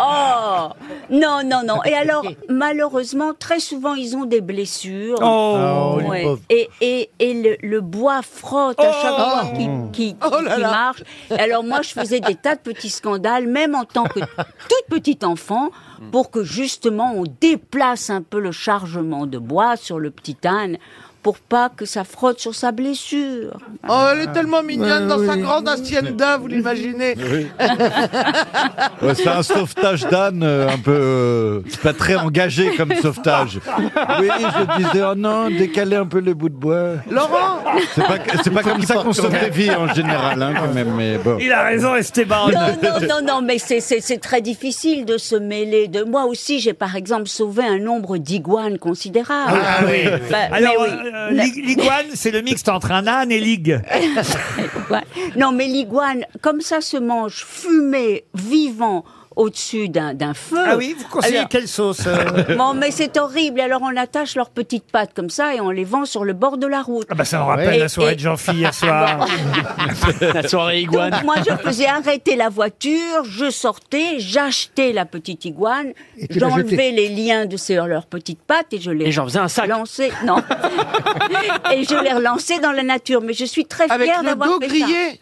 Oh, non, non, non. Et alors, malheureusement, très souvent, ils ont des blessures. Ah, Oh. Oh, les Ouais. pauvres. Et, et, et le, le bois frotte à chaque Oh. fois qu'il qu'il- Oh là qu'il là. marche. Et alors moi, je faisais des tas de petits scandales, même en tant que toute petite enfant, pour que justement on déplace un peu le chargement de bois sur le petit âne pour pas que ça frotte sur sa blessure. Oh, elle est tellement mignonne Ah, dans sa grande hacienda, vous l'imaginez Oui. Ouais, c'est un sauvetage d'âne euh, un peu euh, c'est pas très engagé comme sauvetage. Oui, je disais oh non, décaler un peu le bout de bois. Laurent C'est pas, c'est pas Il faut comme qu'il ça porte qu'on quand sauve des même. vies en général, hein, quand même. Mais bon. Il a raison, Esteban. Non, non, non, non, mais c'est- c'est c'est très difficile de se mêler. De moi aussi, j'ai par exemple sauvé un nombre d'iguanes considérable. Ah oui. Bah, Alors, mais oui. euh, euh, l'ig- l'iguane, c'est le mixte entre un âne et ligue. Ouais. Non, mais l'iguane, comme ça se mange fumé, vivant, au-dessus d'un d'un feu. Ah oui, vous conseillez Alors- quelle sauce euh Bon, mais c'est horrible. Alors on attache leurs petites pattes comme ça et on les vend sur le bord de la route. Ah bah ça me rappelle la soirée de Jean-Philippe hier soir. La soirée iguane. Donc moi, je faisais arrêter la voiture, je sortais, j'achetais la petite iguane, tu l'as j'enlevais jetée. les liens de ses, leurs petites pattes et je les Et j'en faisais un sac. lançais. Non. et je les relançais dans la nature. Mais je suis très Avec fière le d'avoir dos fait grillé ça.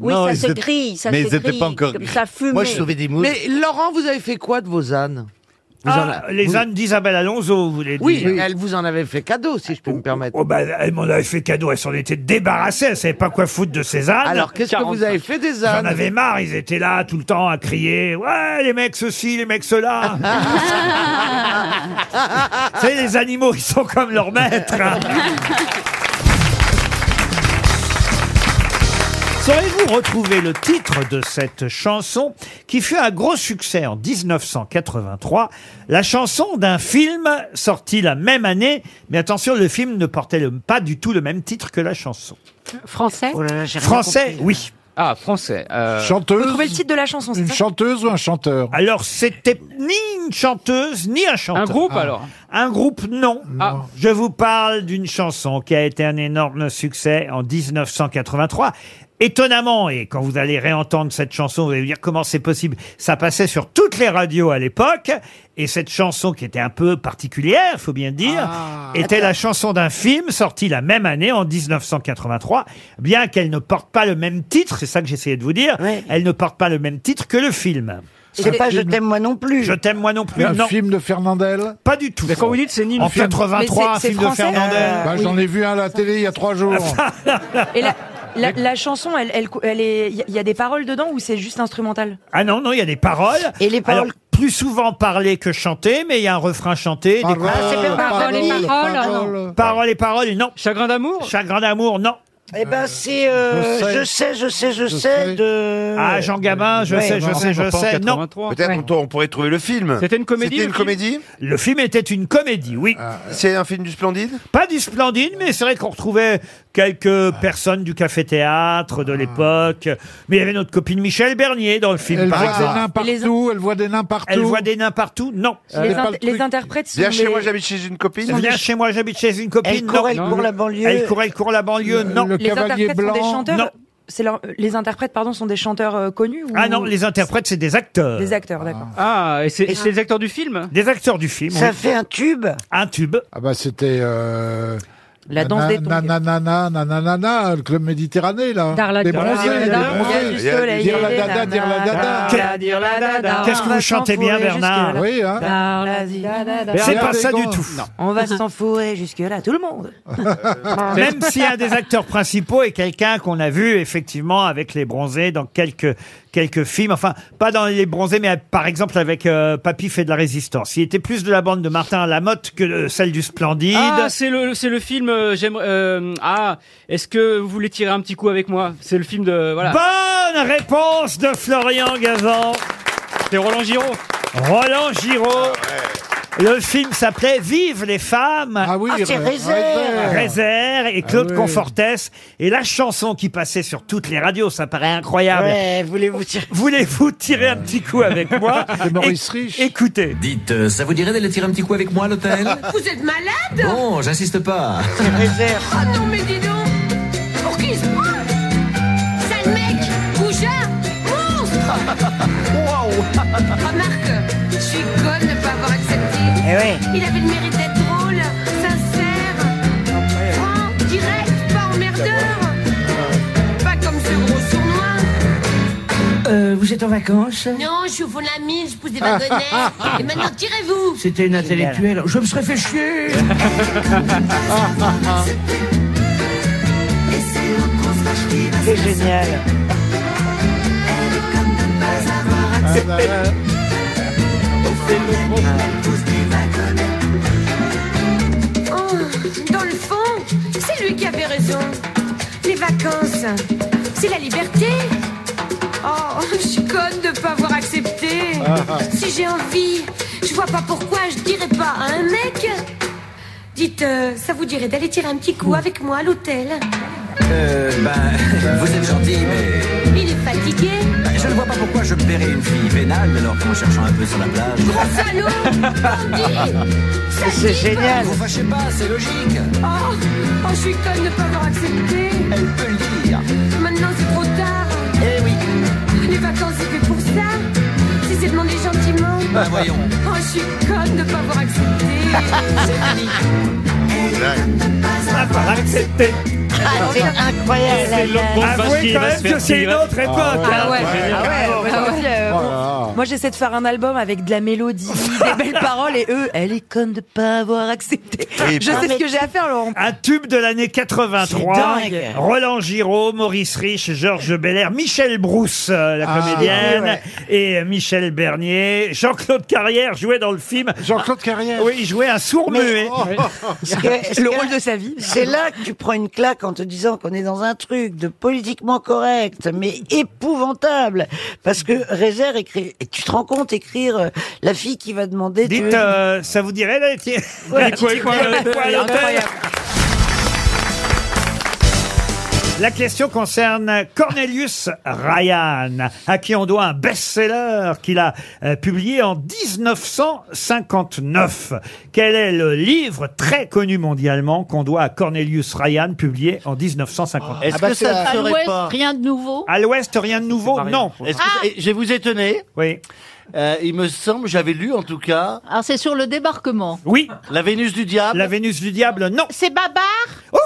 Oui, Non, ça ils se étaient- grille, ça mais se ils étaient grille, pas encore- comme ça fumait. Moi, je sauvais des mouches. Mais Laurent, vous avez fait quoi de vos ânes Vous Ah, en a- les vous- ânes d'Isabelle Alonso, vous voulez Oui, dire elle vous en avait fait cadeau, si je peux me permettre. Oh bah, elle m'en avait fait cadeau, elle s'en était débarrassée, elle savait pas quoi foutre de ses ânes. Alors, qu'est-ce que vous avez fait des ânes J'en avais marre, ils étaient là tout le temps à crier « Ouais, les mecs ceci, les mecs cela !» C'est les animaux, ils sont comme leur maître Saurez-vous retrouver le titre de cette chanson qui fut un gros succès en 1983, la chanson d'un film sorti la même année, mais attention, le film ne portait le- pas du tout le même titre que la chanson. Français Français, oui. Ah, français. euh, Chanteuse Vous trouvez le titre de la chanson, c'est Une ça chanteuse ou un chanteur Euh, Alors, c'était ni une chanteuse, ni un chanteur. Un groupe, Ah. alors Un groupe, non. Ah. Je vous parle d'une chanson qui a été un énorme succès en 1983. Étonnamment, et quand vous allez réentendre cette chanson, vous allez vous dire comment c'est possible. Ça passait sur toutes les radios à l'époque, et cette chanson qui était un peu particulière, faut bien dire, était la chanson d'un film sorti la même année, en 1983, bien qu'elle ne porte pas le même titre, c'est ça que j'essayais de vous dire, elle ne porte pas le même titre que le film. C'est pas Je t'aime moi non plus. Je t'aime moi non plus. Ah, Un film de Fernandel Pas du tout. Mais quand vous dites c'est ni En le film. 83, un Mais c'est- c'est film de français Fernandel. Bah, j'en ai vu un à la télé il y a trois jours. Et la, la- la chanson, elle, elle, elle est, il y a des paroles dedans ou c'est juste instrumental Ah non, non, il y a des paroles. Et les paroles- plus souvent parlées que chantées, mais il y a un refrain chanté. Des Ah, c'est pas Paroles et paroles, paroles. paroles. Paroles et paroles, non. Chagrin d'amour Chagrin d'amour, non. Eh ben, c'est euh, Je je sais, je sais, je sais de. Ah, Jean Gabin, je sais, je sais, je sais. Non. Peut-être on, on pourrait trouver le film. C'était une comédie Ah, euh, Le film était une comédie, oui. C'est un film du Splendide Pas du Splendide, mais c'est vrai qu'on retrouvait Ah. quelques personnes du café-théâtre de l'époque. Mais il y avait notre copine Michel Bernier dans le film, Elle par voit des exemple. nains partout, elle voit des nains partout. Elle voit des nains partout Non. Les int- les interprètes sont Viens chez les- moi, j'habite chez une copine. Viens chez moi, j'habite chez une copine. Elle court, non. elle court la banlieue. Elle court, elle court la banlieue. Non. les interprètes sont des chanteurs. Non. C'est leur- les interprètes, pardon, sont des chanteurs euh, connus ou... Ah non, les Euh. interprètes, c'est des acteurs. Des acteurs, d'accord. Ah, et c'est les acteurs du film Des acteurs du film. Ça oui. fait un tube Un tube. Ah bah c'était... euh, La danse des tongs. Nanana, nanana, le club méditerranéen là. Darla, Des Darla, bronzés, des Darla, bronzés. il y a du soleil Dire la et des dada, dire la dada. nanas. Dire la dada. Qu'est-ce que On va vous chantez bien, s'enfouler Bernard jusque-là. Oui, hein. Darla, zi, da, da, da. C'est pas ça du tout. On va s'enfouer jusque-là, tout le monde. Même si un des acteurs principaux est quelqu'un qu'on a vu effectivement avec les bronzés dans quelques quelques films, enfin pas dans les bronzés, mais euh, par exemple avec euh, Papy fait de la résistance. Il était plus de la bande de Martin Lamotte que euh, celle du Splendide. Ah, c'est le, c'est le film. euh, J'aimerais. euh, ah, est-ce que vous voulez tirer un petit coup avec moi C'est le film de voilà. Bonne réponse de Florian Gazan. C'est Roland Giraud. Roland Giraud. Ah Le film s'appelait Vive les femmes. Ah oui, Ah, c'est Ré- Réserve. et Claude Ah oui. Confortès. Et la chanson qui passait sur toutes les radios, ça paraît incroyable. Ouais, voulez-vous tirer, voulez-vous tirer un petit coup avec moi De Maurice Éc- Écoutez. Dites, euh, ça vous dirait d'aller tirer un petit coup avec moi à l'hôtel Vous êtes malade Bon, j'insiste pas. Ah non, mais dis donc Pour qui il se prend Sale mec Goujat Monstre Waouh Remarque, je suis conne de ne pas avoir accepté. Eh ouais. Il avait le mérite d'être drôle, sincère, franc, direct, pas emmerdeur. Pas comme ce gros sournois. Euh, vous êtes en vacances Non, je suis au fond de la mine, je pousse des wagonnets. Et maintenant, tirez-vous C'était une intellectuelle. Je me serais fait chier. C'est génial. Ah, bah Oh, Dans le fond, c'est lui qui avait raison. Les vacances, c'est la liberté. Oh, je suis conne de pas avoir accepté. Si j'ai envie, je vois pas pourquoi je dirais pas à un mec. Dites, euh, ça vous dirait d'aller tirer un petit coup avec moi à l'hôtel Euh, ben, vous êtes gentil, mais. Il est fatigué. ben, Je ne vois pas pourquoi je paierais une fille vénale alors qu'en cherchant un peu sur la plage. Gros salaud Bandit C'est génial. Vous fâchez pas, c'est logique. Oh, oh, je suis conne de ne pas avoir accepté. Elle peut le dire. Maintenant, c'est trop tard. Eh oui. Les vacances, c'est fait pour ça. Si c'est demandé gentiment. Ben, voyons. Oh, je suis conne de ne pas avoir accepté. C'est fini. accepté. Ah, c'est incroyable. Et c'est l'autre bombe Avouez qui quand va même se faire que c'est tirer. une autre époque, hein. Ah ouais. Ah Ah ouais, ouais, ouais, moi ouais. aussi, euh, bon, Oh là là. Moi, j'essaie de faire un album avec de la mélodie, des belles paroles, et eux, elle est conne de pas avoir accepté. Oui, Je bah. sais ce que j'ai à faire, Laurent. Un tube de l'année 83. C'est dingue. Roland Giraud, Maurice Rich, Georges Belair, Michel Brousse, euh, la Ah, comédienne, ouais, et euh, Michel Bernier. Jean-Claude Carrière jouait dans le film. Jean-Claude Carrière Ah Oh. Oui, il jouait un sourd muet. Oh. Le rôle de sa vie. C'est là que tu prends une claque en te disant qu'on est dans un truc de politiquement correct, mais épouvantable. Parce que Rézer écrit, et tu te rends compte écrire euh, la fille qui va demander. tu Dites, veux- euh, ça vous dirait là tiens, Ouais. les couilles, C'est quoi, le- quoi, le- incroyable. La question concerne Cornelius Ryan, à qui on doit un best-seller qu'il a euh, publié en 1959. Quel est le livre très connu mondialement qu'on doit à Cornelius Ryan, publié en 1959 Est-ce Ah bah, que c'est ça la- ne serait À l'ouest, pas- rien de nouveau À l'ouest, rien de nouveau Non. Est-ce que- Ah. Je vais vous étonner. Oui. il me semble, j'avais lu en tout cas. Ah, Alors c'est sur le débarquement. Oui. La Vénus du diable. La Vénus du diable, non. C'est Babar Non,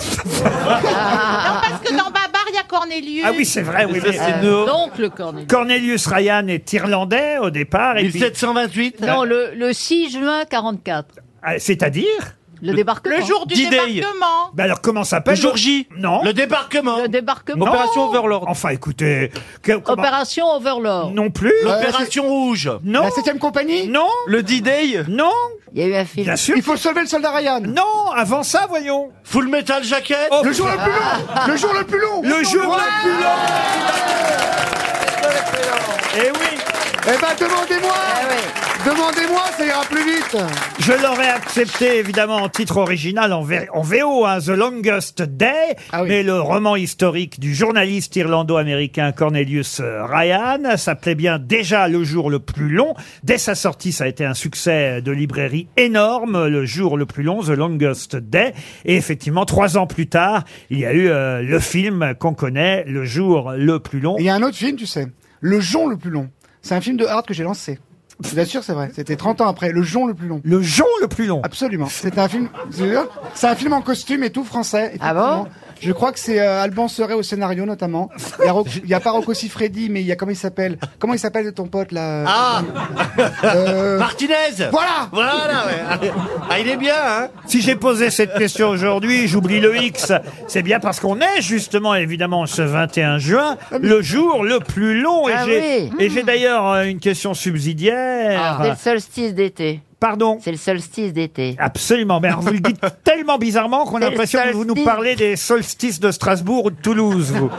parce que dans Babar, il y a Cornelius. Ah oui, c'est vrai, oui. oui. Donc le Cornelius. Cornelius Ryan est irlandais au départ. Et puis- 1728 Non, le, le 6 juin 44. Ah, C'est-à-dire Le débarquement. le jour du D-Day. débarquement. Bah alors comment s'appelle Le jour J. Non. Le débarquement. Le débarquement. Overlord. Enfin écoutez. que- comment- Opération Overlord. Non plus. Euh, L'opération rouge. Non. Euh, La 7ème compagnie Non. Le D-Day. Non. Il y a eu un film. Bien sûr. Il faut sauver le soldat Ryan. Non, avant ça, voyons. Oh. Full Metal Jacket. le jour le plus long. Le jour le plus long. Le jour le plus long. Eh oui. Eh ben demandez-moi. Demandez-moi, ça ira plus vite. Je l'aurais accepté évidemment en titre original en, V- en VO, hein, The Longest Day, mais le roman historique du journaliste irlando-américain Cornelius euh, Ryan s'appelait bien déjà Le jour le plus long. Dès sa sortie, ça a été un succès de librairie énorme, Le jour le plus long, The Longest Day. Et effectivement, trois ans plus tard, il y a eu euh, le film qu'on connaît, Le jour le plus long. Il y a un autre film, tu sais. Le jonc le plus long. C'est un film de Hard que j'ai lancé. Je vous assure, c'est vrai. C'était 30 ans après. Le jonc le plus long. Le jonc le plus long. Absolument. C'était un film. C'est un film en costume et tout français. Ah bon Je crois que c'est euh, Alban Serret au scénario notamment. Il y a, Ro- il y a pas Rocco Siffredi, mais il y a comment il s'appelle Comment il s'appelle ton pote là Ah Euh, Martinez Voilà Voilà, ouais. Ah, il est bien, hein Si j'ai posé cette question aujourd'hui, j'oublie le X. C'est bien parce qu'on est justement, évidemment, ce 21 juin, le jour le plus long. Et Ah j'ai oui. et j'ai d'ailleurs euh, une question subsidiaire. C'est Ah, le solstice d'été. Pardon Ah, C'est le solstice d'été. Absolument, mais alors vous le dites tellement bizarrement qu'on a C'est le l'impression que vous nous solstice. parlez des solstices de Strasbourg ou de Toulouse, vous.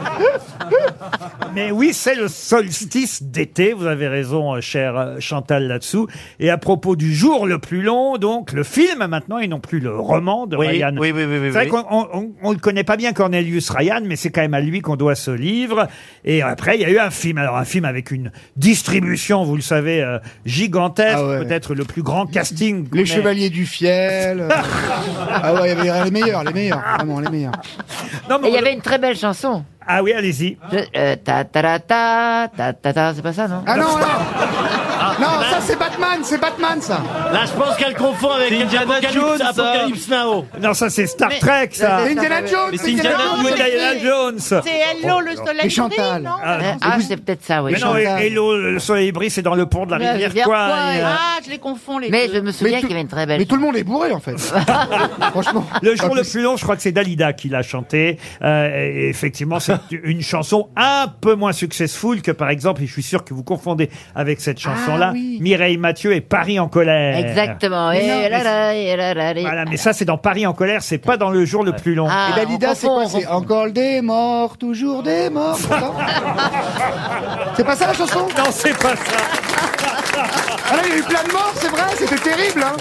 Mais oui, c'est le solstice d'été, vous avez raison, euh, chère euh, Chantal, là-dessous. Et à propos du jour le plus long, donc, le film maintenant, et non plus le roman de Oui, Ryan. oui, oui, oui, oui, c'est vrai oui. qu'on on, on- on le connaît pas bien, Cornelius Ryan, mais c'est quand même à lui qu'on doit ce livre. Et après, il y a eu un film. Alors, un film avec une distribution, vous le savez, euh, gigantesque, peut-être le plus grand casting. Ah qu'on Les ait- Chevaliers du Fiel. euh. ah ouais, il y avait les meilleurs, les meilleurs, vraiment les meilleurs. Et il y avait une très belle chanson. Ah oui, allez-y. euh, ta ta ta ta ta ta ta, c'est pas ça, non Ah non, non Non, ça c'est Batman, c'est Batman ça Là, je pense qu'elle confond avec C'est Indiana Apocalypse, Jones, ça. Apocalypse Now. Non, ça c'est Star Mais- Trek, ça. Mais c'est Indiana Mais Jones, c'est Indiana Indiana Jones. Jones. Indiana Jones. Oh, C'est Hello, le soleil brille, Chantal. non Ah, c'est peut-être ça, oui. Mais non, Chantal. Hello, le soleil brille, c'est dans le pont de Euh, la rivière euh. Kwai. Ah, je les confonds les deux. très belle. Mais tout le monde est bourré en fait. Franchement. Le jour le plus long, je crois que c'est Dalida qui l'a chanté. Euh, et effectivement, c'est une chanson un peu moins successful que, par exemple, et je suis sûr que vous confondez avec cette chanson-là, Mireille Mathieu et Paris en colère. Exactement. Mais Et non, mais là, c'est- là, et là, là, et- Voilà, Ah, mais ça, c'est dans Paris en colère, c'est pas dans le jour le plus long. Eh ben, Ah, Et Dalida, c'est quoi C'est encore des morts, toujours des morts. c'est ça C'est pas ça la chanson Non, c'est pas ça. Ah là, il y a eu plein de morts, c'est vrai, c'était terrible. Hein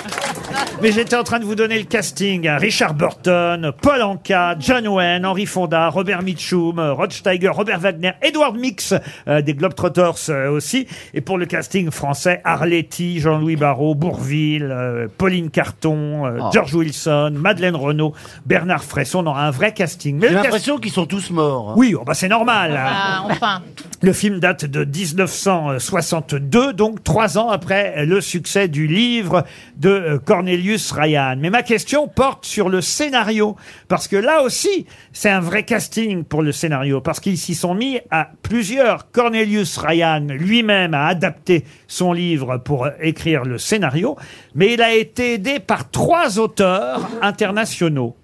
Mais j'étais en train de vous donner le casting. hein. Richard Burton, Paul Anka, John Wayne, Henri Fonda, Robert Mitchum, euh, Rod Steiger, Robert Wagner, Edward Mix, euh, des Globetrotters euh, aussi. Et pour le casting français, Arletty, Jean-Louis Barrault, Bourville, euh, Pauline Carton, Oh. euh, George Wilson, Madeleine Renaud, Bernard Fresson. On aura un vrai casting. Mais J'ai le cast- l'impression qu'ils sont tous morts. hein. Oui, oh, bah, c'est normal. hein. Ah, enfin. Le film date de 1962, donc trois ans après le succès du livre de euh, Cornelius Ryan. Mais ma question porte sur le scénario, parce que là aussi, c'est un vrai casting pour le scénario, parce qu'ils s'y sont mis à plusieurs. Cornelius Ryan lui-même a adapté son livre pour euh, écrire le scénario, mais il a été aidé par trois auteurs internationaux.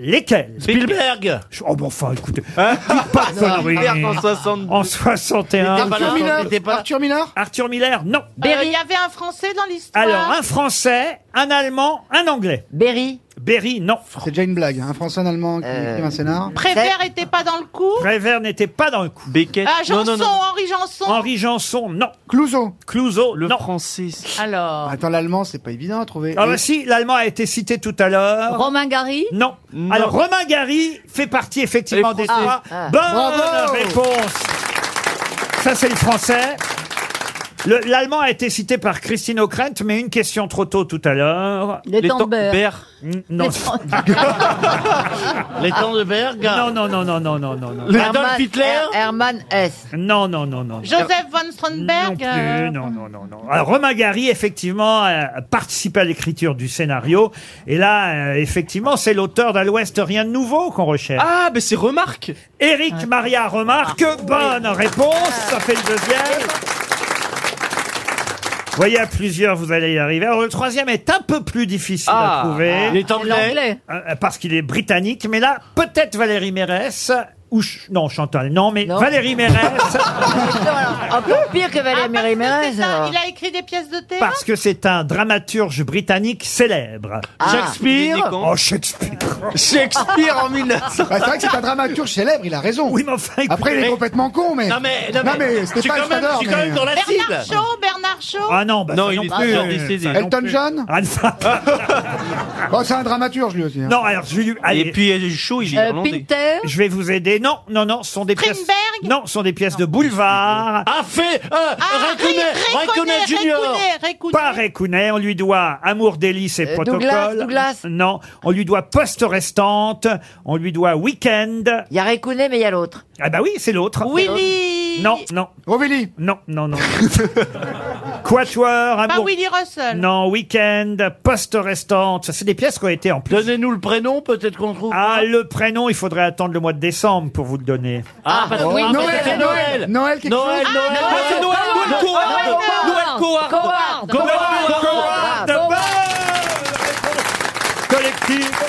Lesquels Spielberg Hein Oh, bon, enfin, écoutez, dites pas Non, de conneries. Spielberg en 62. En 61. Arthur Miller. Arthur Miller Arthur Miller, non. Euh, Il y avait un Français dans l'histoire. Alors, un Français, un Allemand, un Anglais. Berry Berry, non. C'est déjà une blague, hein, un français, un allemand qui écrit un scénar. Euh, Prévert était pas dans le coup. Prévert n'était pas dans le coup. Beckett Ah, Janson, Henri Janson. Henri Janson, non. Clouseau Clouseau, Le français. Alors. Attends, l'allemand, c'est pas évident à trouver. Ah bah si, l'Allemand a été cité tout à l'heure. Romain Gary Non. Alors, Romain Gary fait partie effectivement Les des Français. trois. Ah. Bonne Bravo réponse. Ça, c'est le français. Le- L'allemand a été cité par Christine O'Krent, mais une question trop tôt tout à l'heure. Les Les temps de temps- Berg. Berg. Mm, Non. Les temps de Berg Non, non, non, non, non, non, non. non. Adolf Hermann- Hitler Her- Hermann S. Non, non, non, non. Joseph von Stromberg. Euh, non, non, non, non. Alors, Romain Gary, effectivement, a participé à l'écriture du scénario. Et là, euh, effectivement, c'est l'auteur d'À l'Ouest, rien de nouveau qu'on recherche. Ah, mais c'est Remarque Éric Maria Remarque, bonne réponse, ça fait le deuxième. Vous voyez, à plusieurs, vous allez y arriver. Alors, le troisième est un peu plus difficile Ah. à trouver. Il est anglais. Il est anglais. Euh, Parce qu'il est britannique. Mais là, peut-être Valérie Mérès. Ou Ch- non, Chantal, non, mais Valérie Mérès. Encore pire que Ah, Valérie Mérez. Il a écrit des pièces de théâtre. Parce que c'est un dramaturge britannique célèbre. Ah. Shakespeare Oh, Shakespeare Ah. Shakespeare en 1900. Bah, c'est vrai que c'est un dramaturge célèbre, il a raison. Oui, mais enfin, Après, il est mais- complètement con, mais. Non, mais- non, mais- je suis Stéphane, quand même- je t'adore, je suis quand même mais- dans la Bernard Shaw, Bernard Marchand Ah non, bah Non, ça il non est plus. mort décédé. Ça non Elton plus. John Ah, ça- Oh, c'est un dramaturge lui aussi. hein. Non, alors je vais lui. Et puis il est chaud, il est Euh, irlandais. Pinter Je vais vous aider. Non, non, non, ce sont des pièces. Non, ce sont des pièces de boulevard. Ah, fait euh, Raikkonen, Raikkonen Junior Pas Raikkonen, on lui doit Amour, délice et Euh, protocole. Douglas, Douglas. Non, on lui doit Poste restante, on lui doit Weekend. Il y a Raikkonen, mais il y a l'autre. Ah bah oui, c'est l'autre. Willy Non, non. Willy Non, non, non. Quatuor, Amour... Pas Willy Russell. Non, Weekend, Poste restante. Ça, c'est des pièces qui ont été en plus. Donnez-nous le prénom, peut-être qu'on trouve. Ah, le prénom, il faudrait attendre le mois de décembre pour vous le donner. Ah, parce que- oui, ah, parce que Noël, c'est Noël Noël. Noël, quelque Noël, chose Noël, Ah, Noël, c'est Noël, Noël, Noël Coward, Noël Coward, Coward, Coward, Coward, Coward, Coward, Coward. Collectif.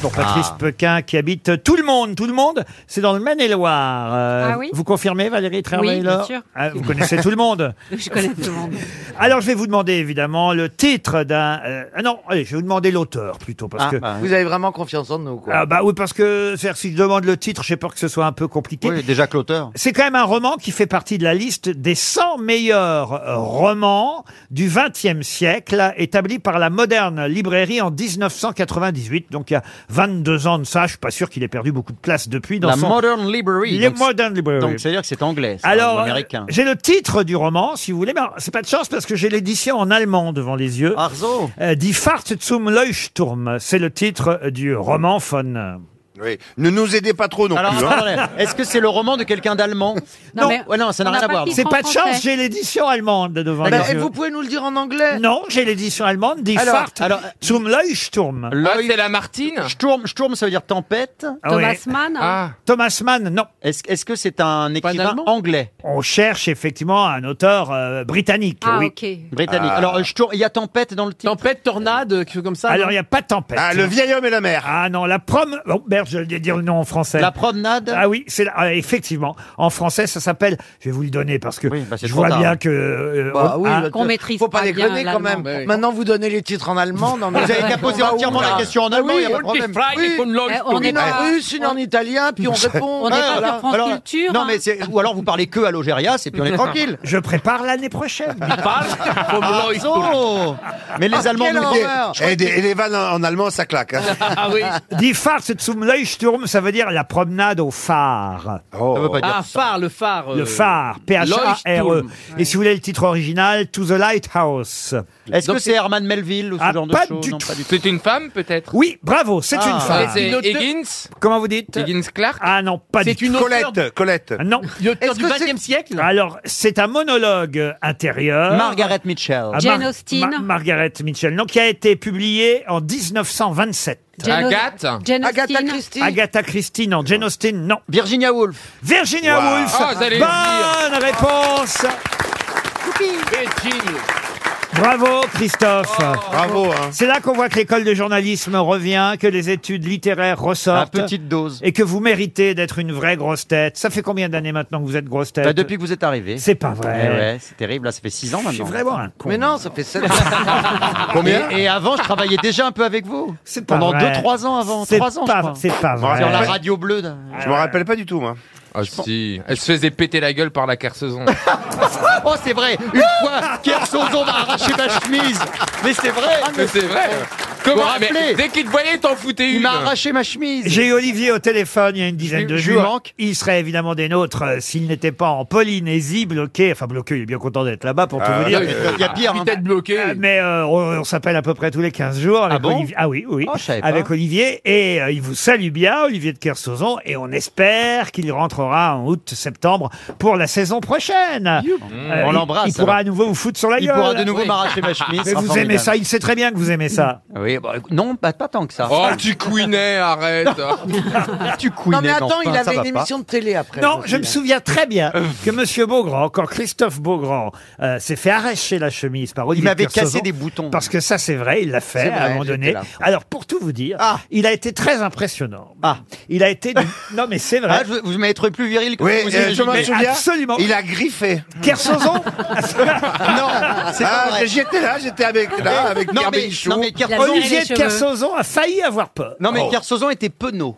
Pour Patrice Ah. Pequin qui habite tout le monde, tout le monde, c'est dans le Maine-et-Loire. Euh, Ah oui Vous confirmez Valérie Trierweiler bien sûr. Ah, Vous connaissez tout le monde. Je connais tout le monde. Alors je vais vous demander évidemment le titre d'un. euh, ah non, allez, je vais vous demander l'auteur plutôt parce Ah, que bah, Vous avez vraiment confiance en nous, quoi. ah bah oui, parce que c'est-à-dire, si je demande le titre, j'ai peur que ce soit un peu compliqué. Oui, déjà que l'auteur. C'est quand même un roman qui fait partie de la liste des 100 meilleurs euh, romans du XXe siècle, établi par la moderne librairie en 1998. Donc il y a 22 ans de ça, je suis pas sûr qu'il ait perdu beaucoup de place depuis. Dans La son- Modern Library. Les Donc, Modern Library. Donc, c'est-à-dire que c'est anglais, c'est Alors, ou américain. euh, j'ai le titre du roman, si vous voulez, mais alors, c'est pas de chance parce que j'ai l'édition en allemand devant les yeux. Arzo. Euh, Die Fahrt zum Leuchtturm, c'est le titre euh, du roman von. euh, Oui. Ne nous aidez pas trop non Alors, plus. hein. attendez, est-ce que c'est le roman de quelqu'un d'allemand Non, ouais, non, ça n'a rien à voir. C'est pas de chance, j'ai l'édition allemande devant Bah, les et yeux. vous pouvez nous le dire en anglais Non, j'ai l'édition allemande, Die Alors, Fahrt zum Leuchtturm. Ah c'est la Martine euh, Sturm, Sturm, ça veut dire tempête. Ah ouais. Thomas Mann, hein. Ah. Thomas Mann, non. Est-ce est-ce que c'est un écrivain anglais On cherche effectivement un auteur euh, britannique. Ah, oui. ok. Britannique. Alors, euh, Sturm, il y a tempête dans le titre. Tempête, tornade, quelque chose comme ça. Alors, il n'y a pas de tempête. Ah, le vieil homme et la mer. Ah non, la prom... Oh, merde, je vais dire le nom en français. La promenade Ah oui, c'est la- ah, effectivement. En français, ça s'appelle... Je vais vous le donner parce que bah, c'est je trop vois tard. bien que... euh, Bah on- oui, ah. parce que Faut pas, déconner quand même. Maintenant, vous donnez les titres en allemand. Non, mais Ben Vous avez qu'à poser entièrement la question Ah en allemand, il y a pas de problème. Oui. Eh, on on est est en pas- russe, une en italien, puis on répond. Ah, voilà. Alors, hein. Non, mais c'est- ou alors vous parlez que à l'Algérias et puis on est tranquille. Je prépare l'année prochaine. Ah, zo. Mais les Allemands nous Et, des- et Eh, les vannes en, en allemand, ça claque. hein. Ah, Ah Die Fahrt zum Leuchtturm, ça veut dire la promenade au phare. Oh, ah, phare, le phare. euh, Le phare, P-H-A-R-E. Leuchtturm. E. Et si vous voulez le titre original, To the Lighthouse. Est-ce que c'est Herman Melville ou ce Ah, genre de pas choses du Non, tout. pas du tout. C'est une femme, peut-être Oui, bravo, c'est Ah. une femme. Et c'est Une auteure- Higgins Comment vous dites Higgins Clark Ah non, pas C'est du une tout. auteure- Colette, Colette. Non. auteure du XXe siècle Alors, c'est un monologue intérieur. Margaret Mitchell. Ah, Mar- Ma- Margaret Mitchell, non, qui a été publié en 1927. Jane Austen. Agathe. Jane Agatha Austen. Christie. Agatha Christie, non. Jane Austen, non. Virginia Woolf. Virginia Wow. Woolf. Ah, vous allez le Bonne réponse. Bravo Christophe. Bravo, hein. C'est là qu'on voit que l'école de journalisme revient, que les études littéraires ressortent. À petite dose. Et que vous méritez d'être une vraie grosse tête. Ça fait combien d'années maintenant que vous êtes grosse tête Bah, depuis que vous êtes arrivé. C'est pas vrai. Eh ouais, c'est terrible. Là, ça fait 6 ans maintenant. Je suis vraiment un con. Mais non, ça fait 7 Combien et, et avant, je travaillais déjà un peu avec vous. C'est pas Pendant vrai. 2-3 ans avant. C'est 3 ans, je pas- crois. c'est pas vrai. Ah, Sur la Ouais. radio bleue. là. Je me rappelle pas du tout, moi. Ah si, elle se faisait péter la gueule par la carcezon. oh, c'est vrai. Une fois, Kersozon m'a arraché ma chemise. Mais c'est vrai. mais c'est vrai. Vous Comment vous rappelez mais Dès qu'il te voyait, t'en foutais une. Il m'a arraché ma chemise. J'ai eu Olivier au téléphone il y a une dizaine de je lui jours. manque. Il serait évidemment des nôtres euh, s'il n'était pas en Polynésie, bloqué. Enfin, bloqué, il est bien content d'être là-bas pour tout Ah, vous dire. oui, il y a pire, hein. Peut-être bloqué. Mais euh, on, on s'appelle à peu près tous les 15 jours avec Ah bon Olivier. Ah oui, oui. Oh, je savais pas. avec Olivier. Et euh, il vous salue bien, Olivier de Kersauzon. Et on espère qu'il rentrera en août-septembre pour la saison prochaine. Euh, Mmh. on il- l'embrasse, Il pourra alors. à nouveau vous foutre sur la Il gueule. pourra de nouveau Oui. m'arracher ma chemise, Mais ce sera vous formidable. aimez ça, il sait très bien que vous aimez ça. Oui, bah, non, pas, pas tant que ça. Oh, tu couinais, arrête. Ah, tu couinais. Non, mais attends, il ça avait va une pas. Euh. émission de hein. télé après. Non, je me souviens très bien que Monsieur Beaugrand, quand Christophe Beaugrand euh, s'est fait arracher la chemise par Olivier Il m'avait Kersauzon, cassé des boutons. Parce que ça, c'est vrai, il l'a fait C'est à un vrai, moment j'étais donné. là. Ah. Alors, pour tout vous dire, il a été très impressionnant. Ah. Il a été... du- non, mais c'est vrai. Ah, je- vous m'avez trouvé plus viril que Oui, vous euh, imaginez. je m'en Mais souviens. absolument. Il a griffé. Kersozon Non, c'est Ah, pas vrai. j'étais là, j'étais avec- là, avec non, Pierre mais, Bénichou. non, mais Kersozon- Olivier de Kersauzon a failli avoir peur. Non, mais Oh. Kersozon était penaud.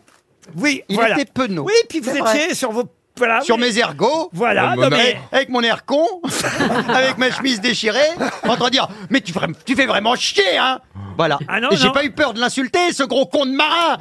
Oui, Il voilà. était penaud. Oui, puis vous C'est étiez vrai. sur vos Voilà, sur oui. mes ergots. Voilà, Oh, Avec- non, mais- Avec mon air con, avec ma chemise déchirée, en train de dire Mais tu, vra- tu fais vraiment chier, hein Voilà. Ah non, Et j'ai non. pas eu peur de l'insulter, ce gros con de marin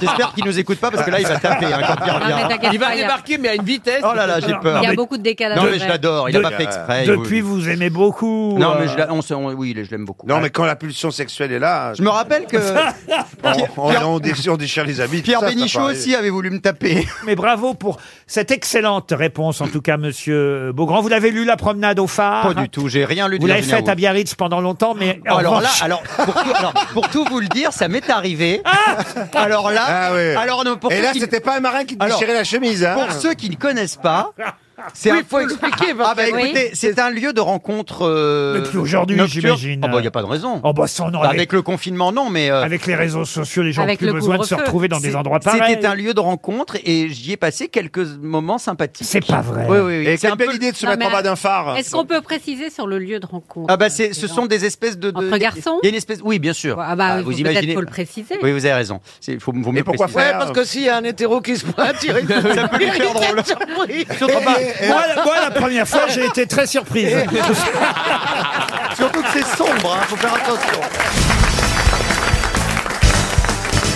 J'espère qu'il nous écoute pas parce que là, il va taper hein, quand Ah, il revient. Il va débarquer, mais à une vitesse. Oh là là, j'ai peur. Il y a Mais- beaucoup de décalage. Non, mais je horaire. l'adore, il a De- pas fait exprès. Depuis, vous aimez beaucoup. euh. Non, mais je la- on se- on- oui, je l'aime beaucoup. Non, mais quand la pulsion sexuelle est là. Je me rappelle que- on, on- Pierre- on déchire, on déchire les habits. Pierre ça, ça Bénichou paraît- aussi avait voulu me taper. Mais bravo pour cette excellente réponse, en tout cas, monsieur Beaugrand. Vous l'avez lu, La promenade au phare Pas du tout, j'ai rien lu Vous du l'avez Robin faite Hood. à Biarritz pendant longtemps, mais. en Alors là, revanche- alors pour, tout, alors, pour tout vous le dire, ça m'est arrivé. Ah alors là, Ah ouais. alors non, pour Et ceux là, qui- c'était pas un marin qui te Alors, déchirait la chemise. Hein. Pour ceux qui ne connaissent pas. C'est Oui, un faut peu- expliquer, parce Ah bah que- oui. écoutez, c'est un lieu de rencontre. euh, Mais plus aujourd'hui, nocturne. j'imagine. Oh bah y a pas de raison. Oh bah ça, on Bah, aurait- avec le confinement, non, mais euh, Avec les réseaux sociaux, les gens n'ont Avec plus le besoin de se couvre-feu. retrouver dans des C'est- endroits pareils. C'était un lieu de rencontre et j'y ai passé quelques moments sympathiques. C'est pas vrai. Oui, oui, oui. Et C'est quelle un belle peu- idée de se Non, mettre en mais euh, bas d'un phare. Est-ce qu'on peut préciser sur le lieu de rencontre Ah bah c'est, ce sont des espèces de, de- Entre garçons Il y a une espèce, oui bien sûr. Ah bah, faut- vous peut-être imaginez faut le préciser. Oui vous avez raison. C'est, faut, faut mieux pourquoi préciser. Ouais, parce que s'il y a un hétéro qui se pointe, il rigole. Ça peut lui faire drôle. Surtout pas- moi, la- moi, la première fois, j'ai été très surprise. Surtout que c'est sombre, hein, faut faire attention.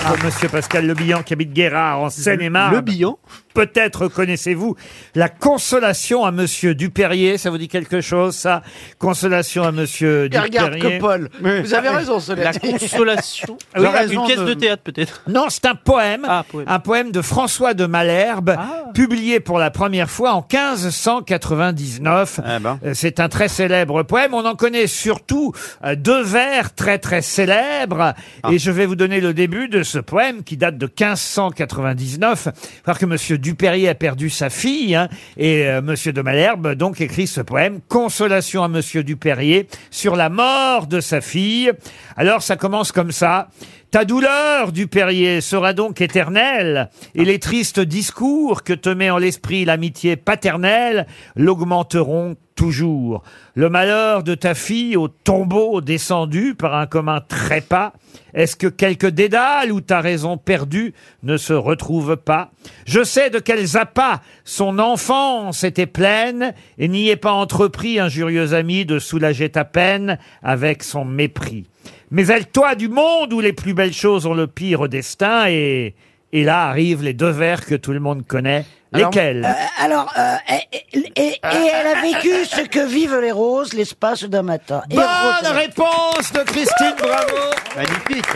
Ah, monsieur Pascal Le Bihan, qui habite Guérard, en Seine-et-Marne. Le Bihan Peut-être connaissez-vous la consolation à monsieur Dupérier. Ça vous dit quelque chose, ça Consolation à monsieur Il Dupérier. regarde que Paul. Vous avez raison, cela dit. Ah oui, une pièce de théâtre peut-être. Ah, Non, c'est un poème, un poème de François de Malherbe, publié pour la première fois en 1599. Eh ben. Euh, C'est un très célèbre poème. On en connaît surtout euh, deux vers très très célèbres. Ah. Et je vais vous donner le début de ce poème qui date de 1599. Alors que Monsieur Dupérier a perdu sa fille hein, et euh, Monsieur de Malherbe donc écrit ce poème Consolation à Monsieur Dupérier sur la mort de sa fille. Alors ça commence comme ça. Ta douleur, Dupérier, sera donc éternelle, et les tristes discours que te met en l'esprit l'amitié paternelle l'augmenteront toujours. Le malheur de ta fille au tombeau descendu par un commun trépas, est-ce que quelque dédale ou ta raison perdue ne se retrouve pas Je sais de quels appâts son enfance était pleine, et n'y est pas entrepris, injurieux ami, de soulager ta peine avec son mépris. Mais elle, toi, du monde où les plus belles choses ont le pire destin, et, et là arrivent les deux vers que tout le monde connaît. Lesquels Euh, alors, euh, et, et- et- et elle a vécu ce que vivent les roses l'espace d'un matin. Et Bonne rose. réponse de Christine, bravo Magnifique.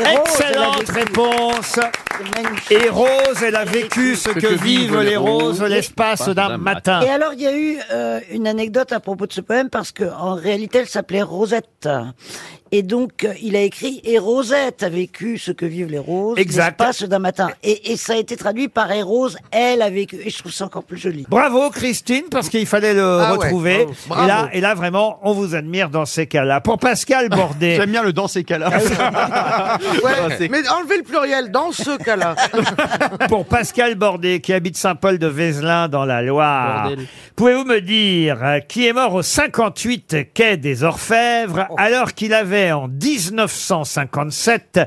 Et Rose, Excellente elle a vécu. réponse Et Rose, elle a vécu ce que vivent les roses l'espace d'un matin. Et alors, il y a eu euh, une anecdote à propos de ce poème parce que en réalité, elle s'appelait Rosette. Et donc, euh, il a écrit « Et Rosette a vécu ce que vivent les roses, Exact. l'espace d'un matin ». Et et ça a été traduit par « Et Rose, elle a vécu ». Et je trouve ça encore plus joli. Bravo Christine, parce qu'il fallait le Ah ouais. retrouver. Oh, et, bravo. là, et là, vraiment, on vous admire dans ces cas-là. Pour Pascal Bordet. J'aime bien le dans ces cas-là. Ah, c'est- Ouais, mais enlevez le pluriel dans ce cas-là. pour Pascal Bordet, qui habite Saint-Paul de Vézelin dans la Loire. Bordel. Pouvez-vous me dire euh, qui est mort au 58 quai des Orfèvres alors qu'il avait en 1957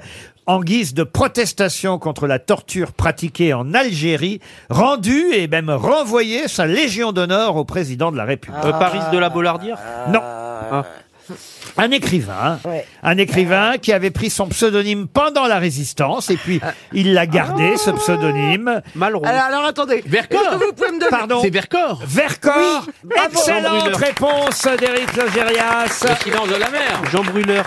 en guise de protestation contre la torture pratiquée en Algérie, rendu et même renvoyé sa Légion d'honneur au président de la République. Euh, Paris de la Euh, Bollardière Non. Hein? Un écrivain, un écrivain qui avait pris son pseudonyme pendant la résistance et Ah. puis il l'a gardé ce pseudonyme. Malraux. Alors, alors, attendez. Est-ce que vous pouvez me donner Pardon. Vercors. Vercors. Jean Excellente Brûleur. réponse d'Éric Logérias. Le silence de la mer. Jean Brûleur.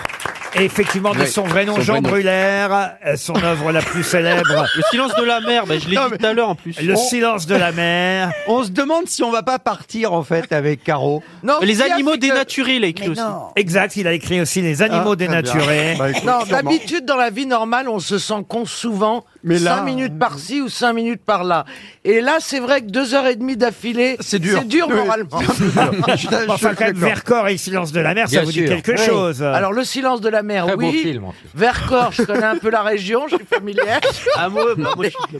Effectivement, de Oui, son vrai nom, son Jean vrai nom. Brûleur, euh, son œuvre la plus célèbre. Le silence de la mer, ben, je l'ai dit tout à l'heure en plus. Le silence de la mer. On se demande si on va pas partir en fait avec Caro. Non, les animaux dénaturés, il a écrit Mais aussi. non. Exact, il a écrit aussi Les animaux Ah, très bien. dénaturés. Bah, écoute, Non, sûrement. d'habitude, dans la vie normale, on se sent con souvent, Mais là- 5 minutes par-ci ou 5 minutes par-là. Et là, c'est vrai que 2 heures et demie d'affilée, C'est dur. C'est dur Oui. moralement. enfin, quand même, Vercors et le silence de la mer, ça Bien vous dit sûr. quelque Oui. chose. Alors, le silence de la mer, Très oui. beau film, en Vercors, je connais un peu la région, je suis familière.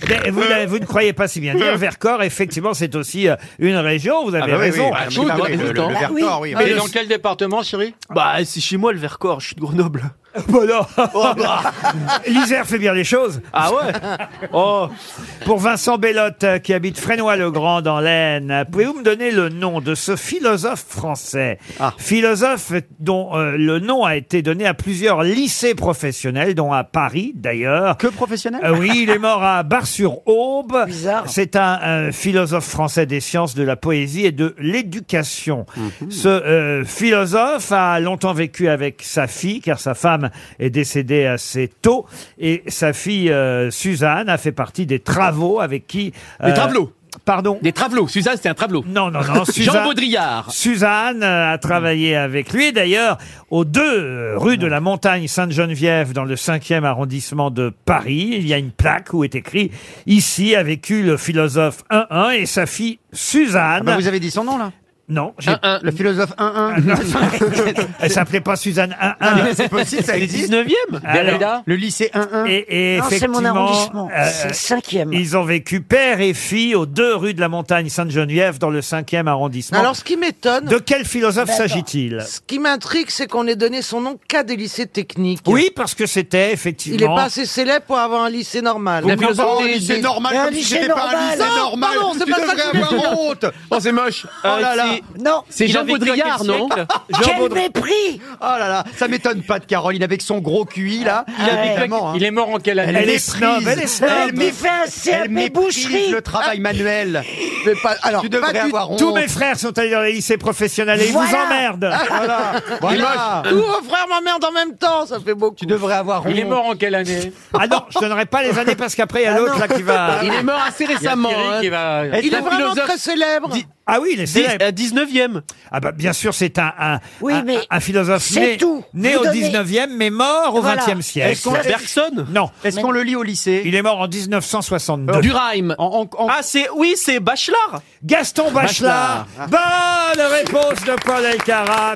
Mais vous, n'avez- vous ne croyez pas si bien dire. Vercors, effectivement, c'est aussi euh, une région. Ah Vous avez bah oui, raison. oui, bah, Bah, tout, tout, le- le- le Bah, oui. Vercors, oui. Mais Et le- dans Quel département, chérie Bah, c'est chez moi le Vercors, je suis de Grenoble. Oh, bah. Bon, non. L'Isère Oh, bah. fait bien les choses. Ah ouais Oh Pour Vincent Bellotte, euh, qui habite Frénois-le-Grand dans l'Aisne, euh, pouvez-vous me donner le nom de ce philosophe français Philosophe dont euh, le nom a été donné à plusieurs lycées professionnels, dont à Paris d'ailleurs. Que professionnel Oui, il est mort à Bar-sur-Aube. C'est un euh, philosophe français des sciences, de la poésie et de l'éducation. Ce euh, philosophe a longtemps vécu avec sa fille, car sa femme est décédée assez tôt, et sa fille euh, Suzanne a fait partie des travaux avec qui... euh, Des tableaux. Pardon Des travelots. Suzanne, c'était un travelot. Non, non, non. Jean Suzanne- Baudrillard. Suzanne euh, a travaillé avec lui. Et D'ailleurs, aux deux euh, rues de la Montagne Sainte-Geneviève, dans le 5e arrondissement de Paris, il y a une plaque où est écrit « Ici a vécu le philosophe 1-1 et sa fille Suzanne. bah, vous avez dit son nom, là Non. j'ai- Le philosophe 1-1. Ah, non. Elle s'appelait pas Suzanne 1-1. Ah, C'est possible, ça existe. Alors, Le lycée 1-1. Et, et Non, c'est mon effectivement, euh, arrondissement. C'est cinquième. Ils ont vécu père et fille aux deux rues de la Montagne Sainte-Geneviève dans le 5e arrondissement. Alors, ce qui m'étonne. De quel philosophe D'accord. s'agit-il Ce qui m'intrigue, c'est qu'on ait donné son nom qu'à des lycées techniques. Oui, parce que c'était Il effectivement. n'est pas assez célèbre pour avoir un lycée normal. Vous pensez Oh, un lycée normal, un comme si lycée c'était pas un normal. lycée Non, normal. Non, non, c'est Tu pas ça devrais que je veux avoir dire. honte. Oh, c'est moche. Oh Euh, là là. Non. C'est Il a Jean vécu à quel Baudrillard, non siècle Jean Quel Baudrillard. mépris Oh là là, ça m'étonne pas de Caroline avec son gros QI là. Ah, Il a vécu- hein. hein. il est mort en quelle année Elle est snob, elle est snob. Elle méprise le travail manuel. alors, tu devrais avoir honte. Tous mes frères sont allés dans les lycées professionnels et ils vous Voilà. emmerdent. Voilà. Tous vos frères m'emmerdent en même temps, ça fait beaucoup. Tu devrais avoir Il est mort en quelle année Ah non, je donnerai pas les années parce qu'après il y Ah a l'autre là qui va. Il est mort assez récemment, Il y a Thierry hein. qui va- Il est C'est un vraiment philosophe- très célèbre. Ah oui, il est Dix- euh, célèbre. à 19e. Ah bah bien sûr, c'est un, un, un- mais un philosophe c'est né, tout. né Vous au donnez- 19e mais mort au Voilà. 20e siècle. Est-ce qu'on- Bergson Non. Est-ce qu'on le lit au lycée Il est mort en 1962. Euh, Durheim. Ah, c'est, oui, c'est Bachelard. Gaston Bachelard. Bonne réponse de Paul Elkarat.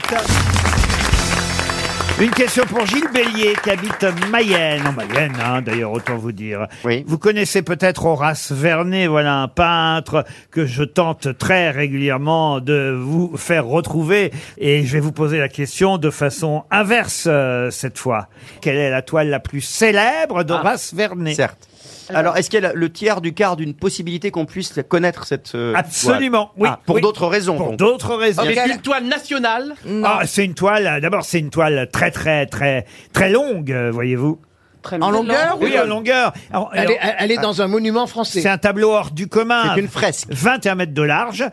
Une question pour Gilles Bélier qui habite Mayenne, en Mayenne hein, d'ailleurs autant vous dire. Vous connaissez peut-être Horace Vernet, voilà un peintre que je tente très régulièrement de vous faire retrouver et je vais vous poser la question de façon inverse euh, cette fois. Quelle est la toile la plus célèbre d'Horace Vernet Ah. Certes. Alors, est-ce qu'elle a le tiers du quart d'une possibilité qu'on puisse connaître cette euh, Absolument, toile oui. Ah, pour oui. d'autres raisons. Pour donc. d'autres raisons. C'est une Ah, toile nationale. Mm. Ah, c'est une toile. euh, D'abord, c'est une toile très très très très longue, euh, voyez-vous. En longueur Oui, en longueur. Alors, Elle est- alors, elle est dans un monument français. C'est un tableau hors du commun. C'est une fresque. 21 mètres de large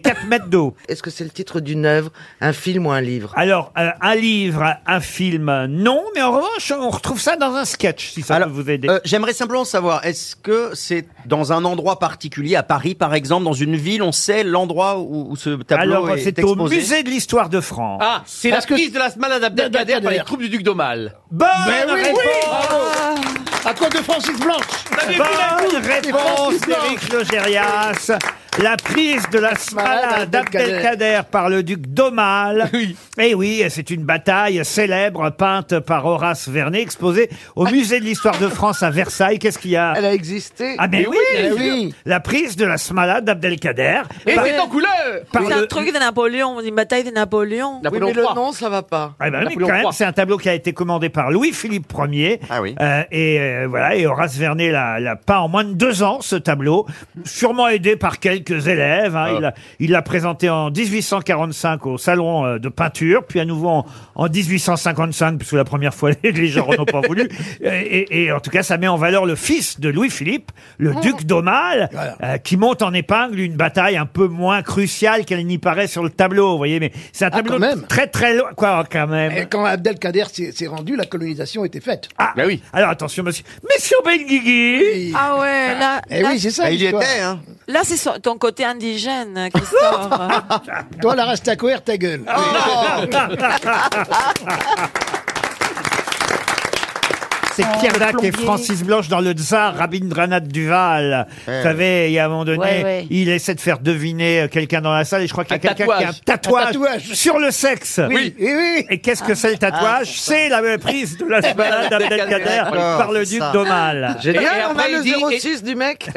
4 mètres d'eau. Est-ce que c'est le titre d'une œuvre, un film ou un livre Alors, euh, un livre, un film, non, mais en revanche, on retrouve ça dans un sketch, si ça peut vous aider. Euh, J'aimerais simplement savoir, est-ce que c'est dans un endroit particulier, à Paris par exemple, dans une ville, on sait l'endroit où, où ce tableau Alors, est c'est exposé au musée de l'histoire de France. Ah, c'est la prise de la malade Abdelkader par les troupes du duc d'Aumale. Bonne Ben oui, réponse. oui, bravo. Ah. À cause de Francis Blanche Bonne réponse d'Éric Logérias. La prise de la Smala Malade Abdelkader. d'Abdelkader par le duc d'Aumale. Eh hein, oui, c'est une bataille célèbre peinte par Horace Vernet, exposée au musée de l'histoire de France à Versailles. Qu'est-ce qu'il y a Elle a existé. Eh Ah mais oui, bien sûr. La prise de la Smala d'Abdelkader. par- couleur par le- de Napoléon, une bataille de Napoléon. Oui, mais le nom, ça va pas. Ah ben oui, quand même, c'est un tableau qui a été commandé par Louis-Philippe Ier. Euh, et euh, voilà, et Horace Vernet l'a l'a peint en moins de deux ans, ce tableau, sûrement aidé par quelques élèves. hein. Il l'a- Il l'a présenté en 1845 au Salon euh, de peinture, puis à nouveau en, en 1855, puisque la première fois, les gens n'en ont pas voulu. Et, et- et en tout cas, ça met en valeur le fils de Louis-Philippe, le Mm. duc d'Aumale, euh, qui monte en épingle une bataille un peu moins cruciale qu'elle n'y paraît sur le tableau, vous voyez. Mais c'est un tableau Ah, quand même. très très loin. Quoi, quand même Et quand Abdelkader s'est s'est rendu, la colonisation était faite. Ah, oui. Alors attention, monsieur. Monsieur Benguigui Ah ouais, là. Eh là- oui, c'est ça. Ah, l'histoire. hein. hein. Là, c'est son- ton côté indigène qui sort. Toi, la reste à couvert ta gueule. Ah, C'est Oh, Pierre le Dac et plombier. Francis Blanche dans le Tsar Rabindranath Duval. Vous savez, il y a un moment donné, Ouais, ouais. il essaie de faire deviner euh, quelqu'un dans la salle et je crois qu'il y a Un quelqu'un qui a un tatouage. tatouage, Un tatouage. sur le sexe. Oui. Oui, Et qu'est-ce que c'est le Ah, tatouage C'est la même prise de la semaine d'Abdelkader D'accord, par le c'est duc ça. d'Aumale. Et Génial, on a après, le il dit- 06 du mec.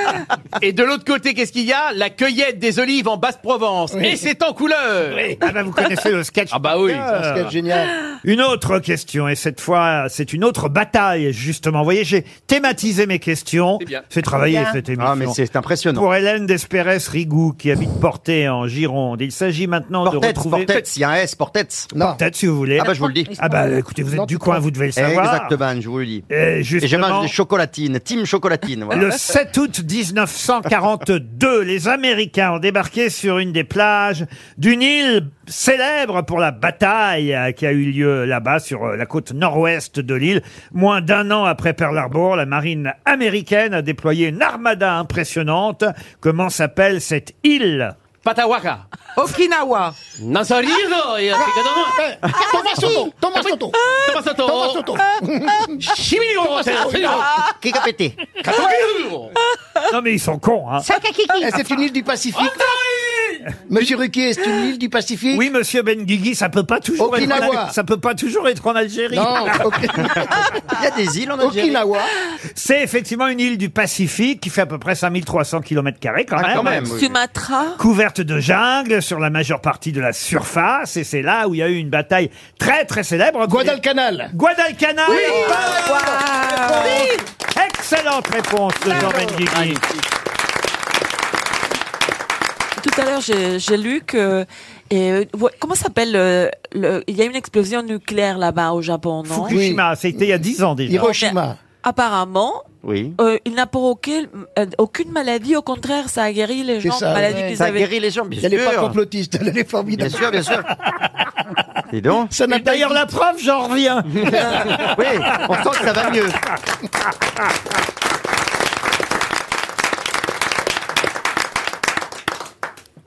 Et de l'autre côté, qu'est-ce qu'il y a La cueillette des olives en Basse-Provence. Oui. Et c'est en couleur. Ah bah, vous connaissez le sketch. Ah bah oui. par cœur. génial. Une autre question, et cette fois, c'est une autre bataille, justement. Vous voyez, j'ai thématisé mes questions. C'est bien. C'est travaillé, C'est bien. cette émission. Ah, mais c'est impressionnant. Pour Hélène Despérès Rigou, qui habite Portet, en Gironde. Il s'agit maintenant de Portet, retrouver... Portet, il y a un S, Portet. Portet, si vous voulez. Ah bah, je vous le dis. Ah bah, écoutez, vous êtes du coin, vous devez le savoir. Exactement, je vous le dis. Et Et j'ai Eh, justement- mangé des chocolatines, team chocolatine. voilà. Le 7 août 1942, les Américains ont débarqué sur une des plages d'une île célèbre pour la bataille euh, qui a eu lieu là-bas sur euh, la côte nord-ouest de l'île. Moins d'un an après Pearl Harbor, la marine américaine a déployé une armada impressionnante. Comment s'appelle cette île Patawaka. Okinawa. Nansariro. et- Euh, Ah, Thomas Soto Thomas Soto Thomas Soto. Thomas Soto Ah, Shimiro. c'est- c'est- Qui a pété Katokiro. Ah. Non mais ils sont cons, hein. Eh, C'est une île du Pacifique. Monsieur Ruquier, c'est une île du Pacifique Oui, monsieur Benguigui, ça peut pas toujours être en Al- Okinawa. ça peut pas toujours être en Algérie. Non, Il y a des îles en Algérie. Okinawa. C'est effectivement une île du Pacifique qui fait à peu près 5300 km carrés Ah, Ah, quand même. Sumatra. couverte de jungle sur la majeure partie de la surface et c'est là où il y a eu une bataille très très célèbre. Guadalcanal. Guadalcanal. Bonne réponse. Excellente réponse de Jean Benguigui. Tout à l'heure, j'ai j'ai lu que. Et, euh, ouais, comment ça s'appelle euh, le- Il y a une explosion nucléaire là-bas au Japon, non Fukushima, c'était il y a 10 ans déjà. Mais Apparemment, Oui. euh, il n'a provoqué euh, aucune maladie. Au contraire, ça a guéri les C'est gens. ça. maladie qu'ils Ça avaient. guérit les gens, bien Elle est pas sûr. complotiste, elle est Bien formidable. sûr, bien sûr. Dis donc. Ça n'a Et D'ailleurs la preuve, j'en reviens. Ah. oui, on sent que ça va mieux.